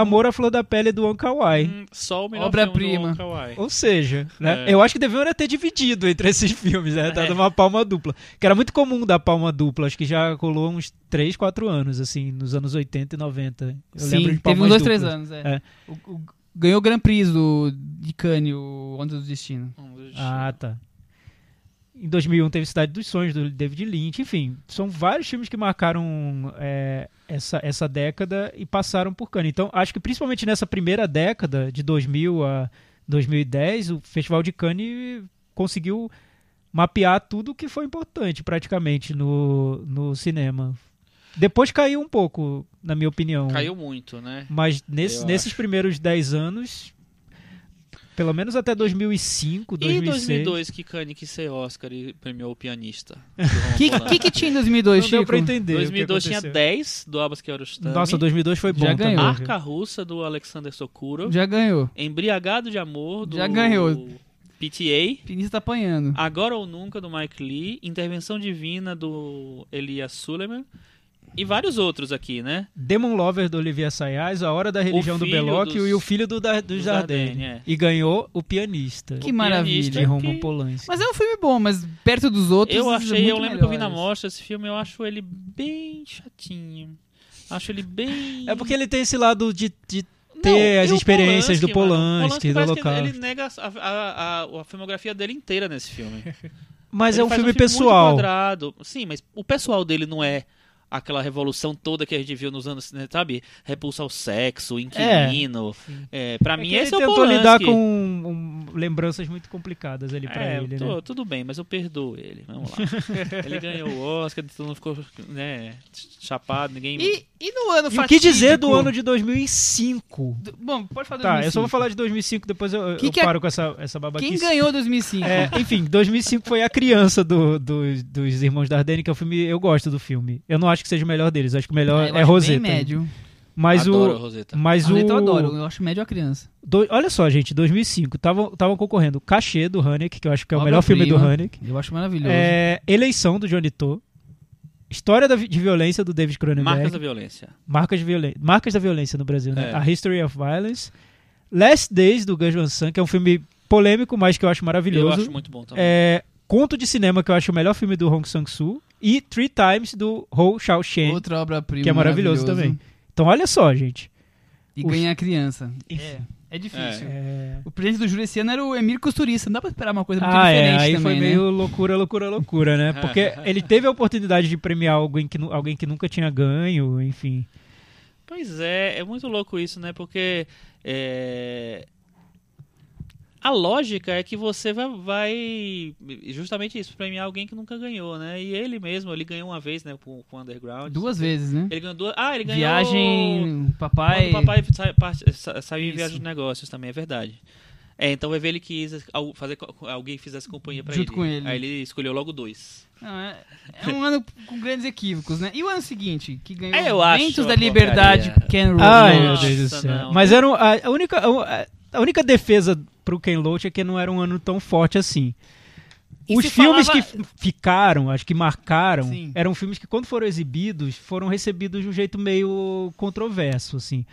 S3: e Amor à Flor da Pele, do Wong Kar-wai.
S4: Hum, Só o melhor
S2: Obra-prima.
S4: filme do Kawai.
S3: Ou seja, né,
S4: É.
S3: eu acho que deveriam ter dividido entre esses filmes, né? Dado uma palma dupla. Que era muito comum dar palma dupla, acho que já colou uns 3, 4 anos, assim, nos anos 80 e 90. Eu lembro
S2: Sim,
S3: de
S2: teve
S3: palmas
S2: uns dois,
S3: duplas.
S2: três anos. é.
S3: É.
S2: O- o- ganhou o Grand Prix do, de Cannes, o Onda do Destino.
S3: Ah, tá. Em 2001 teve Cidade dos Sonhos, do David Lynch. Enfim, são vários filmes que marcaram é, essa, essa década e passaram por Cannes. Então, acho que principalmente nessa primeira década, de 2000 a 2010, o Festival de Cannes conseguiu mapear tudo que foi importante, praticamente, no, no cinema. Depois caiu um pouco, na minha opinião.
S4: Caiu muito, né?
S3: Mas nesse-
S4: Eu
S3: nesses primeiros 10 anos, pelo menos até 2005,
S4: Tipo E
S3: 2006...
S4: 2002, que Kanye que ser Oscar e premiou o pianista.
S2: O *laughs* que, que, que tinha em 2002,
S3: Não
S2: Chico?
S3: deu pra entender.
S4: 2002 tinha
S3: 10.
S4: 10 do Abbas Kiarostami.
S3: Nossa, 2002 foi bom.
S2: Já ganhou.
S3: Também, viu?
S4: Arca Russa do Alexander Sokurov.
S2: Já ganhou.
S4: Embriagado de Amor do
S2: Já ganhou.
S4: PTA.
S2: Pinícia tá apanhando.
S4: Agora ou Nunca do Mike Lee. Intervenção Divina do Elias Suleiman. E vários outros aqui, né?
S3: Demon Lover do Olivier Sayas, A Hora da Religião do
S4: filho
S3: Belloc
S4: dos-
S3: e o filho do, da, do
S4: do
S3: Jardine.
S4: Jardine, é.
S3: E ganhou o pianista
S2: Que
S4: O
S2: maravilha.
S4: pianista
S3: de Roman
S4: que-
S3: Polanski.
S2: Mas é um filme bom, mas perto dos outros.
S4: Eu
S2: é
S4: achei, eu
S2: muito
S4: lembro que eu vi na
S2: melhores.
S4: mostra esse filme, eu acho ele bem chatinho. Acho ele bem.
S3: É porque ele tem esse lado de. de-
S4: Não,
S3: ter
S4: e
S3: as
S4: o
S3: experiências do
S4: mano? O
S3: Polanski, do
S4: parece que
S3: Holocausto.
S4: Ele nega a, a, a- a filmografia dele inteira nesse filme.
S3: *laughs* Mas
S4: Ele
S3: é um
S4: faz
S3: filme,
S4: muito
S3: pessoal.
S4: quadrado. Sim, mas o pessoal dele não é aquela revolução toda que a gente viu nos anos, né, sabe? Repulsa ao sexo, inquilino. É. pra
S3: É que
S4: mim,
S3: ele
S4: esse é o
S3: tentou
S4: Polanski.
S3: lidar com um, lembranças muito complicadas ali pra
S4: É,
S3: ele,
S4: tu-
S3: né?
S4: tudo bem, mas eu perdoo ele.
S3: *laughs*
S4: Vamos lá. ele ganhou o Oscar, todo mundo ficou né, chapado, ninguém.
S2: E, e no ano
S3: E o que dizer do
S2: fatídico?
S3: ano de 2005?
S2: Do- Bom, pode falar do
S3: Tá, eu só vou falar de 2005, depois eu,
S2: Que
S3: eu
S2: que é-
S3: paro com essa, essa babaquice.
S2: Quem ganhou 2005?
S3: É, enfim, 2005 foi A Criança do, do- dos Irmãos Dardenne, que é um filme... Eu gosto do filme. Eu não acho que seja o melhor deles. Acho que o melhor
S2: Ah, eu
S3: é
S2: acho
S3: Rosetta.
S2: Bem médio.
S3: Mas
S4: Adoro
S3: o...
S4: Rosetta.
S3: Mas
S2: a
S3: o...
S2: letra eu adoro, né? eu acho médio a criança.
S3: do- olha só, gente. 2005. Estavam tavam concorrendo Cachê, do Haneke, que eu acho que é o melhor filme
S2: Obra-prima.
S3: do Haneke.
S2: Eu acho maravilhoso.
S3: É, Eleição, do Johnny To. História da vi- de Violência, do David
S4: Marcas da
S3: Cronenberg.
S4: violência.
S3: Marcas, de violen- Marcas da Violência no Brasil, né?
S4: É.
S3: A History of Violence. Last Days, do Gus Van Sant, que é um filme polêmico, mas que eu acho
S4: Eu
S3: maravilhoso.
S4: acho muito bom também.
S3: É, Conto de Cinema, que eu acho o melhor filme do Hong Sang-soo, e Three Times, do Ho Shao-Chen,
S2: Outra obra-prima.
S3: que é maravilhoso, também. Então, olha só, gente.
S2: E
S3: Os-
S2: ganhar a criança. É, é difícil.
S3: É...
S2: O presidente do júri esse ano era o Emir Costuriça. Não dá pra esperar uma coisa muito
S3: Ah, é,
S2: diferente
S3: aí
S2: também,
S3: foi
S2: né?
S3: meio loucura, loucura, loucura,
S2: *laughs*
S3: né? Porque ele teve a oportunidade de premiar alguém que, nu- alguém que nunca tinha ganho, enfim.
S4: Pois é, é muito louco isso, né? Porque é, a lógica é que você vai, vai justamente isso, premiar alguém que nunca ganhou, né? E ele mesmo, ele ganhou uma vez, né, com com o Underground.
S2: Duas vezes, né?
S4: Ele ganhou duas. Ah, ele ganhou
S2: Viagem, papai...
S4: Quando o papai sai- parte- sa- saiu em
S2: Isso.
S4: viagem de negócios também, é verdade. É, então vai ver ele quis al- fazer co- alguém fizesse companhia pra
S2: Junto
S4: ele.
S2: com ele.
S4: Aí ele escolheu logo dois.
S2: Não, é, é um ano com grandes equívocos, né? E o ano seguinte, que ganhou
S4: É, eu acho
S2: Ventos da
S4: uma
S2: Liberdade,
S4: porcaria.
S2: Ken Rose.
S3: Ai, meu
S4: Nossa,
S3: Deus do céu.
S4: não.
S3: Mas era um- a, a única, a, a única defesa pro Ken Loach é que não era um ano tão forte assim.
S2: E
S3: Os
S2: se
S3: filmes
S2: falava-
S3: que f- ficaram, acho que marcaram,
S2: Sim.
S3: eram filmes que quando foram exibidos, foram recebidos de um jeito meio controverso, assim.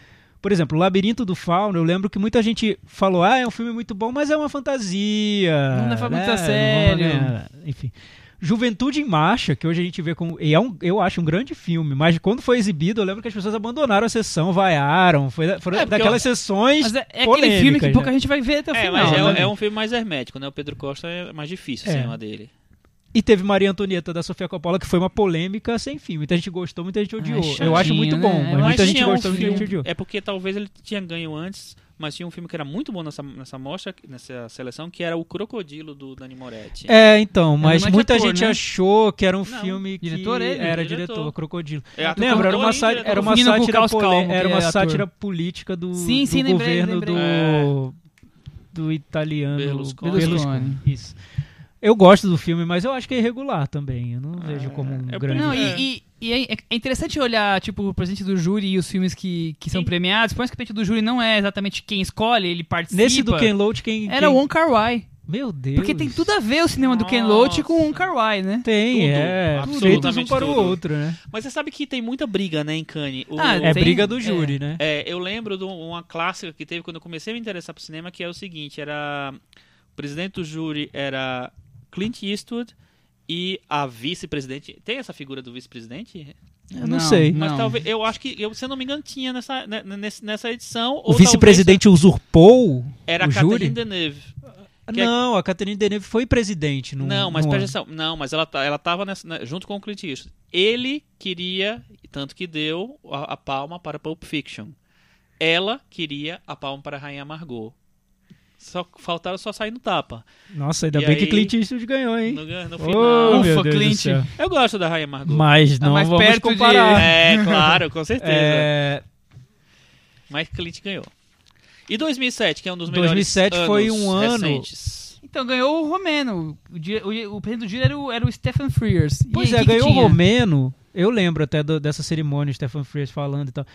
S3: Por exemplo, Labirinto do Fauno, eu lembro que muita gente falou: ah, é um filme muito bom, mas é uma fantasia.
S2: Não leva
S3: né?
S2: muito a sério.
S3: Não vamos- Enfim. Juventude em Marcha, que hoje a gente vê como. E é um, eu acho um grande filme, mas quando foi exibido, eu lembro que as pessoas abandonaram a sessão, vaiaram. Foi, da- foram
S4: É, porque
S3: daquelas sessões.
S2: Mas é, é aquele
S3: polêmicas,
S2: filme que
S3: né?
S2: pouca gente vai ver até o
S4: É,
S2: final.
S4: mas
S2: né?
S4: é, é um filme mais hermético, né? O Pedro Costa é mais difícil
S3: É.
S4: o cinema dele.
S3: E teve Maria Antonieta da Sofia Coppola, que foi uma polêmica sem fim. Muita gente gostou, muita gente odiou.
S2: chatinho,
S3: eu acho muito bom,
S2: né?
S3: mas
S2: Eu
S3: muita
S2: acho
S3: gente
S2: que é um
S3: gostou, muita
S2: filme-
S3: gente odiou.
S4: É porque talvez ele tinha ganho antes, mas tinha um filme que era muito bom nessa, nessa mostra, nessa seleção, que era O Crocodilo do Dani Moretti.
S3: É, então,
S2: mas
S3: mas
S2: não é
S3: muita
S2: diretor,
S3: gente
S2: né?
S3: achou que era um
S4: Não,
S3: filme que
S2: diretor ele.
S3: era
S4: Diretor.
S3: diretor, crocodilo.
S4: É ator,
S3: Lembra, era uma,
S4: cantor e
S3: sá-
S4: diretor.
S3: era uma
S2: Menino com
S3: sátira,
S2: caos
S3: pole-
S2: calmo, que
S3: era uma
S2: é ator.
S3: sátira política do,
S2: Sim,
S3: do
S2: sim, lembrei,
S3: governo
S2: lembrei.
S3: do do italiano
S4: Berlusconi.
S2: Berlusconi.
S3: Isso. Eu gosto do filme, mas eu acho que é irregular também. Eu não vejo como um
S4: é
S3: grande.
S4: por-
S2: Não, e-
S4: É.
S2: e, e é- é interessante olhar, tipo, o presidente do júri e os filmes que, que são
S4: Sim.
S2: premiados. Por mais que o presidente do júri não é exatamente quem escolhe, ele participa.
S3: Nesse do Ken Loach, quem,
S2: Era
S3: quem-
S2: o Wong Kar Wai.
S3: Meu Deus.
S2: Porque tem tudo a ver o cinema do Ken Loach com o Wong Kar Wai, né?
S3: Tem,
S4: Tudo,
S3: é.
S4: absolutamente
S3: Feitos um para o
S4: tudo.
S3: outro, né?
S4: Mas você sabe que tem muita briga, né, em Cannes? O-
S2: Ah,
S3: É
S2: Tem-
S3: briga do
S2: é.
S3: júri, né?
S4: É, eu lembro de uma clássica que teve quando eu comecei a me interessar por cinema, que é o seguinte, era... O presidente do júri era Clint Eastwood e a vice-presidente... Tem essa figura do vice-presidente?
S3: Eu não, sei.
S2: não.
S4: Mas talvez... Eu acho que, eu, se eu não me engano, tinha nessa, né, nesse- nessa edição.
S3: O vice-presidente usurpou?
S4: Era
S3: o
S4: a
S3: júri?
S4: Catherine Deneuve. Que é-
S3: Ah, Não, a Catherine Deneuve foi presidente. No,
S4: Não, mas
S3: no
S4: presta atenção. Não, mas ela, tá- ela tava nessa- né, junto com o Clint Eastwood. Ele queria, tanto que deu a, a palma para Pulp Fiction. Ela queria a palma para a Rainha Margot. Só faltaram só sair no tapa.
S3: Nossa, ainda
S4: E
S3: bem que
S4: aí-
S3: Clint Eastwood ganhou, hein?
S4: No, no
S3: Oh,
S4: final.
S3: meu
S2: Ufa,
S3: Deus do
S2: Clint. Tá
S3: céu.
S4: Eu gosto da Rainha Margot.
S3: Mas não
S2: mais
S3: vamos
S2: perto de-
S3: comparar.
S4: É, claro, com certeza.
S3: É,
S4: Mas Clint ganhou. E 2007, que é um dos melhores
S3: 2007 foi
S4: anos
S3: um ano-
S4: recentes.
S2: Então ganhou o Romeno. O, dia- o- o presidente do júri era o, era o Stephen Frears. E
S3: pois
S2: aí,
S3: é,
S2: que que
S3: ganhou o
S2: tinha?
S3: Romeno. Eu lembro até do- dessa cerimônia, o Stefan Frears falando e tal.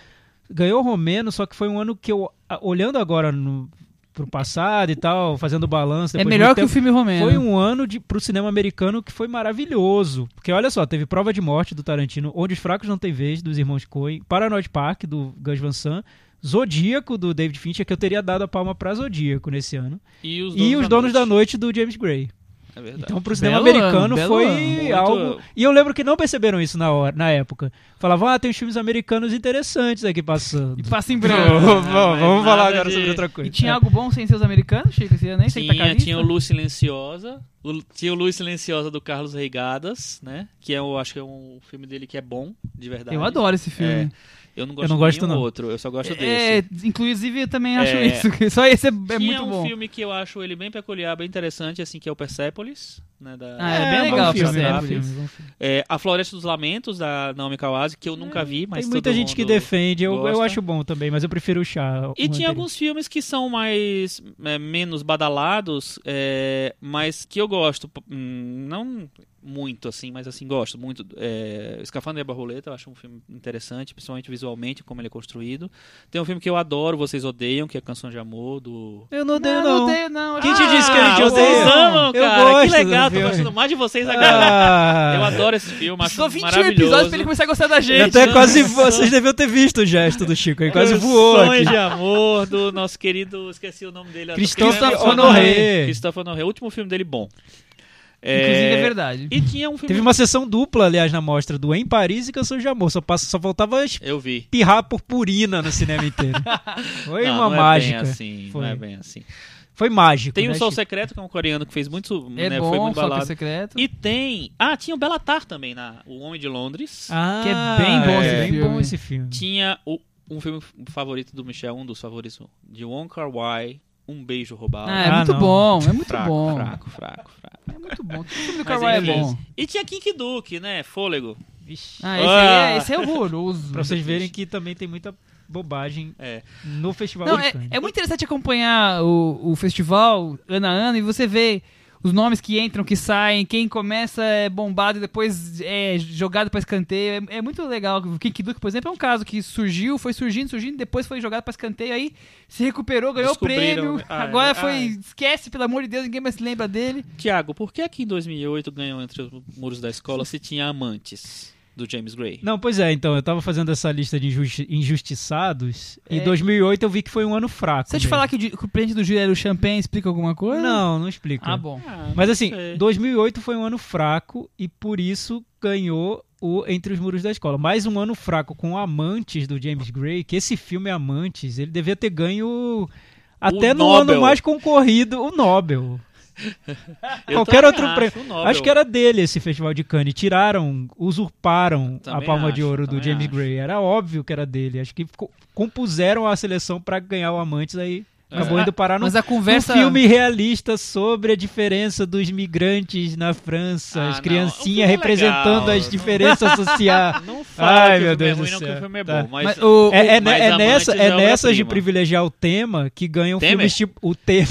S3: Ganhou o Romeno, só que foi um ano que eu, a- olhando agora no, pro passado e tal, fazendo balanço.
S2: É
S3: depois de
S2: melhor
S3: muito
S2: que o
S3: tempo,
S2: filme Romeno.
S3: Foi um ano de, pro cinema americano que foi maravilhoso. Porque olha só, teve Prova de Morte do Tarantino, Onde os Fracos Não Têm Vez, dos Irmãos Coen, Paranoid Park, do Gus Van Sant, Zodíaco, do David Fincher, que eu teria dado a palma pra Zodíaco nesse ano.
S4: E os
S3: e Os Donos da Noite, do James Gray.
S4: É verdade.
S3: Então pro cinema
S2: Belo ano,
S3: americano
S2: belo
S3: foi
S2: ano.
S4: Muito-
S3: algo... E eu lembro que não perceberam isso na, hora, na época. Falavam, ah, tem uns filmes americanos interessantes aqui passando.
S2: E passa em
S3: *laughs* Vamos-
S2: branco.
S4: mas
S3: Vamos falar
S4: nada
S3: agora
S4: de-
S3: sobre outra coisa.
S2: e tinha
S3: É.
S2: algo bom sem ser os americanos, Chico? Você nem sei que tá
S4: Tinha, tinha o
S2: o...
S4: Luz Silenciosa. o- tinha o Luz Silenciosa do Carlos Reigadas, né? Que é, o- acho que é um filme dele que é bom, de verdade.
S2: Eu adoro esse
S4: É,
S2: filme.
S4: eu não gosto
S3: Eu não
S4: de
S3: gosto,
S4: nenhum
S3: não.
S4: outro, eu só gosto
S2: É,
S4: desse.
S2: inclusive eu também acho
S4: É.
S2: isso. que Só esse é, é
S4: Tinha
S2: muito
S4: um
S2: bom.
S4: filme que eu acho ele bem peculiar, bem interessante, assim, que é o Persepolis, né? Da,
S2: Ah, é,
S3: É,
S2: bem
S3: um bom
S2: legal.
S3: filme,
S2: pra
S4: é um
S2: ser.
S3: bom filme.
S4: É, a Floresta dos Lamentos, da Naomi Kawase, que eu
S2: É,
S4: nunca vi, mas
S3: Tem muita
S4: todo
S3: gente que
S4: mundo-
S3: defende, eu, eu
S4: gosta.
S3: acho bom também, mas eu prefiro o chá.
S4: E
S3: o
S4: tinha
S3: anterior.
S4: alguns filmes que são mais é, menos badalados, é, mas que eu gosto. P- hum, Não muito, assim, mas assim, gosto muito. É, Escafandro e a Barroleta, eu acho um filme interessante, principalmente visualmente, como ele é construído. Tem um filme que eu adoro, Vocês Odeiam, que é Canção de Amor, do...
S3: Eu não odeio,
S2: Não,
S3: não.
S2: não tem, não.
S3: Quem te disse que a
S4: Ah,
S3: gente
S4: vocês
S3: odeia?
S4: amam,
S3: Eu
S4: cara.
S3: gosto
S4: que
S3: do
S4: legal, tô
S3: filme.
S4: gostando mais de vocês agora.
S3: Ah,
S4: Eu adoro esse filme, acho
S2: Só 21
S4: maravilhoso.
S2: episódios pra ele começar a gostar da
S3: eu
S2: gente.
S3: até
S4: *laughs* Gente,
S3: quase
S4: não.
S3: vocês deviam ter visto o gesto do Chico, ele quase voou
S4: Canções
S3: aqui.
S4: de amor do nosso querido, esqueci o nome dele.
S3: Christophe
S4: Christophe
S3: Honoré.
S4: Christophe Honoré, o último filme dele bom.
S2: Inclusive é verdade.
S4: E tinha um filme.
S3: Teve uma sessão dupla, aliás, na mostra do Em Paris e Canção de Amor. Só, passa, só faltava
S4: Eu vi.
S3: espirrar purpurina no cinema
S4: *laughs*
S3: inteiro. Foi
S4: não,
S3: uma
S4: não
S3: mágica.
S4: É bem assim, não
S3: Foi.
S4: é bem assim.
S3: Foi mágico.
S4: Tem o
S3: né,
S4: Sol
S3: Chico?
S4: Secreto, que é um coreano que fez muito.
S2: É
S4: né, foi
S2: bom,
S4: muito
S2: Falcão
S4: balado.
S2: Secreto.
S4: E tem. Ah, tinha o Belatar também, na O Homem de Londres.
S3: Ah,
S2: Que é bem bom
S3: é
S4: esse
S3: bem
S2: filme.
S3: bom esse filme.
S4: Tinha o- um filme favorito do Michel, um dos favoritos, de Wong Kar Wai, Um Beijo Roubado.
S2: Ah, é
S3: Ah,
S2: muito
S3: não.
S2: bom, é muito
S4: fraco,
S2: bom.
S4: fraco, fraco, fraco.
S2: É muito bom. Todo filme do
S4: Mas
S2: Carvalho é
S4: enfim.
S2: bom.
S4: E tinha Kink Duke, né? Fôlego.
S2: Ah, esse, aí é,
S4: Ah.
S2: esse é horroroso.
S3: Pra vocês verem que também tem muita bobagem
S4: É.
S3: no festival.
S2: Não,
S3: de
S2: é,
S3: Cannes.
S2: é muito interessante acompanhar o, o festival ano a ano e você vê os nomes que entram, que saem, quem começa é bombado e depois é jogado pra escanteio. É, é muito legal. O Kink Duke, por exemplo, é um caso que surgiu, foi surgindo, surgindo, depois foi jogado pra escanteio, aí se recuperou, ganhou o
S4: Descobriram,
S2: prêmio.
S4: né? Ah,
S2: agora
S4: é.
S2: foi.
S4: Ah, é.
S2: Esquece, pelo amor de Deus, ninguém mais se lembra dele.
S4: Tiago, por que aqui em 2008 ganhou Entre os Muros da Escola se tinha amantes? do James Gray.
S3: Não, pois é, então, eu tava fazendo essa lista de injusti- injustiçados e
S2: É.
S3: 2008 eu vi que foi um ano fraco.
S2: Se eu te
S3: mesmo.
S2: falar que o, di- que o presidente do júri era o Champagne, explica alguma coisa?
S3: Não, não explica.
S2: Ah, bom.
S4: Ah,
S3: Mas
S4: não
S3: assim,
S4: sei.
S3: 2008 foi um ano fraco e por isso ganhou o Entre os Muros da Escola. Mais um ano fraco com Amantes do James Gray, que esse filme Amantes, ele devia ter ganho até no
S4: Nobel.
S3: ano mais concorrido, o Nobel.
S4: Eu
S3: qualquer
S4: também
S3: outro
S4: acho,
S3: prêmio.
S4: o Nobel.
S3: Acho que era dele esse Festival de Cannes. Tiraram, usurparam
S4: Também
S3: a palma de
S4: acho,
S3: ouro do
S4: também
S3: James
S4: acho.
S3: Gray. Era óbvio que era dele. Acho que co- compuseram a seleção pra ganhar o Amantes, aí
S4: Mas
S3: acabou
S2: a-
S3: indo parar no
S2: Mas a conversa.
S3: um filme realista sobre a diferença dos migrantes na França,
S4: Ah,
S3: as
S4: não.
S3: criancinhas
S4: O filme é
S3: representando
S4: legal.
S3: as
S4: *laughs*
S3: diferenças sociais.
S4: Não fala
S3: Ai,
S4: que
S3: meu
S4: o filme
S3: Deus do
S4: é ruim, não que
S3: céu.
S4: o filme é
S3: Tá.
S4: bom. Mas,
S2: Mas o-
S3: É, é,
S4: Mas
S3: é nessa,
S4: Amantes é
S3: é nessa de
S4: obra-prima.
S3: privilegiar o tema que ganham
S4: Temer?
S3: filmes tipo. O
S4: *laughs*
S3: tema.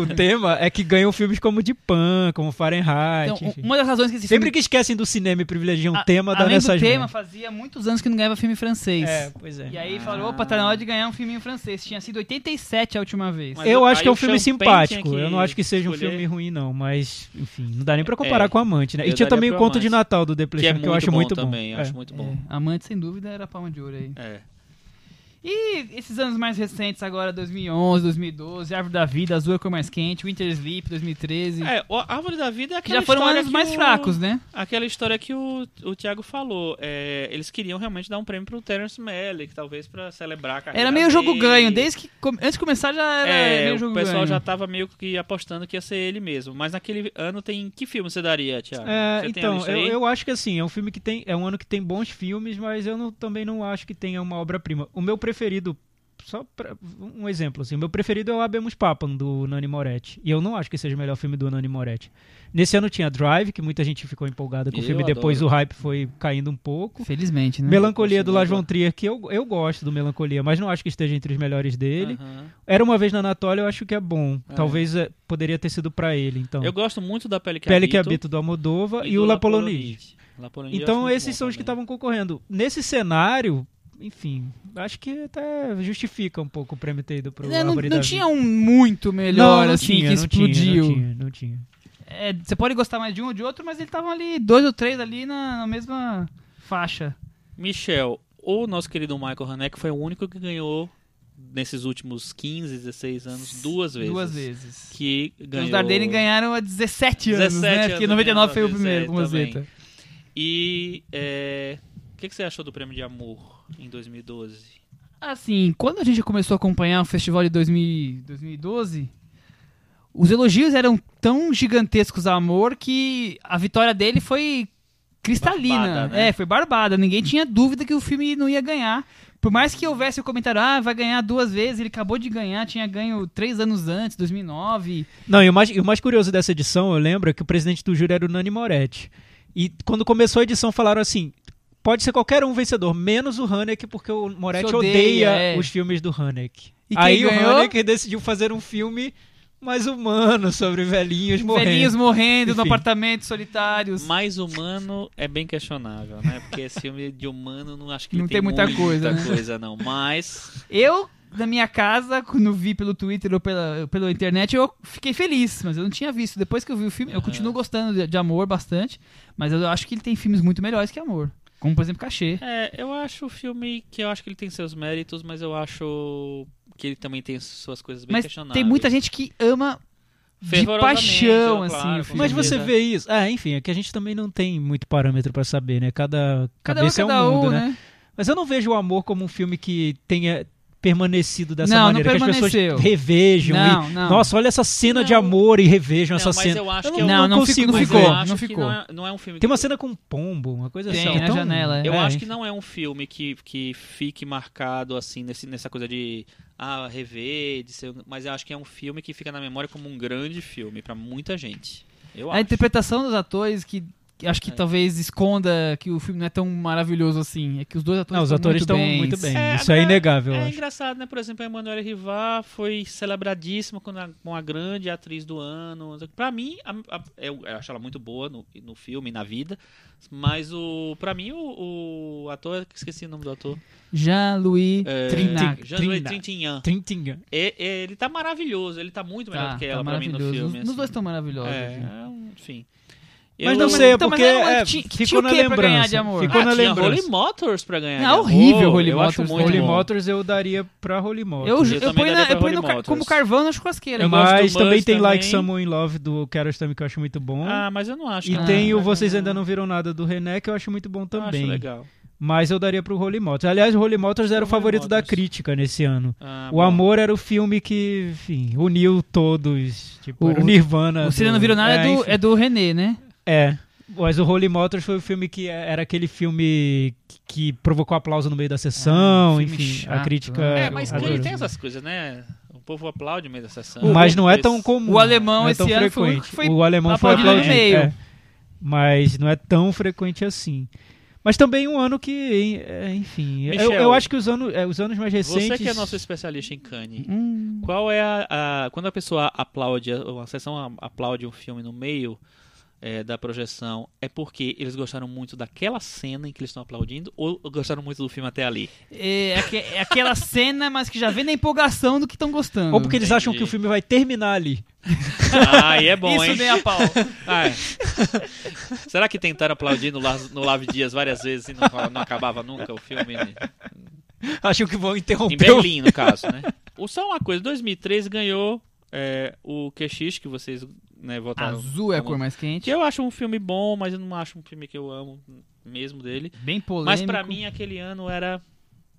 S3: o tema é que ganham filmes como de Pan, como Fahrenheit.
S2: Então,
S3: enfim.
S2: uma das razões que esse
S3: Sempre
S2: filme.
S3: que esquecem do cinema e privilegiam
S2: a-
S3: o tema, dá
S2: além do
S3: nessas
S2: tema,
S3: merdas.
S2: fazia muitos anos que não ganhava filme francês.
S3: É, pois é.
S2: E aí falaram, opa, tá na hora de ganhar um filminho francês. Tinha sido 87 a última vez.
S4: Mas
S3: Eu
S4: o-
S3: acho
S4: aí
S3: que é um
S4: o
S3: filme
S4: Champagne tinha
S3: simpático.
S4: que
S3: Eu não acho que seja um
S4: escolher.
S3: filme ruim, não. Mas, enfim, não dá nem pra comparar
S4: É.
S3: com Amante, né? E
S4: Eu
S3: tinha
S4: daria
S3: também o
S4: pro
S3: Conto de
S4: Amante.
S3: Natal do The
S4: que
S3: Placement,
S4: é muito
S3: que eu acho
S4: bom
S3: muito bom.
S4: também. eu
S3: É.
S4: Acho muito bom.
S2: É, Amante, sem dúvida, era a palma de ouro aí.
S4: É.
S2: E esses anos mais recentes agora, 2011, 2012, Árvore da Vida, Azul é a Cor Mais Quente, Winter Sleep, 2013.
S4: É, o Árvore da Vida é
S2: que
S4: aquela
S2: já foram
S4: história
S2: anos
S4: que
S2: mais
S4: o-
S2: fracos, né?
S4: Aquela história que o, o Thiago falou. é, eles queriam realmente dar um prêmio pro Terence Malick, talvez pra celebrar a carreira
S2: Era meio jogo
S4: dele.
S2: ganho, desde que. come- Antes de começar já era
S4: É,
S2: meio
S4: o
S2: jogo
S4: pessoal
S2: ganho.
S4: já tava meio que apostando que ia ser ele mesmo. Mas naquele ano tem... Que filme você daria, Thiago?
S3: É,
S4: Você tem a
S3: então,
S4: lista
S3: eu,
S4: aí?
S3: eu acho que assim, é um filme que tem. É um ano que tem bons filmes, mas eu não- também não acho que tenha uma obra-prima. O meu preferido, só pra, um exemplo, assim, o meu preferido é o Habemus Papam, do Nani Moretti. E eu não acho que seja o melhor filme do Nani Moretti. Nesse ano tinha Drive, que muita gente ficou empolgada com o
S4: Eu
S3: filme, depois o
S4: adoro. Hum,
S3: hype foi caindo um pouco.
S2: Felizmente, né?
S3: Melancolia do
S4: Continua.
S3: Lars von Trier, que eu, eu gosto do Melancolia, mas não acho que esteja entre os melhores dele.
S4: Aham.
S3: Era uma vez na Anatólia, eu acho que é bom.
S4: Ah, é.
S3: Talvez eh, poderia ter sido pra ele, então.
S4: Eu gosto muito da Pele que
S3: Pele que
S4: Habito.
S3: Habito do Almodova e,
S4: do
S3: o
S4: La
S3: La Polonise.
S4: Polonise. La Polonise eu acho
S3: Então
S4: muito
S3: esses
S4: bom
S3: são os que
S4: também.
S3: estavam concorrendo. Nesse cenário, enfim, acho que até justifica um pouco o prêmio ter ido pro
S2: É, não,
S3: Árvore
S2: não
S3: da
S2: tinha
S3: Vida.
S2: um muito melhor,
S3: Não, não
S2: assim,
S3: tinha,
S2: que
S3: não tinha,
S2: explodiu.
S3: Não tinha, não tinha.
S2: É, você pode gostar mais de um ou de outro, mas eles estavam ali, dois ou três ali na, na mesma faixa.
S4: Michel, o nosso querido Michael Haneke foi o único que ganhou nesses últimos 15, 16 anos duas vezes.
S2: Duas vezes.
S4: Que ganhou.
S2: Os Dardenne ganharam há 17 anos,
S4: 17
S2: né? Porque
S4: anos,
S2: 99 foi o
S4: né?
S2: primeiro, com o
S4: Também.
S2: Zeta.
S4: E é, o que, que você achou do prêmio de amor em 2012?
S2: Assim, quando a gente começou a acompanhar o festival de 2000 2012, os elogios eram tão gigantescos a amor que a vitória dele foi cristalina.
S4: Barbada, né?
S2: É, foi barbada. Ninguém tinha dúvida que o filme não ia ganhar. Por mais que houvesse o comentário, ah, vai ganhar duas vezes, ele acabou de ganhar, tinha ganho três anos antes, 2009.
S3: Não, e o mais, e o mais curioso dessa edição, eu lembro, é que o presidente do júri era o Nani Moretti. E quando começou a edição, falaram assim: pode ser qualquer um vencedor, menos o Hanek, porque o Moretti
S2: Se
S3: odeia,
S2: odeia, é.
S3: os filmes do Hanek.
S2: E quem
S3: Aí o
S2: ganhou?
S3: Hanek decidiu fazer um filme mais humano sobre velhinhos morrendo.
S2: Velhinhos morrendo no
S3: Enfim.
S2: apartamento, solitários.
S4: Mais humano é bem questionável, né? Porque esse filme de humano não acho que ele
S2: Não tem muita coisa, né?
S4: coisa, não. Mas
S2: Eu, na minha casa, quando vi pelo Twitter ou pela, pela internet, eu fiquei feliz, mas eu não tinha visto. Depois que eu vi o filme,
S4: É.
S2: eu continuo gostando de, de Amor bastante, mas eu acho que ele tem filmes muito melhores que Amor. Como, por exemplo, Cachê.
S4: é, eu acho o filme que eu acho que ele tem seus méritos, mas eu acho que ele também tem suas coisas bem
S2: Mas
S4: questionáveis.
S2: tem muita gente que ama de
S4: Fervorosamente,
S2: paixão,
S4: ó, claro,
S2: assim, o
S4: com
S2: filme.
S3: Mas
S4: certeza.
S3: você vê isso. Ah, enfim, é que a gente também não tem muito parâmetro pra saber, né? Cada
S2: Cada um,
S3: cabeça
S2: cada
S3: é um
S2: um,
S3: mundo, né?
S2: né?
S3: Mas eu não vejo o amor como um filme que tenha permanecido dessa
S2: Não, não
S3: maneira, que as
S2: permaneceu.
S3: pessoas revejam
S2: Não,
S3: e
S2: não.
S3: nossa, olha essa cena de
S4: Não.
S3: amor e revejam essa
S4: não, mas
S3: cena.
S4: eu acho
S3: Eu
S4: que
S3: não-
S4: é um-
S2: não, não
S3: consigo
S2: ficou, não
S3: ver.
S4: mas
S2: ficou,
S4: eu acho
S2: não
S4: que
S2: ficou.
S4: Não é, não é um filme
S3: Tem uma
S4: que-
S3: cena com um pombo, uma coisa
S2: Tem,
S3: assim.
S2: na janela, é.
S3: é.
S4: Eu acho que não é um filme que, que fique marcado assim nesse, nessa coisa de ah, rever, de ser, mas eu acho que é um filme que fica na memória como um grande filme pra muita gente. Eu
S2: A
S4: acho.
S2: interpretação dos atores que. que Acho que
S4: É.
S2: talvez esconda que o filme não é tão maravilhoso assim. É que os dois atores
S3: Não, os
S2: estão
S3: atores estão
S2: bem.
S3: muito bem.
S4: É,
S3: Isso é
S4: agora,
S3: inegável, eu
S4: É
S3: acho.
S4: engraçado, né? Por exemplo, a Emanuela Rivar foi celebradíssima como a, como a grande atriz do ano. Pra mim, a- a- eu, eu acho ela muito boa no, no filme, na vida. Mas o, pra mim, o, o ator, esqueci o nome do ator.
S2: Jean-Louis
S4: É,
S2: Trinac.
S4: Jean-Louis
S2: Trinac.
S4: Trintignant.
S3: Trintinga.
S4: E- ele tá maravilhoso, ele tá muito melhor do que ela pra mim no
S2: Ah, maravilhoso.
S4: filme.
S2: Os, os
S4: assim.
S2: dois estão maravilhosos.
S4: É,
S2: né?
S4: é um- enfim.
S3: Mas não
S4: Eu-
S3: sei, é
S2: então, mas
S3: porque
S2: era uma-
S3: é,
S2: tinha- tinha
S3: ficou
S2: o
S3: na
S2: quê pra ganhar
S3: lembrança.
S2: de amor?
S3: Ficou
S4: ah,
S3: na
S4: tinha
S3: lembrança.
S4: Holy Motors pra ganhar.
S2: É
S4: de
S2: horrível
S4: amor.
S2: Holy
S4: eu
S2: Motors,
S4: Acho muito
S3: Holy
S4: bom.
S3: Ah, Motors eu daria pra Holy Motors.
S2: Eu,
S4: Eu
S2: eu
S4: também
S2: ponho, na,
S4: daria pra
S2: eu ponho no
S4: Holy
S2: ca-
S4: Motors.
S2: como carvão na churrasqueira.
S4: Eu gosto
S3: mas
S4: do
S3: também
S4: Muzz
S3: tem Like
S4: também.
S3: Someone in Love do Kerastami que eu acho muito bom.
S4: Ah, mas eu não acho.
S3: e
S4: que-
S3: tem
S4: Ah,
S3: o Vocês
S4: eu
S3: Ainda Não Viram Nada do René que eu acho muito bom
S4: Acho
S3: também.
S4: legal.
S3: Mas eu daria pro Holy Motors. Aliás, o Holy Motors era o
S4: Holy
S3: favorito da
S4: Motors.
S3: crítica nesse ano.
S4: Ah,
S3: o
S4: bom.
S3: Amor era o filme que, enfim, uniu todos. Tipo,
S2: O-
S3: era o Nirvana.
S2: O Você Não Viram Nada é do,
S3: enfim.
S2: é do René, né?
S3: É. Mas o Holy Motors foi o filme que é, era aquele filme que provocou aplauso no meio da sessão,
S2: filme
S3: enfim, a
S2: chato,
S3: crítica.
S2: né?
S4: É, mas
S2: adoro
S4: ele
S3: adorou.
S4: tem essas coisas, né? O povo aplaude meio da sessão.
S3: Mas não é
S4: Depois-
S3: tão comum.
S2: O alemão
S3: não é
S2: esse
S3: tão
S2: ano foi o
S3: frequente.
S2: único que foi
S3: o alemão foi
S2: aplaudido no
S3: aplaudido.
S2: meio.
S3: é. Mas não é tão frequente assim. Mas também um ano que, em- é, enfim, eu- eu,
S4: Michel,
S3: acho que os anos, é, os anos mais recentes.
S4: Você que é nosso especialista em Cannes,
S3: Hum.
S4: qual é a, a- Quando a pessoa aplaude, uma sessão a- aplaude um filme no meio é, da projeção, é porque eles gostaram muito daquela cena em que eles estão aplaudindo ou gostaram muito do filme
S3: *laughs*
S4: até ali?
S2: É, aque- é aquela cena, mas que já vem na empolgação do que estão gostando.
S3: Ou porque eles acham
S4: Entendi.
S3: que o filme vai terminar ali. *laughs*
S4: Ah, aí é bom,
S2: Isso
S4: hein? *laughs*
S2: nem *laughs* a pau.
S4: Ah, é. Será que tentaram aplaudir no, Las- no Lave Dias várias vezes e não, não acabava nunca o filme?
S3: Acham que vão
S4: Em
S3: interromper. o-
S4: Berlim, no caso, né? Ou só uma coisa, 2013 ganhou é, o QX, que vocês né,
S3: Tá.
S4: votaram.
S2: Azul é a
S4: como-
S2: cor mais
S4: Que
S2: quente.
S4: eu acho um filme bom, mas eu não acho um filme que eu amo mesmo dele.
S2: Bem polêmico.
S4: Mas pra mim, aquele ano era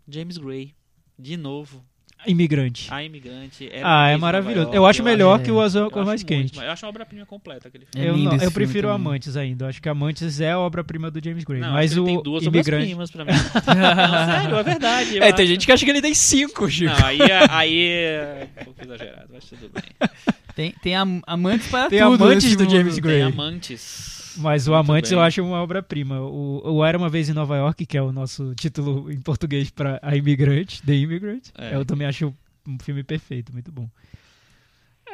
S4: James Gray. De novo,
S3: Imigrante.
S4: a imigrante. era
S3: Ah, é
S4: mesmo
S3: maravilhoso.
S4: Nova York,
S3: Eu acho melhor
S2: é.
S3: que o Azul é a
S4: eu
S3: Cor
S4: acho
S3: Mais
S4: muito,
S3: Quente.
S4: mas Eu acho uma obra-prima completa aquele filme.
S2: É
S3: eu
S2: lindo
S3: não-
S2: esse
S3: eu
S2: filme
S3: prefiro
S2: também.
S3: Amantes ainda. Eu Acho que Amantes é a obra-prima do James Gray.
S4: Não,
S3: mas
S4: acho que
S3: o
S4: ele tem duas
S3: Imigrante.
S4: obras-primas pra mim. *laughs* não, sério, é verdade. eu acho.
S3: que acha que ele tem cinco, Chico.
S4: Não, aí, é- aí é um pouco exagerado, mas tudo bem.
S2: Tem, tem am- amantes para
S3: Tem
S2: tudo.
S3: amantes
S2: nesse
S3: do
S2: mundo.
S3: James Gray.
S4: Tem amantes.
S3: Mas o
S4: Muito
S3: Amantes
S4: bem.
S3: eu acho uma obra-prima. O, o Era Uma Vez em Nova York, que é o nosso título em português para A Imigrante, The Immigrant,
S4: É.
S3: eu também acho um filme perfeito, muito bom.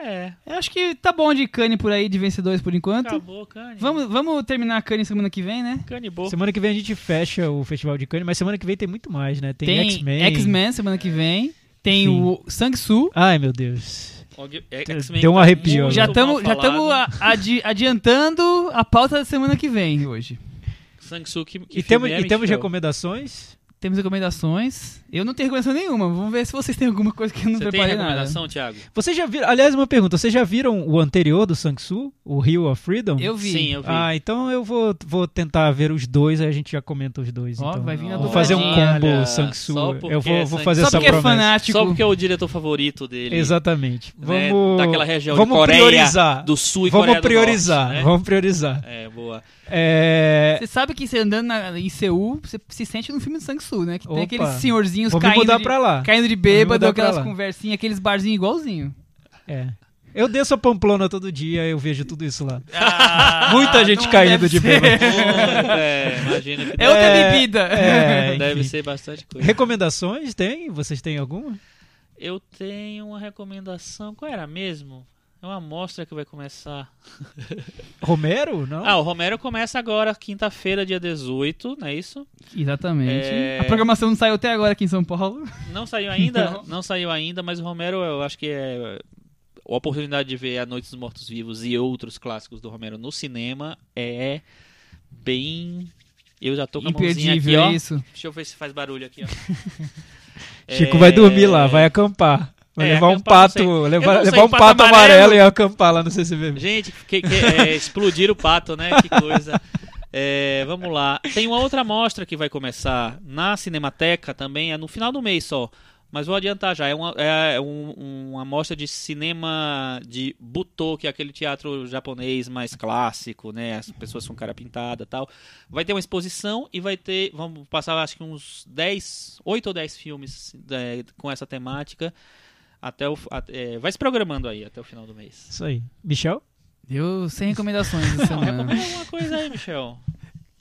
S4: É,
S2: Eu acho que tá bom de cane por aí, de vencedores por enquanto.
S4: acabou, Cane.
S2: Vamos, vamos terminar a cane semana que vem, né?
S4: Canibou.
S3: Semana que vem a gente fecha o Festival de Cannes, mas semana que vem tem muito mais, né? Tem, X-Men.
S2: X-Men semana que vem. Tem
S3: Sim.
S2: o Sang-Su.
S3: Ai, meu Deus.
S4: X-Men
S3: Deu um
S4: tá
S3: arrepio
S4: muito
S2: Já
S3: agora.
S2: estamos
S4: mal
S2: já
S4: falado.
S2: tamo a- adi- adiantando a pauta da semana que vem hoje.
S4: Sang-Soo, que, que
S3: E temos,
S4: filme é,
S3: e temos
S4: Michel?
S3: recomendações?
S2: Temos recomendações. Eu não tenho recomendação nenhuma. Vamos ver se vocês têm alguma coisa que eu não
S4: Você tem
S2: preparei nada.
S4: recomendação, Thiago?
S3: Vocês já viram, aliás, uma pergunta, vocês já viram o anterior do Sang-Soo, o Rio of Freedom?
S2: Eu vi.
S4: Sim, eu vi.
S3: Ah, então eu vou, vou tentar ver os dois, aí a gente já comenta os dois.
S2: Ó,
S3: então.
S2: vai vir na
S3: vou fazer um
S2: dobradinha.
S3: combo
S4: Olha,
S3: Sang-Soo.
S4: só porque
S3: Eu vou,
S4: é
S3: vou fazer
S4: Sang-Soo.
S2: Só
S3: essa
S2: porque é
S3: promessa.
S2: fanático.
S4: Só porque é o diretor favorito
S3: *laughs*
S4: dele.
S3: Exatamente.
S4: né,
S3: Vamos,
S4: Daquela região
S3: vamos
S4: de Coreia
S3: priorizar.
S4: do Sul e
S3: vamos
S4: Coreia
S3: priorizar.
S4: do Norte, né?
S3: Vamos priorizar.
S2: *laughs*
S4: É, boa.
S3: É,
S2: Você sabe que você andando na- em Seul, você se sente no filme do Sang-Soo, né? Que
S3: Opa.
S2: tem aqueles senhorzinhos
S3: vamos
S2: caindo
S3: mudar
S2: de,
S3: pra lá.
S2: caindo de
S3: Vamos
S2: bêbado,
S3: mudar pra
S2: aquelas
S3: lá.
S2: conversinhas, aqueles barzinhos igualzinho.
S3: É. Eu desço a Pamplona todo dia, eu vejo tudo isso lá.
S4: Ah,
S3: Muita gente
S2: não
S3: caindo
S2: deve
S3: de
S2: ser.
S3: bêbado.
S4: *laughs* é, imagina que
S2: É outra
S3: É,
S2: bebida.
S3: É,
S4: *laughs* deve, deve
S3: enfim.
S4: ser bastante coisa.
S3: Recomendações tem? Vocês têm alguma?
S4: Eu tenho uma recomendação. Qual era mesmo? É uma amostra que vai começar.
S3: Romero? Não?
S4: Ah, o Romero começa agora, quinta-feira, dia 18, não é isso?
S2: *laughs* Exatamente.
S4: É.
S2: A programação não saiu até agora aqui em São Paulo.
S4: Não saiu ainda?
S2: *laughs* Não.
S4: não. saiu ainda, mas o Romero, eu acho que é. A oportunidade de ver A Noite dos Mortos Vivos e outros clássicos do Romero no cinema é bem. Eu já tô com a mãozinha aqui,
S2: Imperdível,
S4: ó.
S2: é isso.
S4: Deixa eu ver se faz barulho aqui, ó.
S3: Chico
S4: É,
S3: vai dormir lá, vai acampar. Vai
S4: É,
S3: levar um
S4: acampar, não
S3: pato,
S4: sei. Eu
S3: levar,
S4: não sei,
S3: levar um
S4: pato
S3: pato amarelo,
S4: amarelo
S3: e acampar lá no CCBB.
S4: Gente, que, que- é, explodir o pato, né? Que coisa. É, vamos lá. Tem uma outra mostra que vai começar na Cinemateca também, é no final do mês só. Mas vou adiantar já. É uma, é um- uma mostra de cinema de Butô, que é aquele teatro japonês mais clássico, né? As pessoas com cara pintada e tal. Vai ter uma exposição e vai ter. Vamos passar acho que uns 10, 8 ou 10 filmes é, com essa temática. Até o, at- é, vai se programando aí até o final do mês.
S3: Isso aí. Michel?
S2: Deu sem recomendações essa semana.
S4: Recomenda alguma coisa aí, Michel.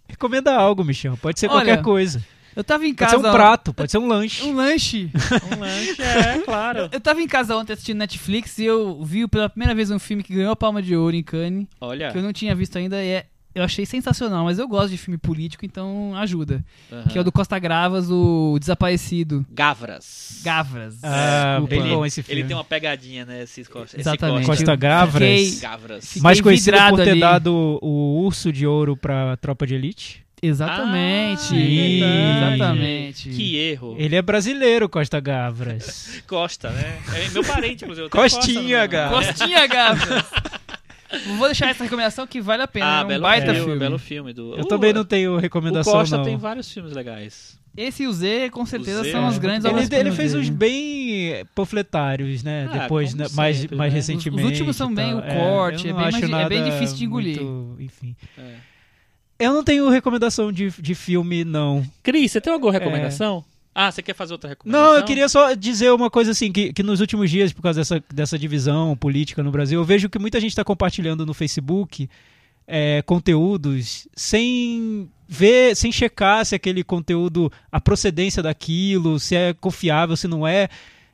S3: Recomenda algo, Michel. Pode ser
S2: Olha,
S3: qualquer coisa.
S2: *laughs* Eu tava em
S3: Pode
S2: casa.
S3: ser um prato, pode ser um lanche.
S2: Um lanche.
S4: Um lanche, é, claro.
S2: Eu tava em casa ontem assistindo Netflix e eu vi pela primeira vez um filme que ganhou a Palma de Ouro em Cannes,
S4: Olha.
S2: que eu não tinha visto ainda e é- eu achei sensacional, mas eu gosto de filme político, então ajuda.
S4: Aham.
S2: Que é o do Costa Gravas, o Desaparecido. É,
S4: Gavras.
S2: Gavras.
S3: Ah,
S2: Desculpa.
S3: bem
S4: É, Ele,
S3: bom esse filme.
S4: ele tem uma pegadinha, né? Esse, Costa- esse
S2: Exatamente.
S4: Costa.
S3: Costa Gavras.
S2: Fiquei-
S4: Gavras.
S2: Fiquei
S3: mais conhecido por
S2: vidrado
S3: ter
S2: ali.
S3: dado o urso de ouro pra tropa de elite.
S2: Exatamente.
S4: Ah, é verdade.
S2: exatamente.
S4: Que erro.
S3: Ele é brasileiro, Costa Gavras.
S4: Costa, né? É meu parente, inclusive. eu tenho
S3: Costinha,
S4: Costa no meu nome.
S3: cara.
S2: Costinha
S4: *laughs*
S2: Gavras. Vou deixar essa recomendação que vale a pena.
S4: Ah,
S2: é um
S4: belo,
S2: baita
S4: filme,
S2: filme.
S4: belo filme. Do...
S3: Eu
S4: Uh,
S3: também não tenho
S4: O
S3: recomendação,
S4: Costa
S3: não.
S4: tem vários filmes legais.
S2: Esse e o Z, com certeza,
S4: O Z,
S2: são as
S4: é.
S2: grandes
S3: Ele,
S2: obras
S3: ele fez uns bem panfletários, né?
S4: Ah,
S3: Depois,
S4: como
S3: né, mais,
S4: sempre,
S3: mais
S4: né?
S3: recentemente.
S2: Os últimos são
S3: e
S2: bem
S3: tal.
S2: o corte,
S3: eu
S2: é
S3: não
S2: bem mais
S3: acho
S2: di- é bem
S3: nada
S2: difícil de engolir.
S3: muito- enfim.
S4: É.
S3: Eu não tenho recomendação de, de filme, não.
S4: Cris, você tem alguma recomendação? Ah, você quer fazer outra recomendação?
S3: Não, eu queria só dizer uma coisa assim, que, que nos últimos dias, por causa dessa, dessa divisão política no Brasil, eu vejo que muita gente está compartilhando no Facebook é, conteúdos sem ver, sem checar se aquele conteúdo, a procedência daquilo, se é confiável, se não é.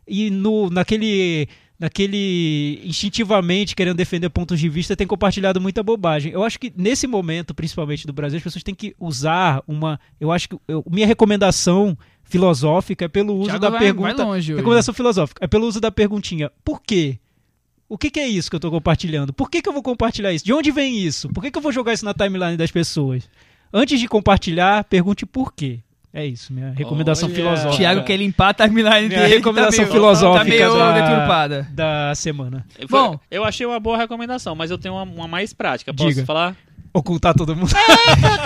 S3: E no, naquele, naquele instintivamente querendo defender pontos de vista, tem compartilhado muita bobagem. Eu acho que nesse momento, principalmente do Brasil, as pessoas têm que usar uma. Eu acho que. eu- minha recomendação filosófica é pelo uso
S2: Thiago
S3: da
S2: vai-
S3: pergunta.
S2: vai longe hoje.
S3: recomendação filosófica é pelo uso da perguntinha. Por quê? O que, que é isso que eu estou compartilhando? Por que, que eu vou compartilhar isso? De onde vem isso? Por que, que eu vou jogar isso na timeline das pessoas? Antes de compartilhar, pergunte por quê. É isso, minha recomendação
S4: Olha.
S3: filosófica.
S2: Thiago quer limpar a timeline
S3: Minha
S2: dele. que
S3: recomendação
S2: tá meio,
S3: filosófica
S2: Tá meio
S3: da-
S2: deturpada.
S3: da semana.
S4: Eu fa-
S2: Bom.
S4: eu achei uma boa recomendação, mas eu tenho uma, uma mais prática. Posso
S3: Diga.
S4: falar?
S3: Ocultar todo mundo.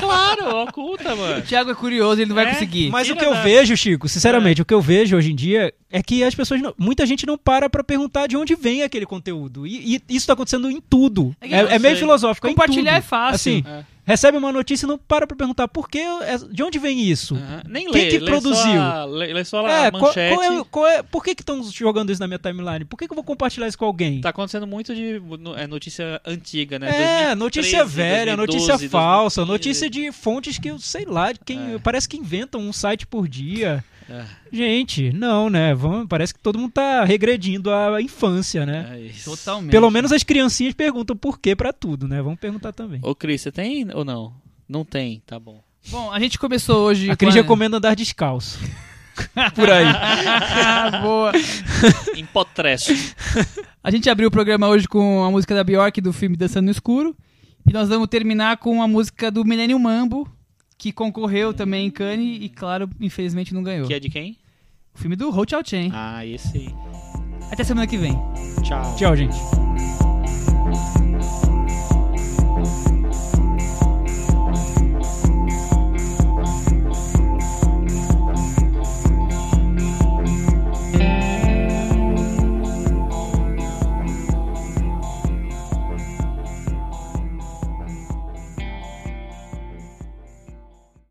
S4: claro, oculta, mano.
S2: O Thiago é curioso, ele não vai
S4: É?
S2: conseguir.
S3: *laughs* Mas o
S4: Tira
S3: que eu
S4: da-
S3: vejo, Chico, sinceramente, o que eu vejo hoje em dia é que as pessoas, não- muita gente não para pra perguntar de onde vem aquele conteúdo. E, e isso tá acontecendo em tudo.
S2: É
S3: É,
S2: que eu
S3: é meio
S4: sei.
S3: filosófico. é em
S2: Compartilhar
S3: tudo.
S2: é fácil.
S3: Assim,
S4: É.
S3: recebe uma notícia e não para pra perguntar por que, é- de onde vem isso.
S4: Aham. Nem
S3: Quem
S4: lê,
S3: que
S4: lê
S3: produziu?
S4: Só a, lê, lê só a
S3: É, qual-
S4: manchete.
S3: qual é- qual é- por que que estão jogando isso na minha timeline? Por que que eu vou compartilhar isso com alguém?
S4: Tá acontecendo muito de no- é, notícia antiga, né?
S3: É,
S4: 2013,
S3: notícia velha,
S4: 2012,
S3: notícia falsa,
S4: 2015.
S3: notícia de fontes que eu sei lá, de quem,
S4: É.
S3: parece que inventam um site por dia.
S4: É.
S3: Gente, não, né? Vamos, parece que todo mundo tá regredindo a infância, né?
S4: É isso.
S2: Totalmente.
S3: Pelo menos as criancinhas perguntam por que pra tudo, né? Vamos perguntar também.
S4: Ô, Cris, você tem ou não? Não tem, tá bom.
S2: Bom, a gente começou hoje.
S3: A Cris
S2: com
S4: é.
S3: recomenda andar descalço. *laughs* por aí.
S2: Ah, *laughs* boa.
S4: Em potresto.
S2: A gente abriu o programa hoje com a música da Bjork do filme Dançando no Escuro. E nós vamos terminar com a música do Millennium Mambo, que concorreu também em Cannes e, claro, infelizmente não ganhou.
S4: que é de quem?
S2: O filme do Ho Chao Chen.
S4: Ah, esse aí.
S2: Até semana que vem.
S4: Tchau.
S3: Tchau, gente.